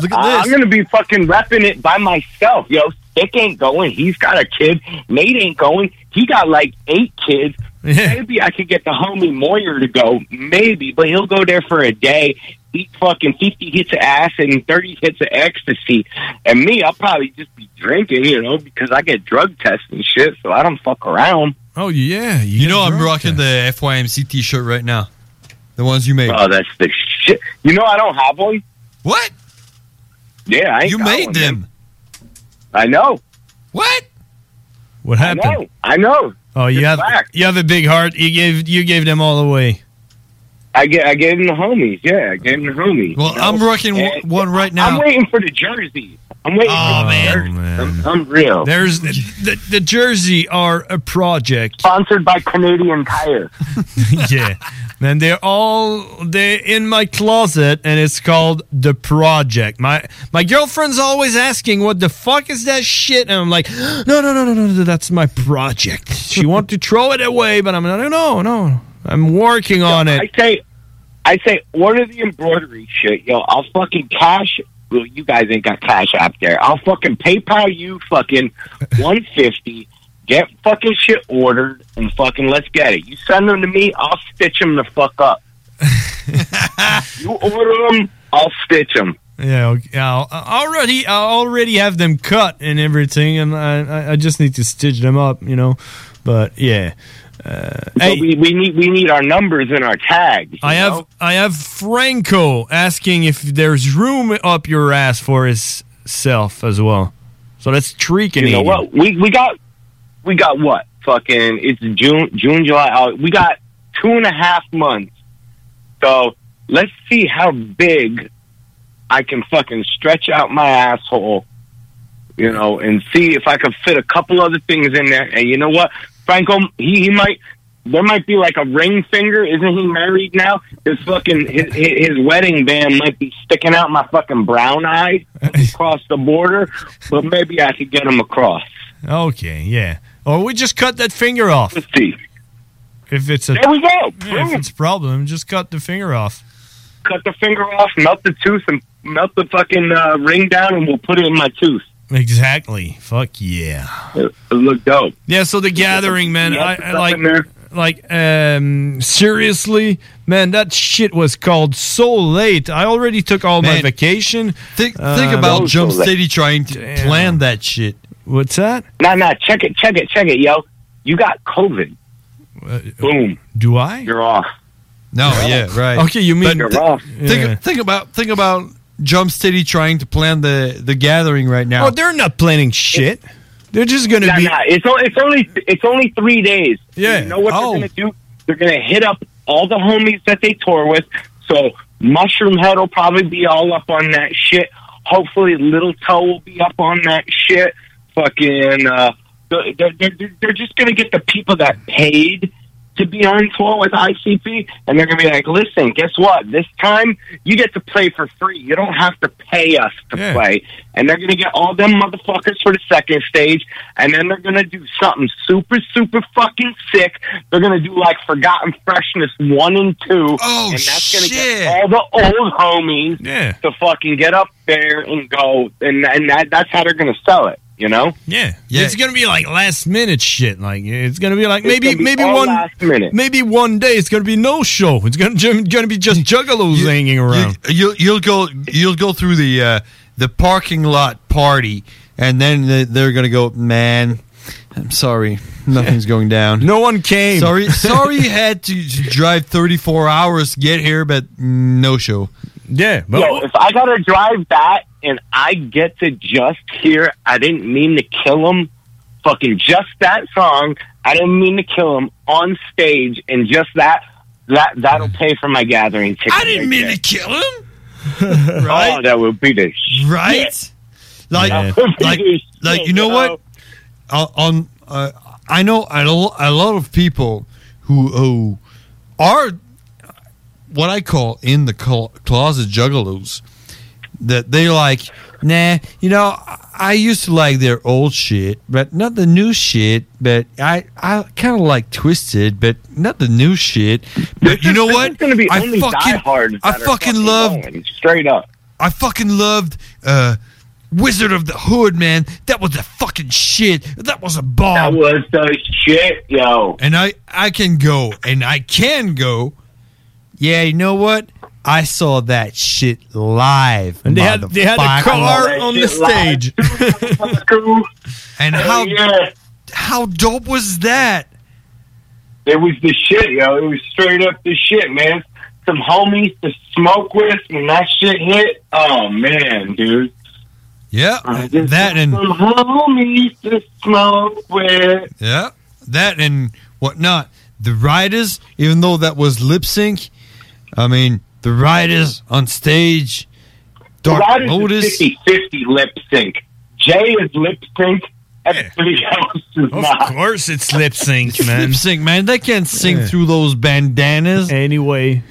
Speaker 10: Look
Speaker 41: at this. I'm gonna be fucking repping it by myself. Yo, Stick ain't going. He's got a kid. Nate ain't going. He got like eight kids. Maybe I could get the homie Moyer to go. Maybe, but he'll go there for a day. Eat fucking fifty hits of acid and thirty hits of ecstasy. And me, I'll probably just be drinking, you know, because I get drug tests and shit, so I don't fuck around.
Speaker 7: Oh yeah, you,
Speaker 10: know I'm rocking the FYMC T-shirt right now, the ones you made.
Speaker 41: Oh, that's the shit. You know, I don't have one.
Speaker 10: What?
Speaker 41: Yeah, I ain't
Speaker 10: you
Speaker 41: got
Speaker 10: made
Speaker 41: one,
Speaker 10: them.
Speaker 41: man. I know.
Speaker 10: What?
Speaker 7: What happened?
Speaker 41: I know.
Speaker 7: Oh, you have you have a big heart. You gave you gave them all away.
Speaker 41: I get I gave him the homies. Yeah, I gave him the homies.
Speaker 10: Well, I'm rocking one- one right now.
Speaker 41: I'm waiting for the jerseys. I'm waiting.
Speaker 7: Oh,
Speaker 41: for The jerseys. I'm, I'm real.
Speaker 7: There's the, the, the jersey are a project
Speaker 41: sponsored by Canadian Tire.
Speaker 7: yeah, and they're all they're in my closet, and it's called the project. My my girlfriend's always asking, "What the fuck is that shit?" And I'm like, "No, no, no, no, no, no that's my project." She wanted to throw it away, but I'm like, "No, no, no, I'm working on it."
Speaker 41: I say, I say, order the embroidery shit, yo. I'll fucking cash. Well, you guys ain't got cash out there. I'll fucking PayPal you fucking one fifty. Get fucking shit ordered and fucking let's get it. You send them to me, I'll stitch them the fuck up. you order them, I'll stitch them.
Speaker 7: Yeah, okay. I'll- I already I already have them cut and everything, and I I- I just need to stitch them up, you know. But yeah, uh,
Speaker 41: But we, we need we need our numbers and our tags.
Speaker 7: I have I have Franco asking if there's room up your ass for his self as well. So that's three
Speaker 41: You know
Speaker 7: Canadian.
Speaker 41: what? We we got we got what? Fucking it's June June July. August. We got two and a half months. So let's see how big I can fucking stretch out my asshole. You know, and see if I can fit a couple other things in there. And you know what, Franco, he, he might. There might be like a ring finger. Isn't he married now? His fucking his, his his wedding band might be sticking out my fucking brown eye across the border, but maybe I could get him across.
Speaker 7: Okay, yeah. Or we just cut that finger off. If it's a
Speaker 41: There we go.
Speaker 7: Yeah, if it's a problem, just cut the finger off.
Speaker 41: Cut the finger off, melt the tooth, and melt the fucking uh, ring down, and we'll put it in my tooth.
Speaker 7: Exactly. Fuck yeah.
Speaker 41: It, it look dope.
Speaker 7: Yeah, so the gathering, man.
Speaker 41: Yeah,
Speaker 7: I,
Speaker 41: stuff
Speaker 7: I like like um seriously, man, that shit was called so late. I already took all my
Speaker 10: Man,
Speaker 7: vacation. Uh,
Speaker 10: Think think about Jump City trying to plan that shit.
Speaker 7: What's that?
Speaker 41: Nah, nah. Check it, check it, check it, yo. You got COVID. Boom.
Speaker 7: Uh, Do I?
Speaker 41: You're off.
Speaker 10: No, yeah, right.
Speaker 7: Okay, you mean
Speaker 10: But thi- think think about think about Jump City trying to plan the the gathering right now.
Speaker 7: Oh, they're not planning shit. They're just gonna
Speaker 10: Nah,
Speaker 7: be.
Speaker 10: nah,
Speaker 41: it's only it's only it's only three days.
Speaker 7: Yeah.
Speaker 41: You know what they're gonna do? They're gonna hit up all the homies that they tour with. So Mushroom Head will probably be all up on that shit. Hopefully, Little Toe will be up on that shit. Fucking, uh, they're, they're, they're- they're just gonna get the people that paid to be on tour with ICP, and they're going to be like, listen, guess what? This time you get to play for free. You don't have to pay us to play. And they're going to get all them motherfuckers for the second stage, and then they're going to do something super, super fucking sick. They're going to do like Forgotten Freshness 1 and 2. Oh, and that's going to get all the old homies to fucking get up there and go. And, and that, that's how they're going to sell it, you know?
Speaker 37: Yeah. It's gonna be like last minute shit. Like it's gonna be like
Speaker 41: It's
Speaker 37: maybe
Speaker 41: gonna be
Speaker 37: maybe
Speaker 41: all
Speaker 37: one
Speaker 41: last minute.
Speaker 37: maybe one day it's gonna be no show. It's gonna ju- gonna be just juggalos hanging around.
Speaker 10: You'll you'll go you'll go through the uh, the parking lot party, and then the, they're gonna go, man. I'm sorry, nothing's going down.
Speaker 37: No one came.
Speaker 10: Sorry, sorry, you had to drive 34 hours to get here, but no show.
Speaker 37: Yeah,
Speaker 41: Yo, if I gotta drive that and I get to just hear I didn't mean to kill him, fucking just that song, I didn't mean to kill him on stage and just that that that'll pay for my gathering ticket.
Speaker 10: I didn't mean to kill him.
Speaker 41: right? Oh, that would be the shit.
Speaker 10: right? Like, like, like you know what? On- On, uh, I know a, lo- a lot of people who who are what I call in the clo- closet juggalos. That they like, nah. You know, I- I used to like their old shit, but not the new shit. But I, I kind of like twisted, but not the new shit. But you know
Speaker 41: This is
Speaker 10: what?
Speaker 41: gonna be
Speaker 10: I
Speaker 41: only diehards
Speaker 10: I
Speaker 41: that are
Speaker 10: fucking
Speaker 41: fucking
Speaker 10: loved
Speaker 41: going, straight up.
Speaker 10: I fucking loved uh, Wizard of the Hood, man. That was the fucking shit. That was a bomb. That
Speaker 41: was the shit, yo.
Speaker 10: And I, I can go, and I can go. Yeah, you know what? I saw that shit live.
Speaker 37: And they had- they had a
Speaker 10: motherfucker.
Speaker 37: car on the stage.
Speaker 10: and how how dope was that?
Speaker 41: It was the shit, yo. It was straight up the shit, man. Some homies to smoke with when that shit hit. Oh man, dude.
Speaker 10: Yeah,
Speaker 41: that
Speaker 10: and
Speaker 41: some homies to smoke with.
Speaker 10: Yeah, that and whatnot. The riders, even though that was lip sync, I mean the riders on stage. Dark
Speaker 41: Why does the
Speaker 10: Lotus.
Speaker 41: 50-50 lip sync. Jay is lip sync. Everybody else is not.
Speaker 10: course,
Speaker 37: it's lip sync,
Speaker 10: Lip sync, man. They can't sing
Speaker 37: Yeah.
Speaker 10: through those bandanas
Speaker 37: anyway.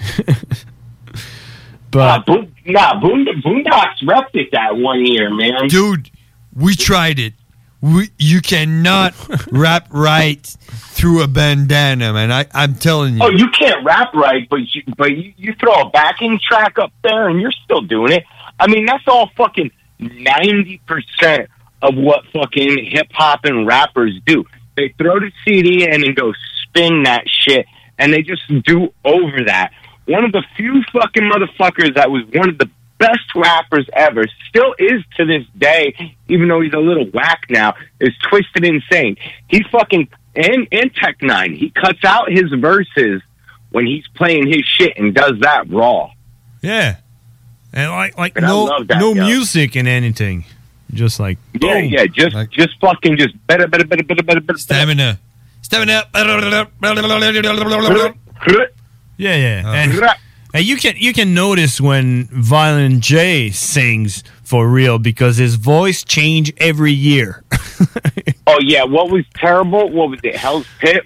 Speaker 41: But nah, Boon- nah Boond- Boondocks repped it that one year, man.
Speaker 10: Dude, we tried it. We, you cannot rap right through a bandana, man. I, I'm telling you.
Speaker 41: Oh, you can't rap right, but you, but you, you throw a backing track up there and you're still doing it. I mean, that's all fucking ninety percent of what fucking hip hop and rappers do. They throw the CD in and go spin that shit, and they just do over that. One of the few fucking motherfuckers that was one of the best rappers ever, still is to this day, even though he's a little whack now, is Twisted Insane. He fucking and and Tech Nine, he cuts out his verses when he's playing his shit and does that raw.
Speaker 37: Yeah. And like like
Speaker 41: And I
Speaker 37: no
Speaker 41: love that,
Speaker 37: no
Speaker 41: yo.
Speaker 37: music in anything. Just like
Speaker 41: Yeah, yeah, just just fucking just better, better, better, better, better, better.
Speaker 10: Stamina. Stamina.
Speaker 37: Yeah, yeah. And, and you can you can notice when Violent J sings for real because his voice change every year.
Speaker 41: Oh yeah, what was terrible? What was it? Hell's Pit.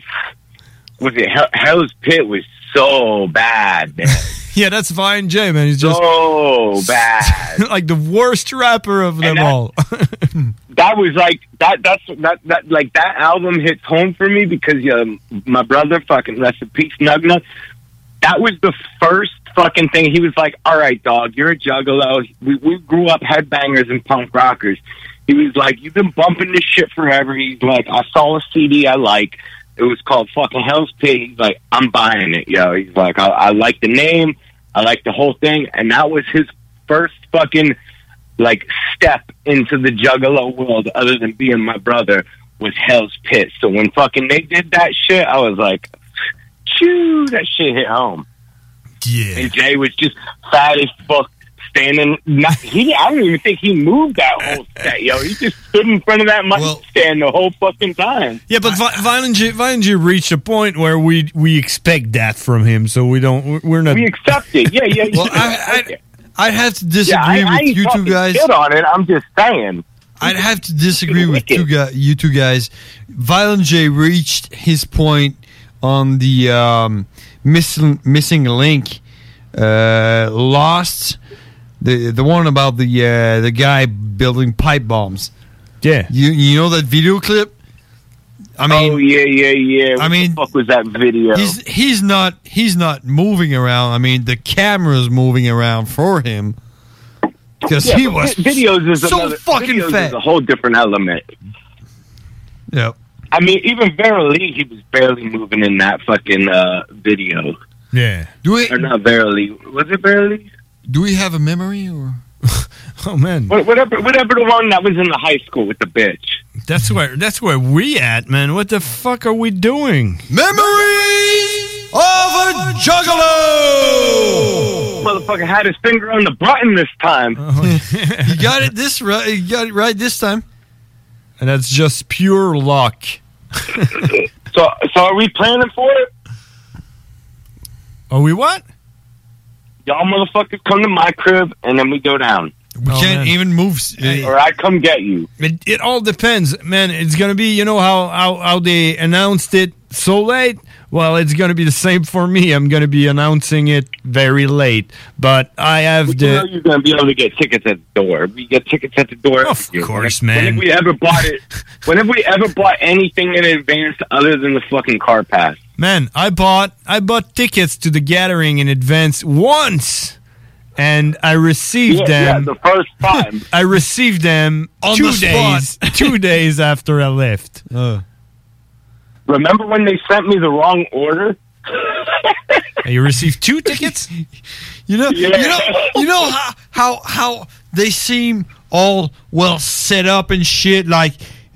Speaker 41: Was it Hell, Hell's Pit was so bad, man.
Speaker 37: yeah, that's Violent J, man. He's just
Speaker 41: so bad.
Speaker 37: like the worst rapper of them all.
Speaker 41: that was like that. That's that. That like that album hits home for me because um, my brother fucking rest in peace, Nugna. That was the first fucking thing. He was like, "All right, dog, you're a juggalo. We, we grew up headbangers and punk rockers." He was like, "You've been bumping this shit forever." He's like, "I saw a CD I like. It was called fucking Hell's Pit." He's like, "I'm buying it, yo." He's like, "I, I like the name. I like the whole thing." And that was his first fucking like step into the juggalo world other than being my brother was Hell's Pit. So when fucking they did that shit, I was like, phew, that shit hit home.
Speaker 37: Yeah.
Speaker 41: And Jay was just fat as fuck standing. Not, he, I don't even think he moved that whole set, yo. He just stood in front of that mic stand the whole fucking time.
Speaker 37: yeah, but Vi- Violent J Violent J reached a point where we we expect that from him, so we don't we're- we're not
Speaker 41: We accept it. Yeah, yeah.
Speaker 10: Well,
Speaker 41: I,
Speaker 10: I, I'd have to disagree
Speaker 41: I,
Speaker 10: with
Speaker 41: ain't
Speaker 10: you two
Speaker 41: talking
Speaker 10: guys.
Speaker 41: shit on it. I'm just saying.
Speaker 10: I'd have to disagree with two guy, you two guys. Violent J reached his point on the um, missing missing link, uh, Lost, the the one about the uh, the guy building pipe bombs.
Speaker 37: Yeah,
Speaker 10: you you know that video clip. I mean,
Speaker 41: oh yeah, yeah, yeah. I mean, what the fuck was that video?
Speaker 10: he's he's not he's not moving around. I mean, the camera's moving around for him because
Speaker 41: Yeah,
Speaker 10: he
Speaker 41: but
Speaker 10: was
Speaker 41: vi- videos is
Speaker 10: so
Speaker 41: another-
Speaker 10: fucking
Speaker 41: videos
Speaker 10: fat.
Speaker 41: Is a whole different element.
Speaker 10: Yep.
Speaker 41: I mean, even Vera Lee, he was barely moving in that fucking uh, video.
Speaker 37: Yeah.
Speaker 10: Do it
Speaker 41: or not Vera Lee? Was it Vera Lee?
Speaker 10: Do we have a memory or?
Speaker 37: oh man,
Speaker 41: Wha- Whatever, whatever the one that was in the high school with the bitch.
Speaker 37: That's where that's where we at, man. What the fuck are we doing?
Speaker 10: Memories of a juggalo.
Speaker 41: Motherfucker had his finger on the button this time.
Speaker 37: Oh,
Speaker 10: you got it this right. You got it right this time.
Speaker 37: And that's just pure luck.
Speaker 41: so, Uh, so are we planning for it?
Speaker 37: Are we what?
Speaker 41: Y'all motherfuckers come to my crib and then we go down.
Speaker 10: We
Speaker 37: Oh,
Speaker 10: can't even move.
Speaker 41: Or I come get you.
Speaker 37: It, it all depends, man. It's gonna be you know how how, how they announced it so late. Well, it's gonna be the same for me. I'm gonna be announcing it very late, but I have
Speaker 41: You
Speaker 37: the.
Speaker 41: know you're gonna be able to get tickets at the door. We get tickets at the door. Of
Speaker 37: course,
Speaker 41: When have
Speaker 37: man.
Speaker 41: we ever bought it? when have we ever bought anything in advance other than the fucking car pass?
Speaker 37: Man, I bought I bought tickets to the gathering in advance once, and I received
Speaker 41: Yeah, yeah,
Speaker 37: them
Speaker 41: the first time.
Speaker 37: I received them
Speaker 41: On
Speaker 37: two
Speaker 41: the spot.
Speaker 37: days two days after I left.
Speaker 10: Oh.
Speaker 41: Remember when they sent me the wrong order?
Speaker 37: you received two tickets.
Speaker 10: You know,
Speaker 41: Yeah.
Speaker 10: you know, you know how, how how they seem all well set up and shit. Like,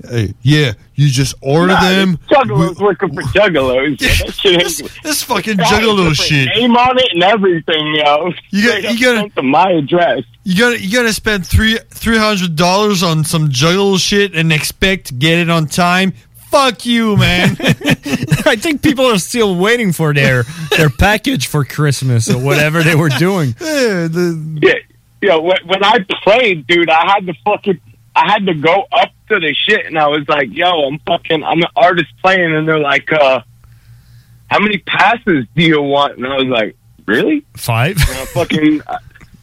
Speaker 10: hey, yeah, you just order
Speaker 41: Nah,
Speaker 10: them.
Speaker 41: the Juggalos working for juggalos. Yeah, that shit
Speaker 10: this, this fucking
Speaker 41: Got a
Speaker 10: juggalo
Speaker 41: different
Speaker 10: shit.
Speaker 41: Name on it and everything, yo.
Speaker 10: You got, you got
Speaker 41: to my address.
Speaker 10: You got, to you got to spend three three hundred dollars on some juggalo shit and expect to get it on time. Fuck you, man.
Speaker 37: I think people are still waiting for their their package for Christmas or whatever they were doing.
Speaker 10: Yeah, the,
Speaker 41: yeah, yeah. When, when I played, dude, I had to fucking, I had to go up to the shit, and I was like, "Yo, I'm fucking, I'm an artist playing," and they're like, uh, "How many passes do you want?" And I was like, "Really?
Speaker 37: Five?
Speaker 41: And I fucking." uh,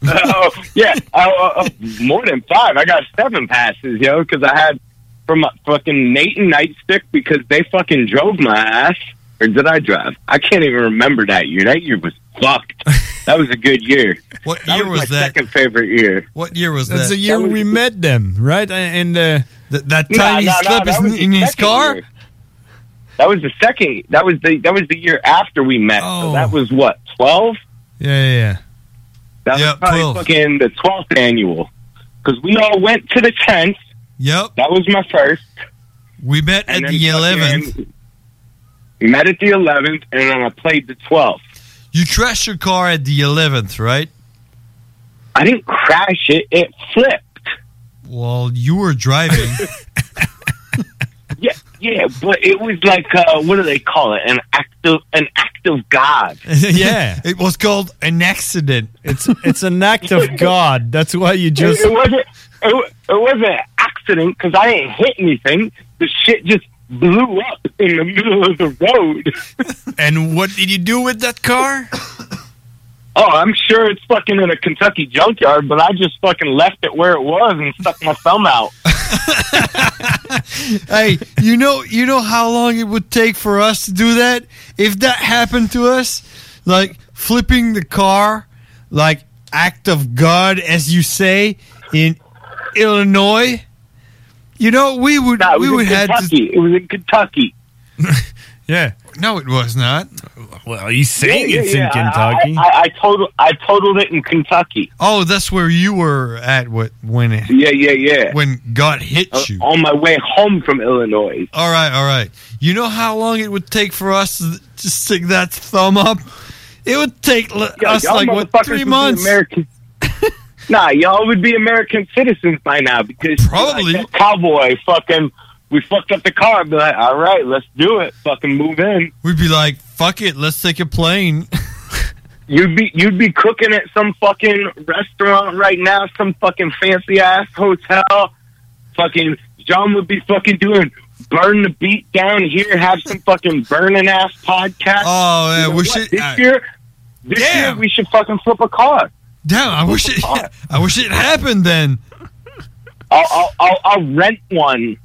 Speaker 41: oh yeah, uh, uh, more than five. I got seven passes, yo, because I had from fucking Nate and Nightstick because they fucking drove my ass, or did I drive? I can't even remember that year. That year was fucked. That was a good year.
Speaker 10: What
Speaker 41: year was, my that? Second favorite year.
Speaker 10: What year was
Speaker 37: That's
Speaker 10: that?
Speaker 37: the year
Speaker 10: That was-
Speaker 37: we met them, right? And uh,
Speaker 10: that time he slept
Speaker 41: that
Speaker 10: in-
Speaker 41: was the
Speaker 10: in his
Speaker 41: second
Speaker 10: car?
Speaker 41: year. That was the second. That was the that was the year after we met.
Speaker 10: Oh.
Speaker 41: So that was what twelve.
Speaker 37: Yeah, yeah, yeah.
Speaker 41: That was probably fucking the twelfth annual because we all went to the tenth.
Speaker 10: Yep,
Speaker 41: that was my first.
Speaker 10: We met
Speaker 41: at the eleventh. We met at the eleventh, and then I played the twelfth.
Speaker 10: You trashed your car at the eleventh, right?
Speaker 41: I didn't crash it; it flipped.
Speaker 10: Well, you were driving.
Speaker 41: Yeah, yeah, but it was like uh, what do they call it? An act of an act of God.
Speaker 37: yeah,
Speaker 10: it was called an accident.
Speaker 37: It's it's an act of God. That's why you just
Speaker 41: it, it wasn't it, wa- it wasn't an accident because I didn't hit anything. The shit just blew up in the middle of the road.
Speaker 37: And what did you do with that car?
Speaker 41: Oh, I'm sure it's fucking in a Kentucky junkyard, but I just fucking left it where it was and stuck my thumb out.
Speaker 10: hey, you know, you know how long it would take for us to do that if that happened to us, like flipping the car, like act of God, as you say in Illinois. You know, we would
Speaker 41: Nah, it
Speaker 10: we
Speaker 41: was in
Speaker 10: would have
Speaker 41: Kentucky. It was in Kentucky.
Speaker 37: yeah.
Speaker 10: No, it was not.
Speaker 37: Well, he's saying
Speaker 41: Yeah, yeah, yeah. I, I, I total I totaled it in Kentucky.
Speaker 10: Oh, that's where you were at what when it
Speaker 41: Yeah, yeah, yeah. Uh,
Speaker 10: when God hit you
Speaker 41: on my way home from Illinois.
Speaker 10: All right, all right. You know how long it would take for us to, to stick that thumb up? It would take l
Speaker 41: Yo,
Speaker 10: us
Speaker 41: y'all
Speaker 10: like what
Speaker 41: motherfuckers would
Speaker 10: three
Speaker 41: be
Speaker 10: months.
Speaker 41: American. nah, y'all would be American citizens by now because probably cowboy fucking. We fucked up the car. I'd be like, all right, let's do it. Fucking move in.
Speaker 10: We'd be like, fuck it, let's take a plane.
Speaker 41: You'd be you'd be cooking at some fucking restaurant right now, some fucking fancy ass hotel. Fucking John would be fucking doing burn the beat down here, have some fucking burning ass podcast.
Speaker 10: Oh, man,
Speaker 41: You know
Speaker 10: we
Speaker 41: what?
Speaker 10: should-
Speaker 41: This
Speaker 10: I-
Speaker 41: year, this year we should fucking flip a car.
Speaker 10: Damn, I wish it. I wish it happened then.
Speaker 41: I'll, I'll, I'll, I'll rent one.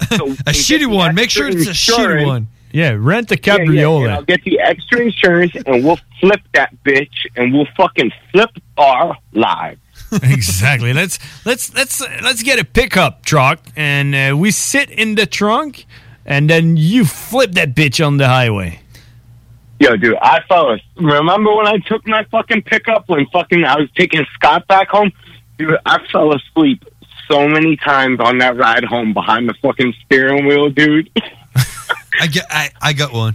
Speaker 10: a shitty one. Make sure it's a shitty one.
Speaker 7: Yeah, rent a
Speaker 41: Yeah, and I'll get the extra insurance and we'll flip that bitch and we'll fucking flip our live.
Speaker 37: exactly. Let's let's let's let's get a pickup truck and uh, we sit in the trunk and then you flip that bitch on the highway.
Speaker 41: Yo, dude, I fell. as- Remember when I took my fucking pickup when fucking I was taking Scott back home? Dude, I fell asleep so many times on that ride home behind the fucking steering wheel, dude.
Speaker 10: I get. I, I got one.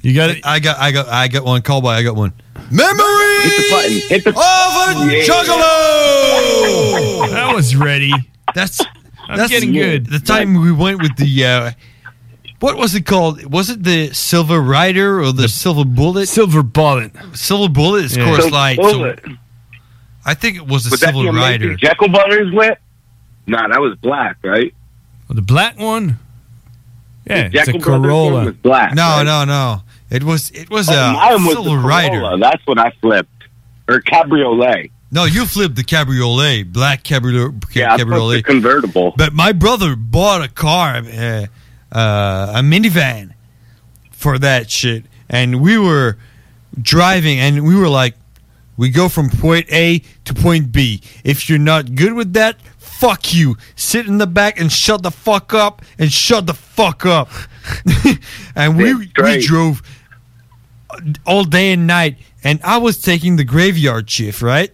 Speaker 37: You got it.
Speaker 10: I got. I got. I got one. Cowboy. I got one. Memory
Speaker 41: of
Speaker 10: a
Speaker 41: Oh, Yeah.
Speaker 10: juggalo.
Speaker 37: that was ready.
Speaker 10: That's
Speaker 37: I'm
Speaker 10: that's
Speaker 37: getting good.
Speaker 10: The time we went with the. Uh, what was it called? Was it the Silver Rider or the, Silver Bullet?
Speaker 37: Silver Bullet.
Speaker 10: Silver Bullet is
Speaker 41: Yeah.
Speaker 10: Coors
Speaker 41: Silver
Speaker 10: Light.
Speaker 41: Bullet.
Speaker 10: So I think it was the
Speaker 41: was that
Speaker 10: Silver
Speaker 41: the
Speaker 10: Rider.
Speaker 41: Amazing Jekyll Brothers lit? Nah, that was black, right?
Speaker 37: The black one?
Speaker 10: Yeah,
Speaker 41: The
Speaker 10: it's a
Speaker 41: Jekyll Brothers one
Speaker 10: Corolla.
Speaker 41: was black.
Speaker 10: No,
Speaker 41: right?
Speaker 10: no, no. It was it was
Speaker 41: Oh,
Speaker 10: a
Speaker 41: mine was the
Speaker 10: Silver Rider.
Speaker 41: Corolla. That's what I flipped. Or cabriolet.
Speaker 10: No, you flipped the cabriolet, black cabriolet.
Speaker 41: Yeah, I flipped
Speaker 10: cabriolet.
Speaker 41: the convertible.
Speaker 10: But my brother bought a car, uh, uh, a minivan, for that shit, and we were driving, and we were like, we go from point A to point B. If you're not good with that, fuck you. Sit in the back and shut the fuck up, and shut the fuck up. and we we drove all day and night, and I was taking the graveyard shift, right?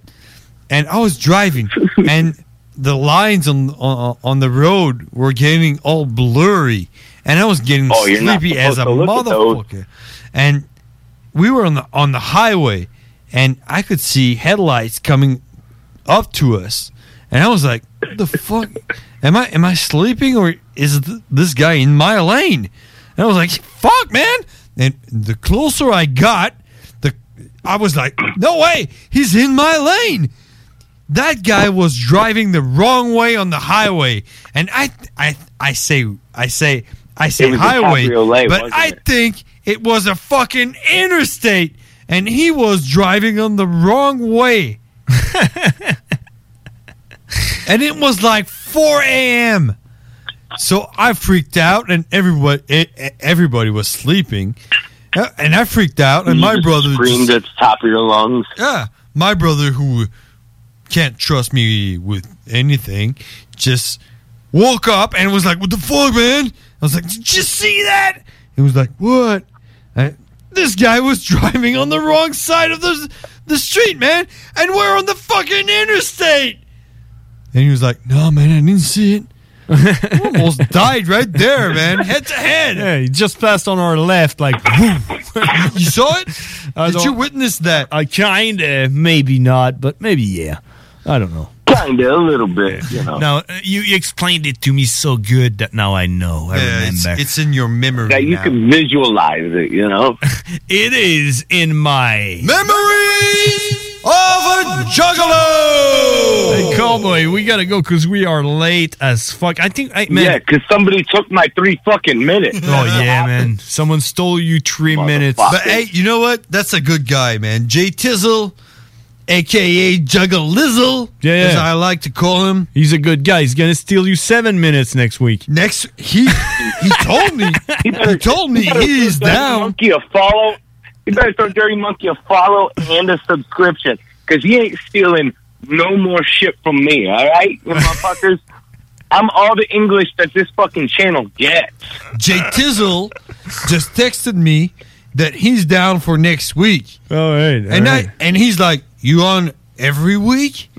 Speaker 10: And I was driving, and the lines on, on on the road were getting all blurry, and I was getting
Speaker 41: Oh, you're not
Speaker 10: sleepy as a
Speaker 41: supposed to look at those.
Speaker 10: motherfucker. And we were on the on the highway, and I could see headlights coming up to us, and I was like, what "The fuck? Am I am I sleeping or is th- this guy in my lane?" And I was like, "Fuck, man!" And the closer I got, the I was like, "No way, he's in my lane." That guy was driving the wrong way on the highway, and I I I say I say I say
Speaker 41: was a
Speaker 10: highway,
Speaker 41: cabriolet,
Speaker 10: but
Speaker 41: wasn't
Speaker 10: I think it was a fucking interstate, and he was driving on the wrong way. and it was like 4 a.m. So I freaked out, and everybody e- e- everybody was sleeping, Uh, and I freaked out, and
Speaker 41: You
Speaker 10: my
Speaker 41: just
Speaker 10: brother
Speaker 41: screamed
Speaker 10: just-
Speaker 41: at the top of your lungs.
Speaker 10: yeah, my brother who can't trust me with anything just woke up and was like, "What the fuck, man?" I was like, "Did you see that?" He was like, "What?" I- this guy was driving on the wrong side of the the street, man, and we're on the fucking interstate. And he was like, "No, man, I didn't see it." Almost died right there, man. Head to head.
Speaker 37: Yeah, he just passed on our left, like, boom.
Speaker 10: you saw it?
Speaker 37: Did you
Speaker 10: witness that?
Speaker 37: I kinda, maybe not, but maybe yeah. I don't know.
Speaker 41: Kinda, a little bit, you know.
Speaker 37: Now uh, you, you explained it to me so good that now I know. I remember.
Speaker 10: It's, in your memory.
Speaker 41: That you can visualize it, you know?
Speaker 37: It is in my
Speaker 10: memories of
Speaker 37: Oh,
Speaker 10: a juggalo.
Speaker 37: Hey, cowboy, we gotta go because we are late as fuck. I think I man.
Speaker 41: Yeah, because somebody took my three fucking minutes.
Speaker 37: Oh yeah, man. Someone stole you three minutes.
Speaker 10: But hey, you know what? That's a good guy, man. Jay Tizzle, aka Juggalizzle,
Speaker 37: Yeah, yeah.
Speaker 10: as I like to call him.
Speaker 37: He's a good guy. He's gonna steal you seven minutes next week.
Speaker 10: Next, he he told me. he told me
Speaker 41: You better
Speaker 10: he's
Speaker 41: throw Dirty
Speaker 10: down.
Speaker 41: Monkey a follow. You better throw Dirty Monkey a follow and a subscription because he ain't stealing no more shit from me. All right, you motherfuckers. I'm all the English that this fucking channel gets.
Speaker 10: Jay Tizzle just texted me that he's down for next week.
Speaker 7: Oh,
Speaker 37: All right,
Speaker 10: and
Speaker 37: all right.
Speaker 10: I and he's like, "You on every week?"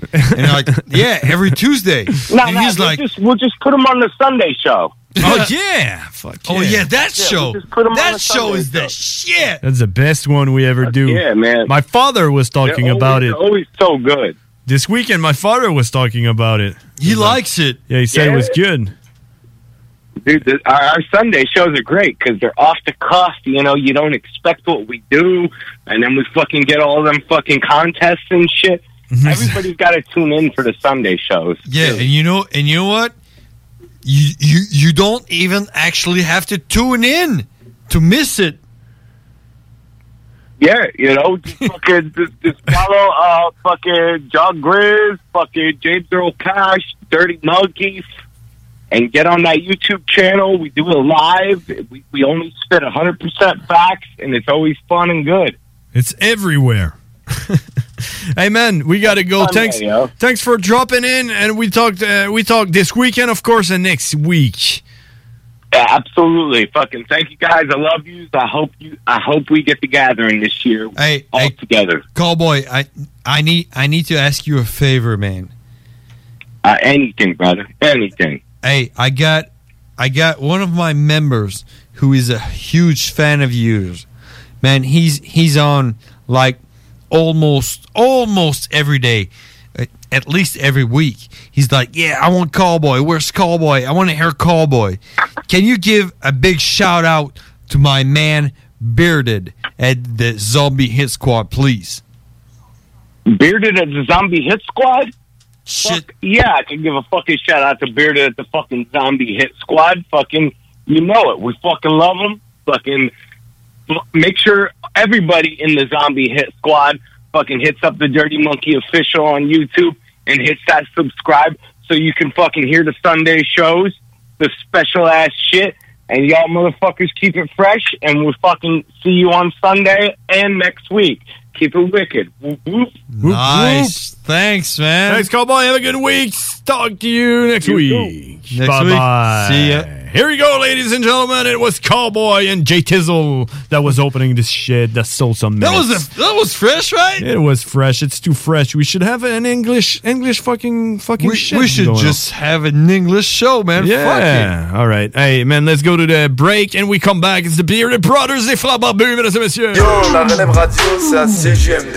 Speaker 10: And I'm like, "Yeah, every Tuesday."
Speaker 41: No,
Speaker 10: and
Speaker 41: no,
Speaker 10: he's
Speaker 41: we'll
Speaker 10: like,
Speaker 41: just, we'll just put him on the Sunday show.
Speaker 10: "Oh yeah, fuck oh yeah, that
Speaker 41: Yeah,
Speaker 10: show,
Speaker 41: we'll just put 'em on
Speaker 10: that
Speaker 41: the
Speaker 10: show
Speaker 41: Sunday
Speaker 10: is the shit."
Speaker 37: That's the best one we ever do.
Speaker 41: yeah, man.
Speaker 37: My father was
Speaker 41: They're
Speaker 37: talking about
Speaker 41: always-
Speaker 37: it
Speaker 41: they're Always so good.
Speaker 37: this weekend. My father was talking about it.
Speaker 10: He likes it.
Speaker 37: Yeah, he said it was
Speaker 41: Yeah.
Speaker 37: good.
Speaker 41: Dude, the, our, our Sunday shows are great because they're off the cuff. You know, you don't expect what we do, and then we fucking get all them fucking contests and shit. Everybody's got to tune in for the Sunday shows.
Speaker 10: Yeah, and you know, and you know what? you, you you don't even actually have to tune in to miss it.
Speaker 41: Yeah, you know, just fucking just, just follow uh fucking John Grizz, fucking James Earl Cash, Dirty Monkeys, and get on that YouTube channel. We do it live. We, we only spit hundred percent facts, and it's always fun and good.
Speaker 7: It's everywhere. hey man, we gotta go.
Speaker 41: Sunday,
Speaker 7: thanks,
Speaker 41: yo.
Speaker 7: thanks for dropping in, and we talked. Uh, we talked this weekend, of course, and next week.
Speaker 41: Yeah, absolutely. Fucking thank you guys. I love yous. I hope you. I hope we get the gathering this year
Speaker 10: Hey,
Speaker 41: all together.
Speaker 10: Cowboy, I I need I need to ask you a favor, man.
Speaker 41: Uh, anything, brother. Anything.
Speaker 10: Hey, I got I got one of my members who is a huge fan of yours. Man, he's he's on like almost almost every day. at- At least every week. He's like, Yeah, I want Cowboy. Where's Cowboy? I want to hear Cowboy. Can you give a big shout out to my man Bearded at the Zombie Hit Squad, please?
Speaker 41: Bearded at the Zombie Hit Squad? Fuck, yeah, I can give a fucking shout out to Bearded at the fucking Zombie Hit Squad. Fucking, you know it. We fucking love them. Fucking, f- make sure everybody in the Zombie Hit Squad fucking hits up the Dirty Monkey official on YouTube and hits that subscribe so you can fucking hear the Sunday shows, the special ass shit. And y'all motherfuckers keep it fresh, and we'll fucking see you on Sunday and next week. Keep it wicked. Whoop, whoop.
Speaker 10: Nice. Thanks, man.
Speaker 7: Thanks, Cowboy. Have a good week. Talk to you next
Speaker 10: You
Speaker 7: week.
Speaker 10: too. Next
Speaker 7: Bye-bye.
Speaker 10: week. See ya.
Speaker 7: Here we go, ladies and gentlemen. It was Cowboy and Jay Tizzle that was opening this shit. That sold some.
Speaker 10: That was
Speaker 7: minutes.
Speaker 10: a, that was fresh, right?
Speaker 7: It was fresh. It's too fresh. We should have an English English fucking fucking
Speaker 10: we,
Speaker 7: shit.
Speaker 10: we should
Speaker 7: going on.
Speaker 10: just have an English show, man.
Speaker 7: Yeah. All right. Hey, man, let's go to the break and we come back. It's the Bearded Brothers, les frères barbus, mesdames et messieurs.
Speaker 35: la relève radio, c'est à CGMD.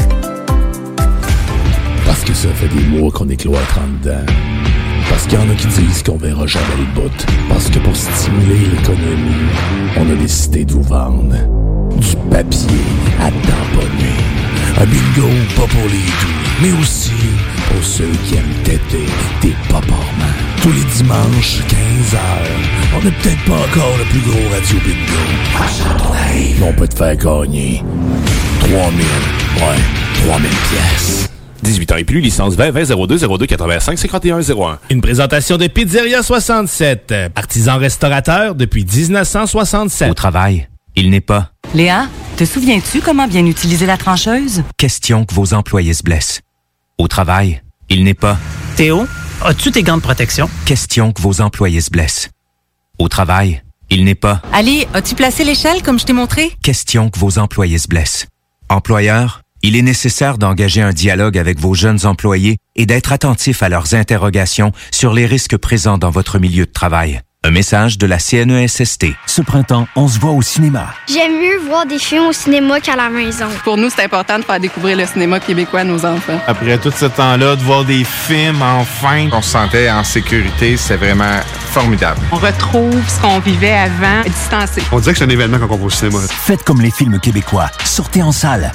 Speaker 29: Parce que ça fait des mois qu'on est cloître en dedans. Parce qu'il y en a qui disent qu'on verra jamais le bout. Parce que pour stimuler l'économie, on a décidé de vous vendre du papier à tamponner. Un bingo pas pour les doux, mais aussi pour ceux qui aiment têter des paparmans. Tous les dimanches, 15h, on n'est peut-être pas encore le plus gros radio bingo à Châteauneuf. Mais on peut te faire gagner 3000, ouais, 3000 pièces.
Speaker 32: 18 ans et plus, licence 20 20 02 02 85 51 01.
Speaker 25: Une présentation de Pizzeria 67, euh, artisan restaurateur depuis 1967. Au
Speaker 2: travail, il n'est pas.
Speaker 36: Léa, te souviens-tu comment bien utiliser la trancheuse?
Speaker 2: Question que vos employés se blessent. Au travail, il n'est pas. Théo, as-tu tes gants de protection? Question que vos employés se blessent. Au travail, il n'est pas.
Speaker 36: Ali, as-tu placé l'échelle comme je t'ai montré?
Speaker 2: Question que vos employés se blessent. Employeur, il est nécessaire d'engager un dialogue avec vos jeunes employés et d'être attentif à leurs interrogations sur les risques présents dans votre milieu de travail. Un message de la E CNESST. Ce printemps, on se voit au cinéma.
Speaker 13: J'aime mieux voir des films au cinéma qu'à la maison. Pour nous, c'est important de faire découvrir le cinéma québécois à nos enfants.
Speaker 17: Après tout ce temps-là, de voir des films, enfin, on se sentait en sécurité, c'est vraiment formidable.
Speaker 25: On retrouve ce qu'on vivait avant, distancé.
Speaker 17: On dirait que c'est un événement quand on va au cinéma.
Speaker 24: Faites comme les films québécois, sortez en salle.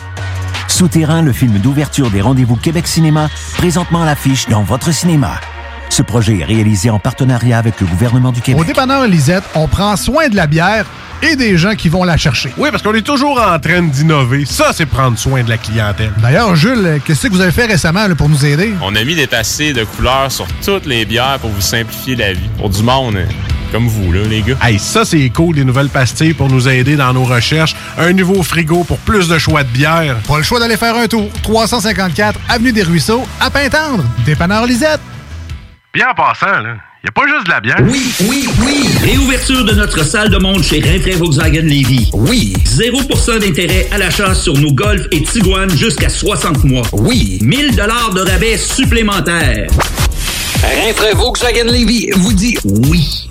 Speaker 24: Souterrain, le film d'ouverture des rendez-vous Québec Cinéma, présentement à l'affiche dans votre cinéma. Ce projet est réalisé en partenariat avec le gouvernement du Québec.
Speaker 12: Au dépanneur Lisette, on prend soin de la bière et des gens qui vont la chercher.
Speaker 35: Oui, parce qu'on est toujours en train d'innover. Ça, c'est prendre soin de la clientèle.
Speaker 12: D'ailleurs, Jules, qu'est-ce que vous avez fait récemment là, pour nous aider?
Speaker 47: On a mis des passés de couleurs sur toutes les bières pour vous simplifier la vie. Pour du monde, hein, comme vous, là, les gars.
Speaker 35: Hey, ça, c'est cool, les nouvelles pastilles pour nous aider dans nos recherches. Un nouveau frigo pour plus de choix de bière.
Speaker 12: Pas le choix d'aller faire un tour. 354 Avenue des Ruisseaux, à Pintendre, dépanneur Lisette.
Speaker 35: Bien en passant, là, y a pas juste de la bière.
Speaker 4: Oui, oui, oui. Réouverture de notre salle de monde chez Rinfrae Volkswagen Levy. Oui. 0% d'intérêt à l'achat sur nos Golf et Tiguan jusqu'à 60 mois. Oui. 1000 dollars de rabais supplémentaires.
Speaker 48: Rainfray Volkswagen Levy vous dit oui.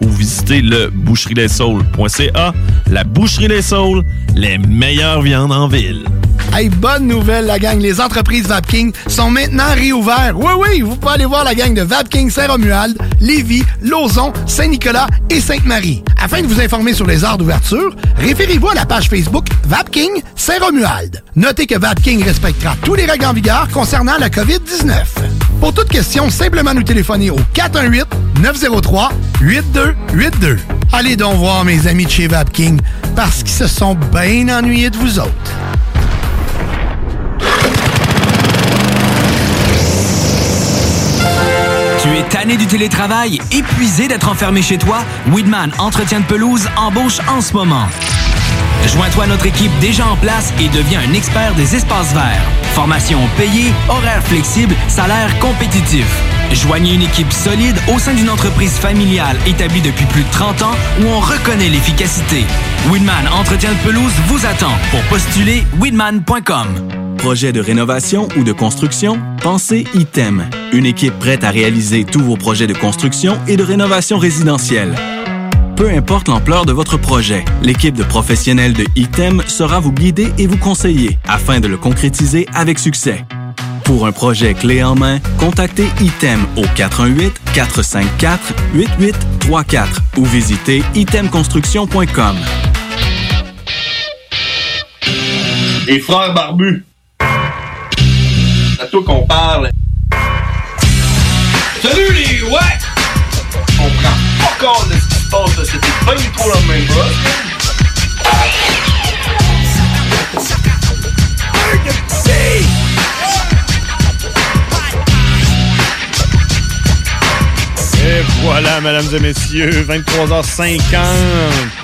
Speaker 48: ou visitez le boucherieslessaules.ca. La Boucherie Les Saules, les meilleures viandes en ville.
Speaker 23: Hey, bonne nouvelle, la gang. Les entreprises Vapking sont maintenant réouvertes. Oui, oui, vous pouvez aller voir la gang de Vapking Saint-Romuald, Lévis, Lauson, Saint-Nicolas et Sainte-Marie. Afin de vous informer sur les heures d'ouverture, référez-vous à la page Facebook Vapking Saint-Romuald. Notez que Vapking respectera tous les règles en vigueur concernant la COVID-19. Pour toute question, simplement nous téléphoner au 418-903-8282. Allez donc voir mes amis de chez Vapking parce qu'ils se sont bien ennuyés de vous autres.
Speaker 31: Tu es tanné du télétravail, épuisé d'être enfermé chez toi? Weedman Entretien de pelouse embauche en ce moment. Joins-toi à notre équipe déjà en place et deviens un expert des espaces verts. Formation payée, horaires flexibles, salaire compétitif. Joignez une équipe solide au sein d'une entreprise familiale établie depuis plus de 30 ans où on reconnaît l'efficacité. Weedman Entretien de pelouse vous attend. Pour postuler, weedman.com.
Speaker 26: Projet de rénovation ou de construction? Pensez ITEM. Une équipe prête à réaliser tous vos projets de construction et de rénovation résidentielle. Peu importe l'ampleur de votre projet, l'équipe de professionnels de ITEM sera vous guider et vous conseiller afin de le concrétiser avec succès. Pour un projet clé en main, contactez ITEM au 418-454-8834 ou visitez itemconstruction.com.
Speaker 49: Les frères barbus. C'est à toi qu'on parle. Salut les ouais! On prend pas compte de ce qui se passe, là. c'était pas du tout la même chose.
Speaker 7: Et voilà, mesdames et messieurs, 23h50.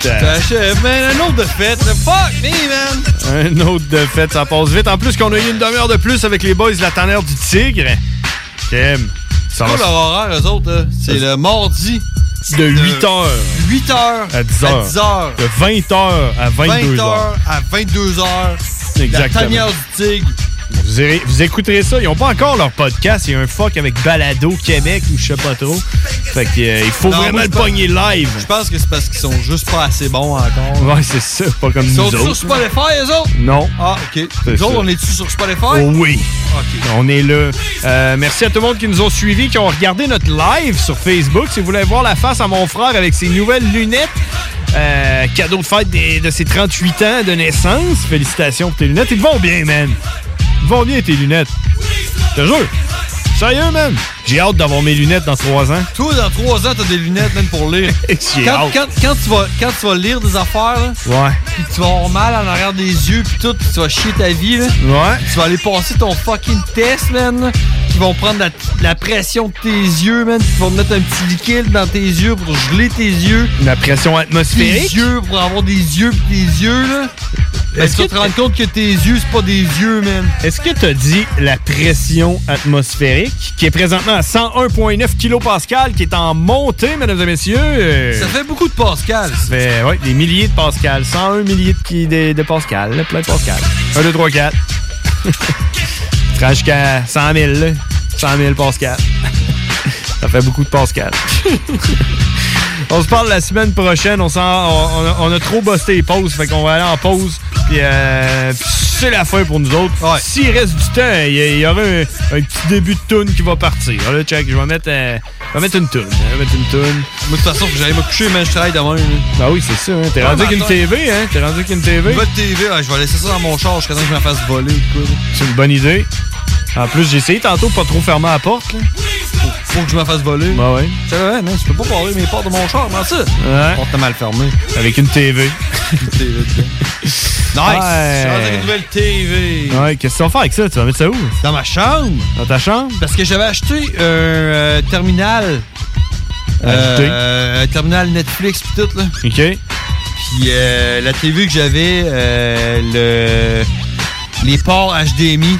Speaker 10: T'achèves, man, un autre de fête. là. Fuck me, man!
Speaker 7: Un autre de fête, ça passe vite. En plus qu'on a eu une demi-heure de plus avec les boys de la tanière du tigre. Kim, ça
Speaker 10: C'est
Speaker 7: va
Speaker 10: quoi leur horaire, eux autres? là? C'est le mardi.
Speaker 7: De 8 heures.
Speaker 10: 8 heures.
Speaker 7: à 10 heures.
Speaker 10: À 10 heures.
Speaker 7: De 20 heures à 22
Speaker 10: 20
Speaker 7: heures.
Speaker 10: heures à 22 heures. La
Speaker 7: Exactement.
Speaker 10: tanière du tigre.
Speaker 7: Vous, irez- vous écouterez ça. Ils n'ont pas encore leur podcast. Il y a un fuck avec Balado Québec ou je sais pas trop. Fait que, euh, il faut
Speaker 10: Non,
Speaker 7: vraiment
Speaker 10: moi,
Speaker 7: le
Speaker 10: je pense-
Speaker 7: pogner live.
Speaker 10: Je pense que c'est parce qu'ils sont juste pas assez bons encore.
Speaker 7: Ouais, c'est ça. Pas comme
Speaker 10: Ils
Speaker 7: nous
Speaker 10: sont
Speaker 7: autres.
Speaker 10: sur Spotify, eux autres?
Speaker 7: Non.
Speaker 10: Ah, OK.
Speaker 7: C'est
Speaker 10: Nous
Speaker 7: ça.
Speaker 10: autres, on est-tu sur Spotify?
Speaker 7: Oh oui. On est là. Euh, merci à tout le monde qui nous ont suivis, qui ont regardé notre live sur Facebook. Si vous voulez voir la face à mon frère avec ses nouvelles lunettes, euh, cadeau de fête des- de ses 38 ans de naissance. Félicitations pour tes lunettes. Ils te vont bien, man. Ils te vont bien, tes lunettes. Je te jure. Sérieux, man. J'ai hâte d'avoir mes lunettes dans 3 ans.
Speaker 10: Toi, dans 3 ans, t'as des lunettes, même pour lire.
Speaker 7: J'ai
Speaker 10: quand,
Speaker 7: hâte.
Speaker 10: quand, quand tu vas, quand tu vas lire des affaires, là,
Speaker 7: Ouais.
Speaker 10: puis tu vas avoir mal en arrière des yeux, puis tout, puis tu vas chier ta vie, là.
Speaker 7: Ouais.
Speaker 10: Tu vas aller passer ton fucking test, man. là, Qui vont prendre la, la pression de tes yeux, man. Ils vont mettre un petit liquide dans tes yeux pour geler tes yeux.
Speaker 7: La pression
Speaker 10: Tes
Speaker 7: atmosphérique.
Speaker 10: yeux, pour avoir des yeux, pis des yeux, là. Est-ce que tu te rends compte que tes yeux, c'est pas des yeux, man?
Speaker 7: Est-ce que t'as dit la pression atmosphérique qui est présentement à 101,9 kPa, qui est en montée, mesdames et messieurs? Euh,
Speaker 10: Ça fait beaucoup de Pascal.
Speaker 7: Ça fait, ouais, des milliers de Pascal. 101 milliers de, qui- de, de Pascal. là, plein de Pascal. 1, 2, 3, 4. Tu rends jusqu'à 100 000. là. 100 000 Pascal. Ça fait beaucoup de Pascal. on se parle la semaine prochaine. On, s'en- on, on a, on a trop bossé les pauses. Fait qu'on va aller en pause. Puis, euh, puis c'est la fin pour nous autres. S'il reste du temps, il y, il y aura un, un petit début de tune qui va partir. Là, check, je vais mettre, euh, je vais mettre une tune. Je vais mettre une tune.
Speaker 10: Moi, de toute façon, faut que j'aille me coucher, man. Je travaille demain.
Speaker 7: Bah oui, c'est ça. Hein. T'es
Speaker 10: Ouais,
Speaker 7: rendu
Speaker 10: mais
Speaker 7: avec une
Speaker 10: attends.
Speaker 7: TV, hein? T'es rendu avec une TV?
Speaker 10: Une bonne TV, ouais, je vais laisser ça dans mon char jusqu'à temps que je me fasse voler ou quoi.
Speaker 7: C'est une bonne idée. En plus, j'ai essayé tantôt de pas trop fermer la porte. là.
Speaker 10: Faut que je me fasse voler.
Speaker 7: Bah ouais.
Speaker 10: C'est vrai, non, je peux pas parler mes portes de mon char, comment ça?
Speaker 7: Ouais.
Speaker 10: Porte mal fermée.
Speaker 7: Avec une TV.
Speaker 10: Nice!
Speaker 7: Ouais.
Speaker 10: Je suis rendu avec une nouvelle TV.
Speaker 7: Ouais, qu'est-ce que tu vas faire avec ça? Tu vas mettre ça où?
Speaker 10: Dans ma chambre.
Speaker 7: Dans ta chambre?
Speaker 10: Parce que j'avais acheté un euh, terminal.
Speaker 7: Ajouté.
Speaker 10: Euh, un terminal Netflix pis tout, là.
Speaker 7: OK.
Speaker 10: Puis euh, la TV que j'avais, euh, le... les ports HDMI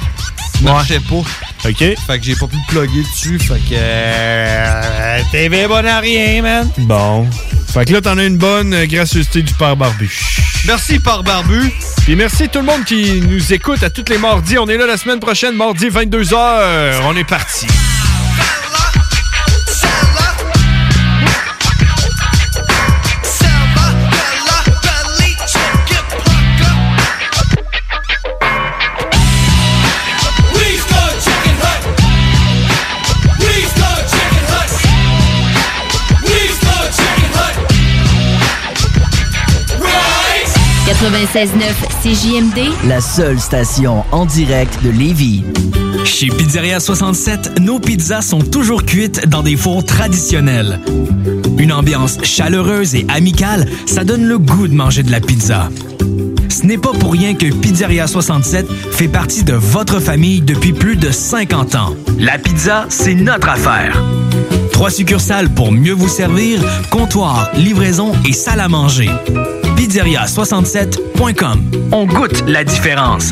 Speaker 10: marchaient pas.
Speaker 50: OK.
Speaker 10: Fait que j'ai pas pu plugger dessus. Fait que. euh, TV est bonne à rien, man.
Speaker 7: Bon. Fait que là, t'en as une bonne euh, gracieuseté du père Barbu.
Speaker 10: Merci, par Barbu.
Speaker 7: Puis merci tout le monde qui nous écoute à tous les mardis. On est là la semaine prochaine, mardi 22h. On est parti.
Speaker 41: We've got chicken hut. We've got chicken hut. We've got chicken hut. Right.
Speaker 11: 96.9 CJMD.
Speaker 4: La seule station en direct de Lévis.
Speaker 31: Chez Pizzeria 67, nos pizzas sont toujours cuites dans des fours traditionnels. Une ambiance chaleureuse et amicale, ça donne le goût de manger de la pizza. Ce n'est pas pour rien que Pizzeria 67 fait partie de votre famille depuis plus de 50 ans. La pizza, c'est notre affaire. Trois succursales pour mieux vous servir, comptoir, livraison et salle à manger. Pizzeria67.com. On goûte la différence.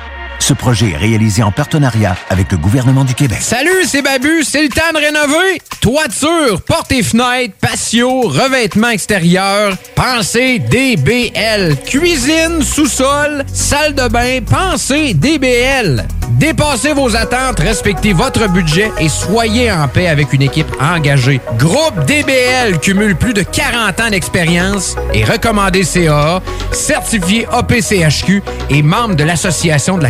Speaker 30: Ce projet est réalisé en partenariat avec le gouvernement du Québec.
Speaker 27: Salut, c'est Babu, c'est le temps de rénover. Toiture, portes et fenêtres, patio, revêtement extérieur, pensez DBL. Cuisine, sous-sol, salle de bain, pensez DBL. Dépassez vos attentes, respectez votre budget et soyez en paix avec une équipe engagée. Groupe DBL cumule plus de 40 ans d'expérience et recommandé CA, certifié APCHQ et membre de l'Association de la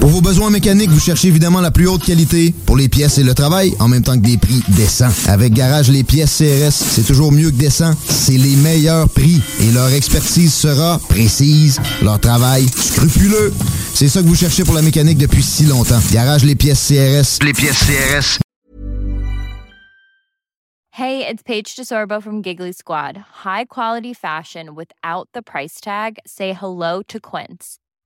Speaker 30: Pour vos besoins mécaniques, vous cherchez évidemment la plus haute qualité pour les pièces et le travail, en même temps que des prix décents. Avec Garage, les pièces CRS, c'est toujours mieux que décent. C'est les meilleurs prix et leur expertise sera précise, leur travail scrupuleux. C'est ça que vous cherchez pour la mécanique depuis si longtemps. Garage, les pièces CRS. Les pièces CRS.
Speaker 51: Hey, it's Paige DeSorbo from Giggly Squad. High quality fashion without the price tag. Say hello to Quince.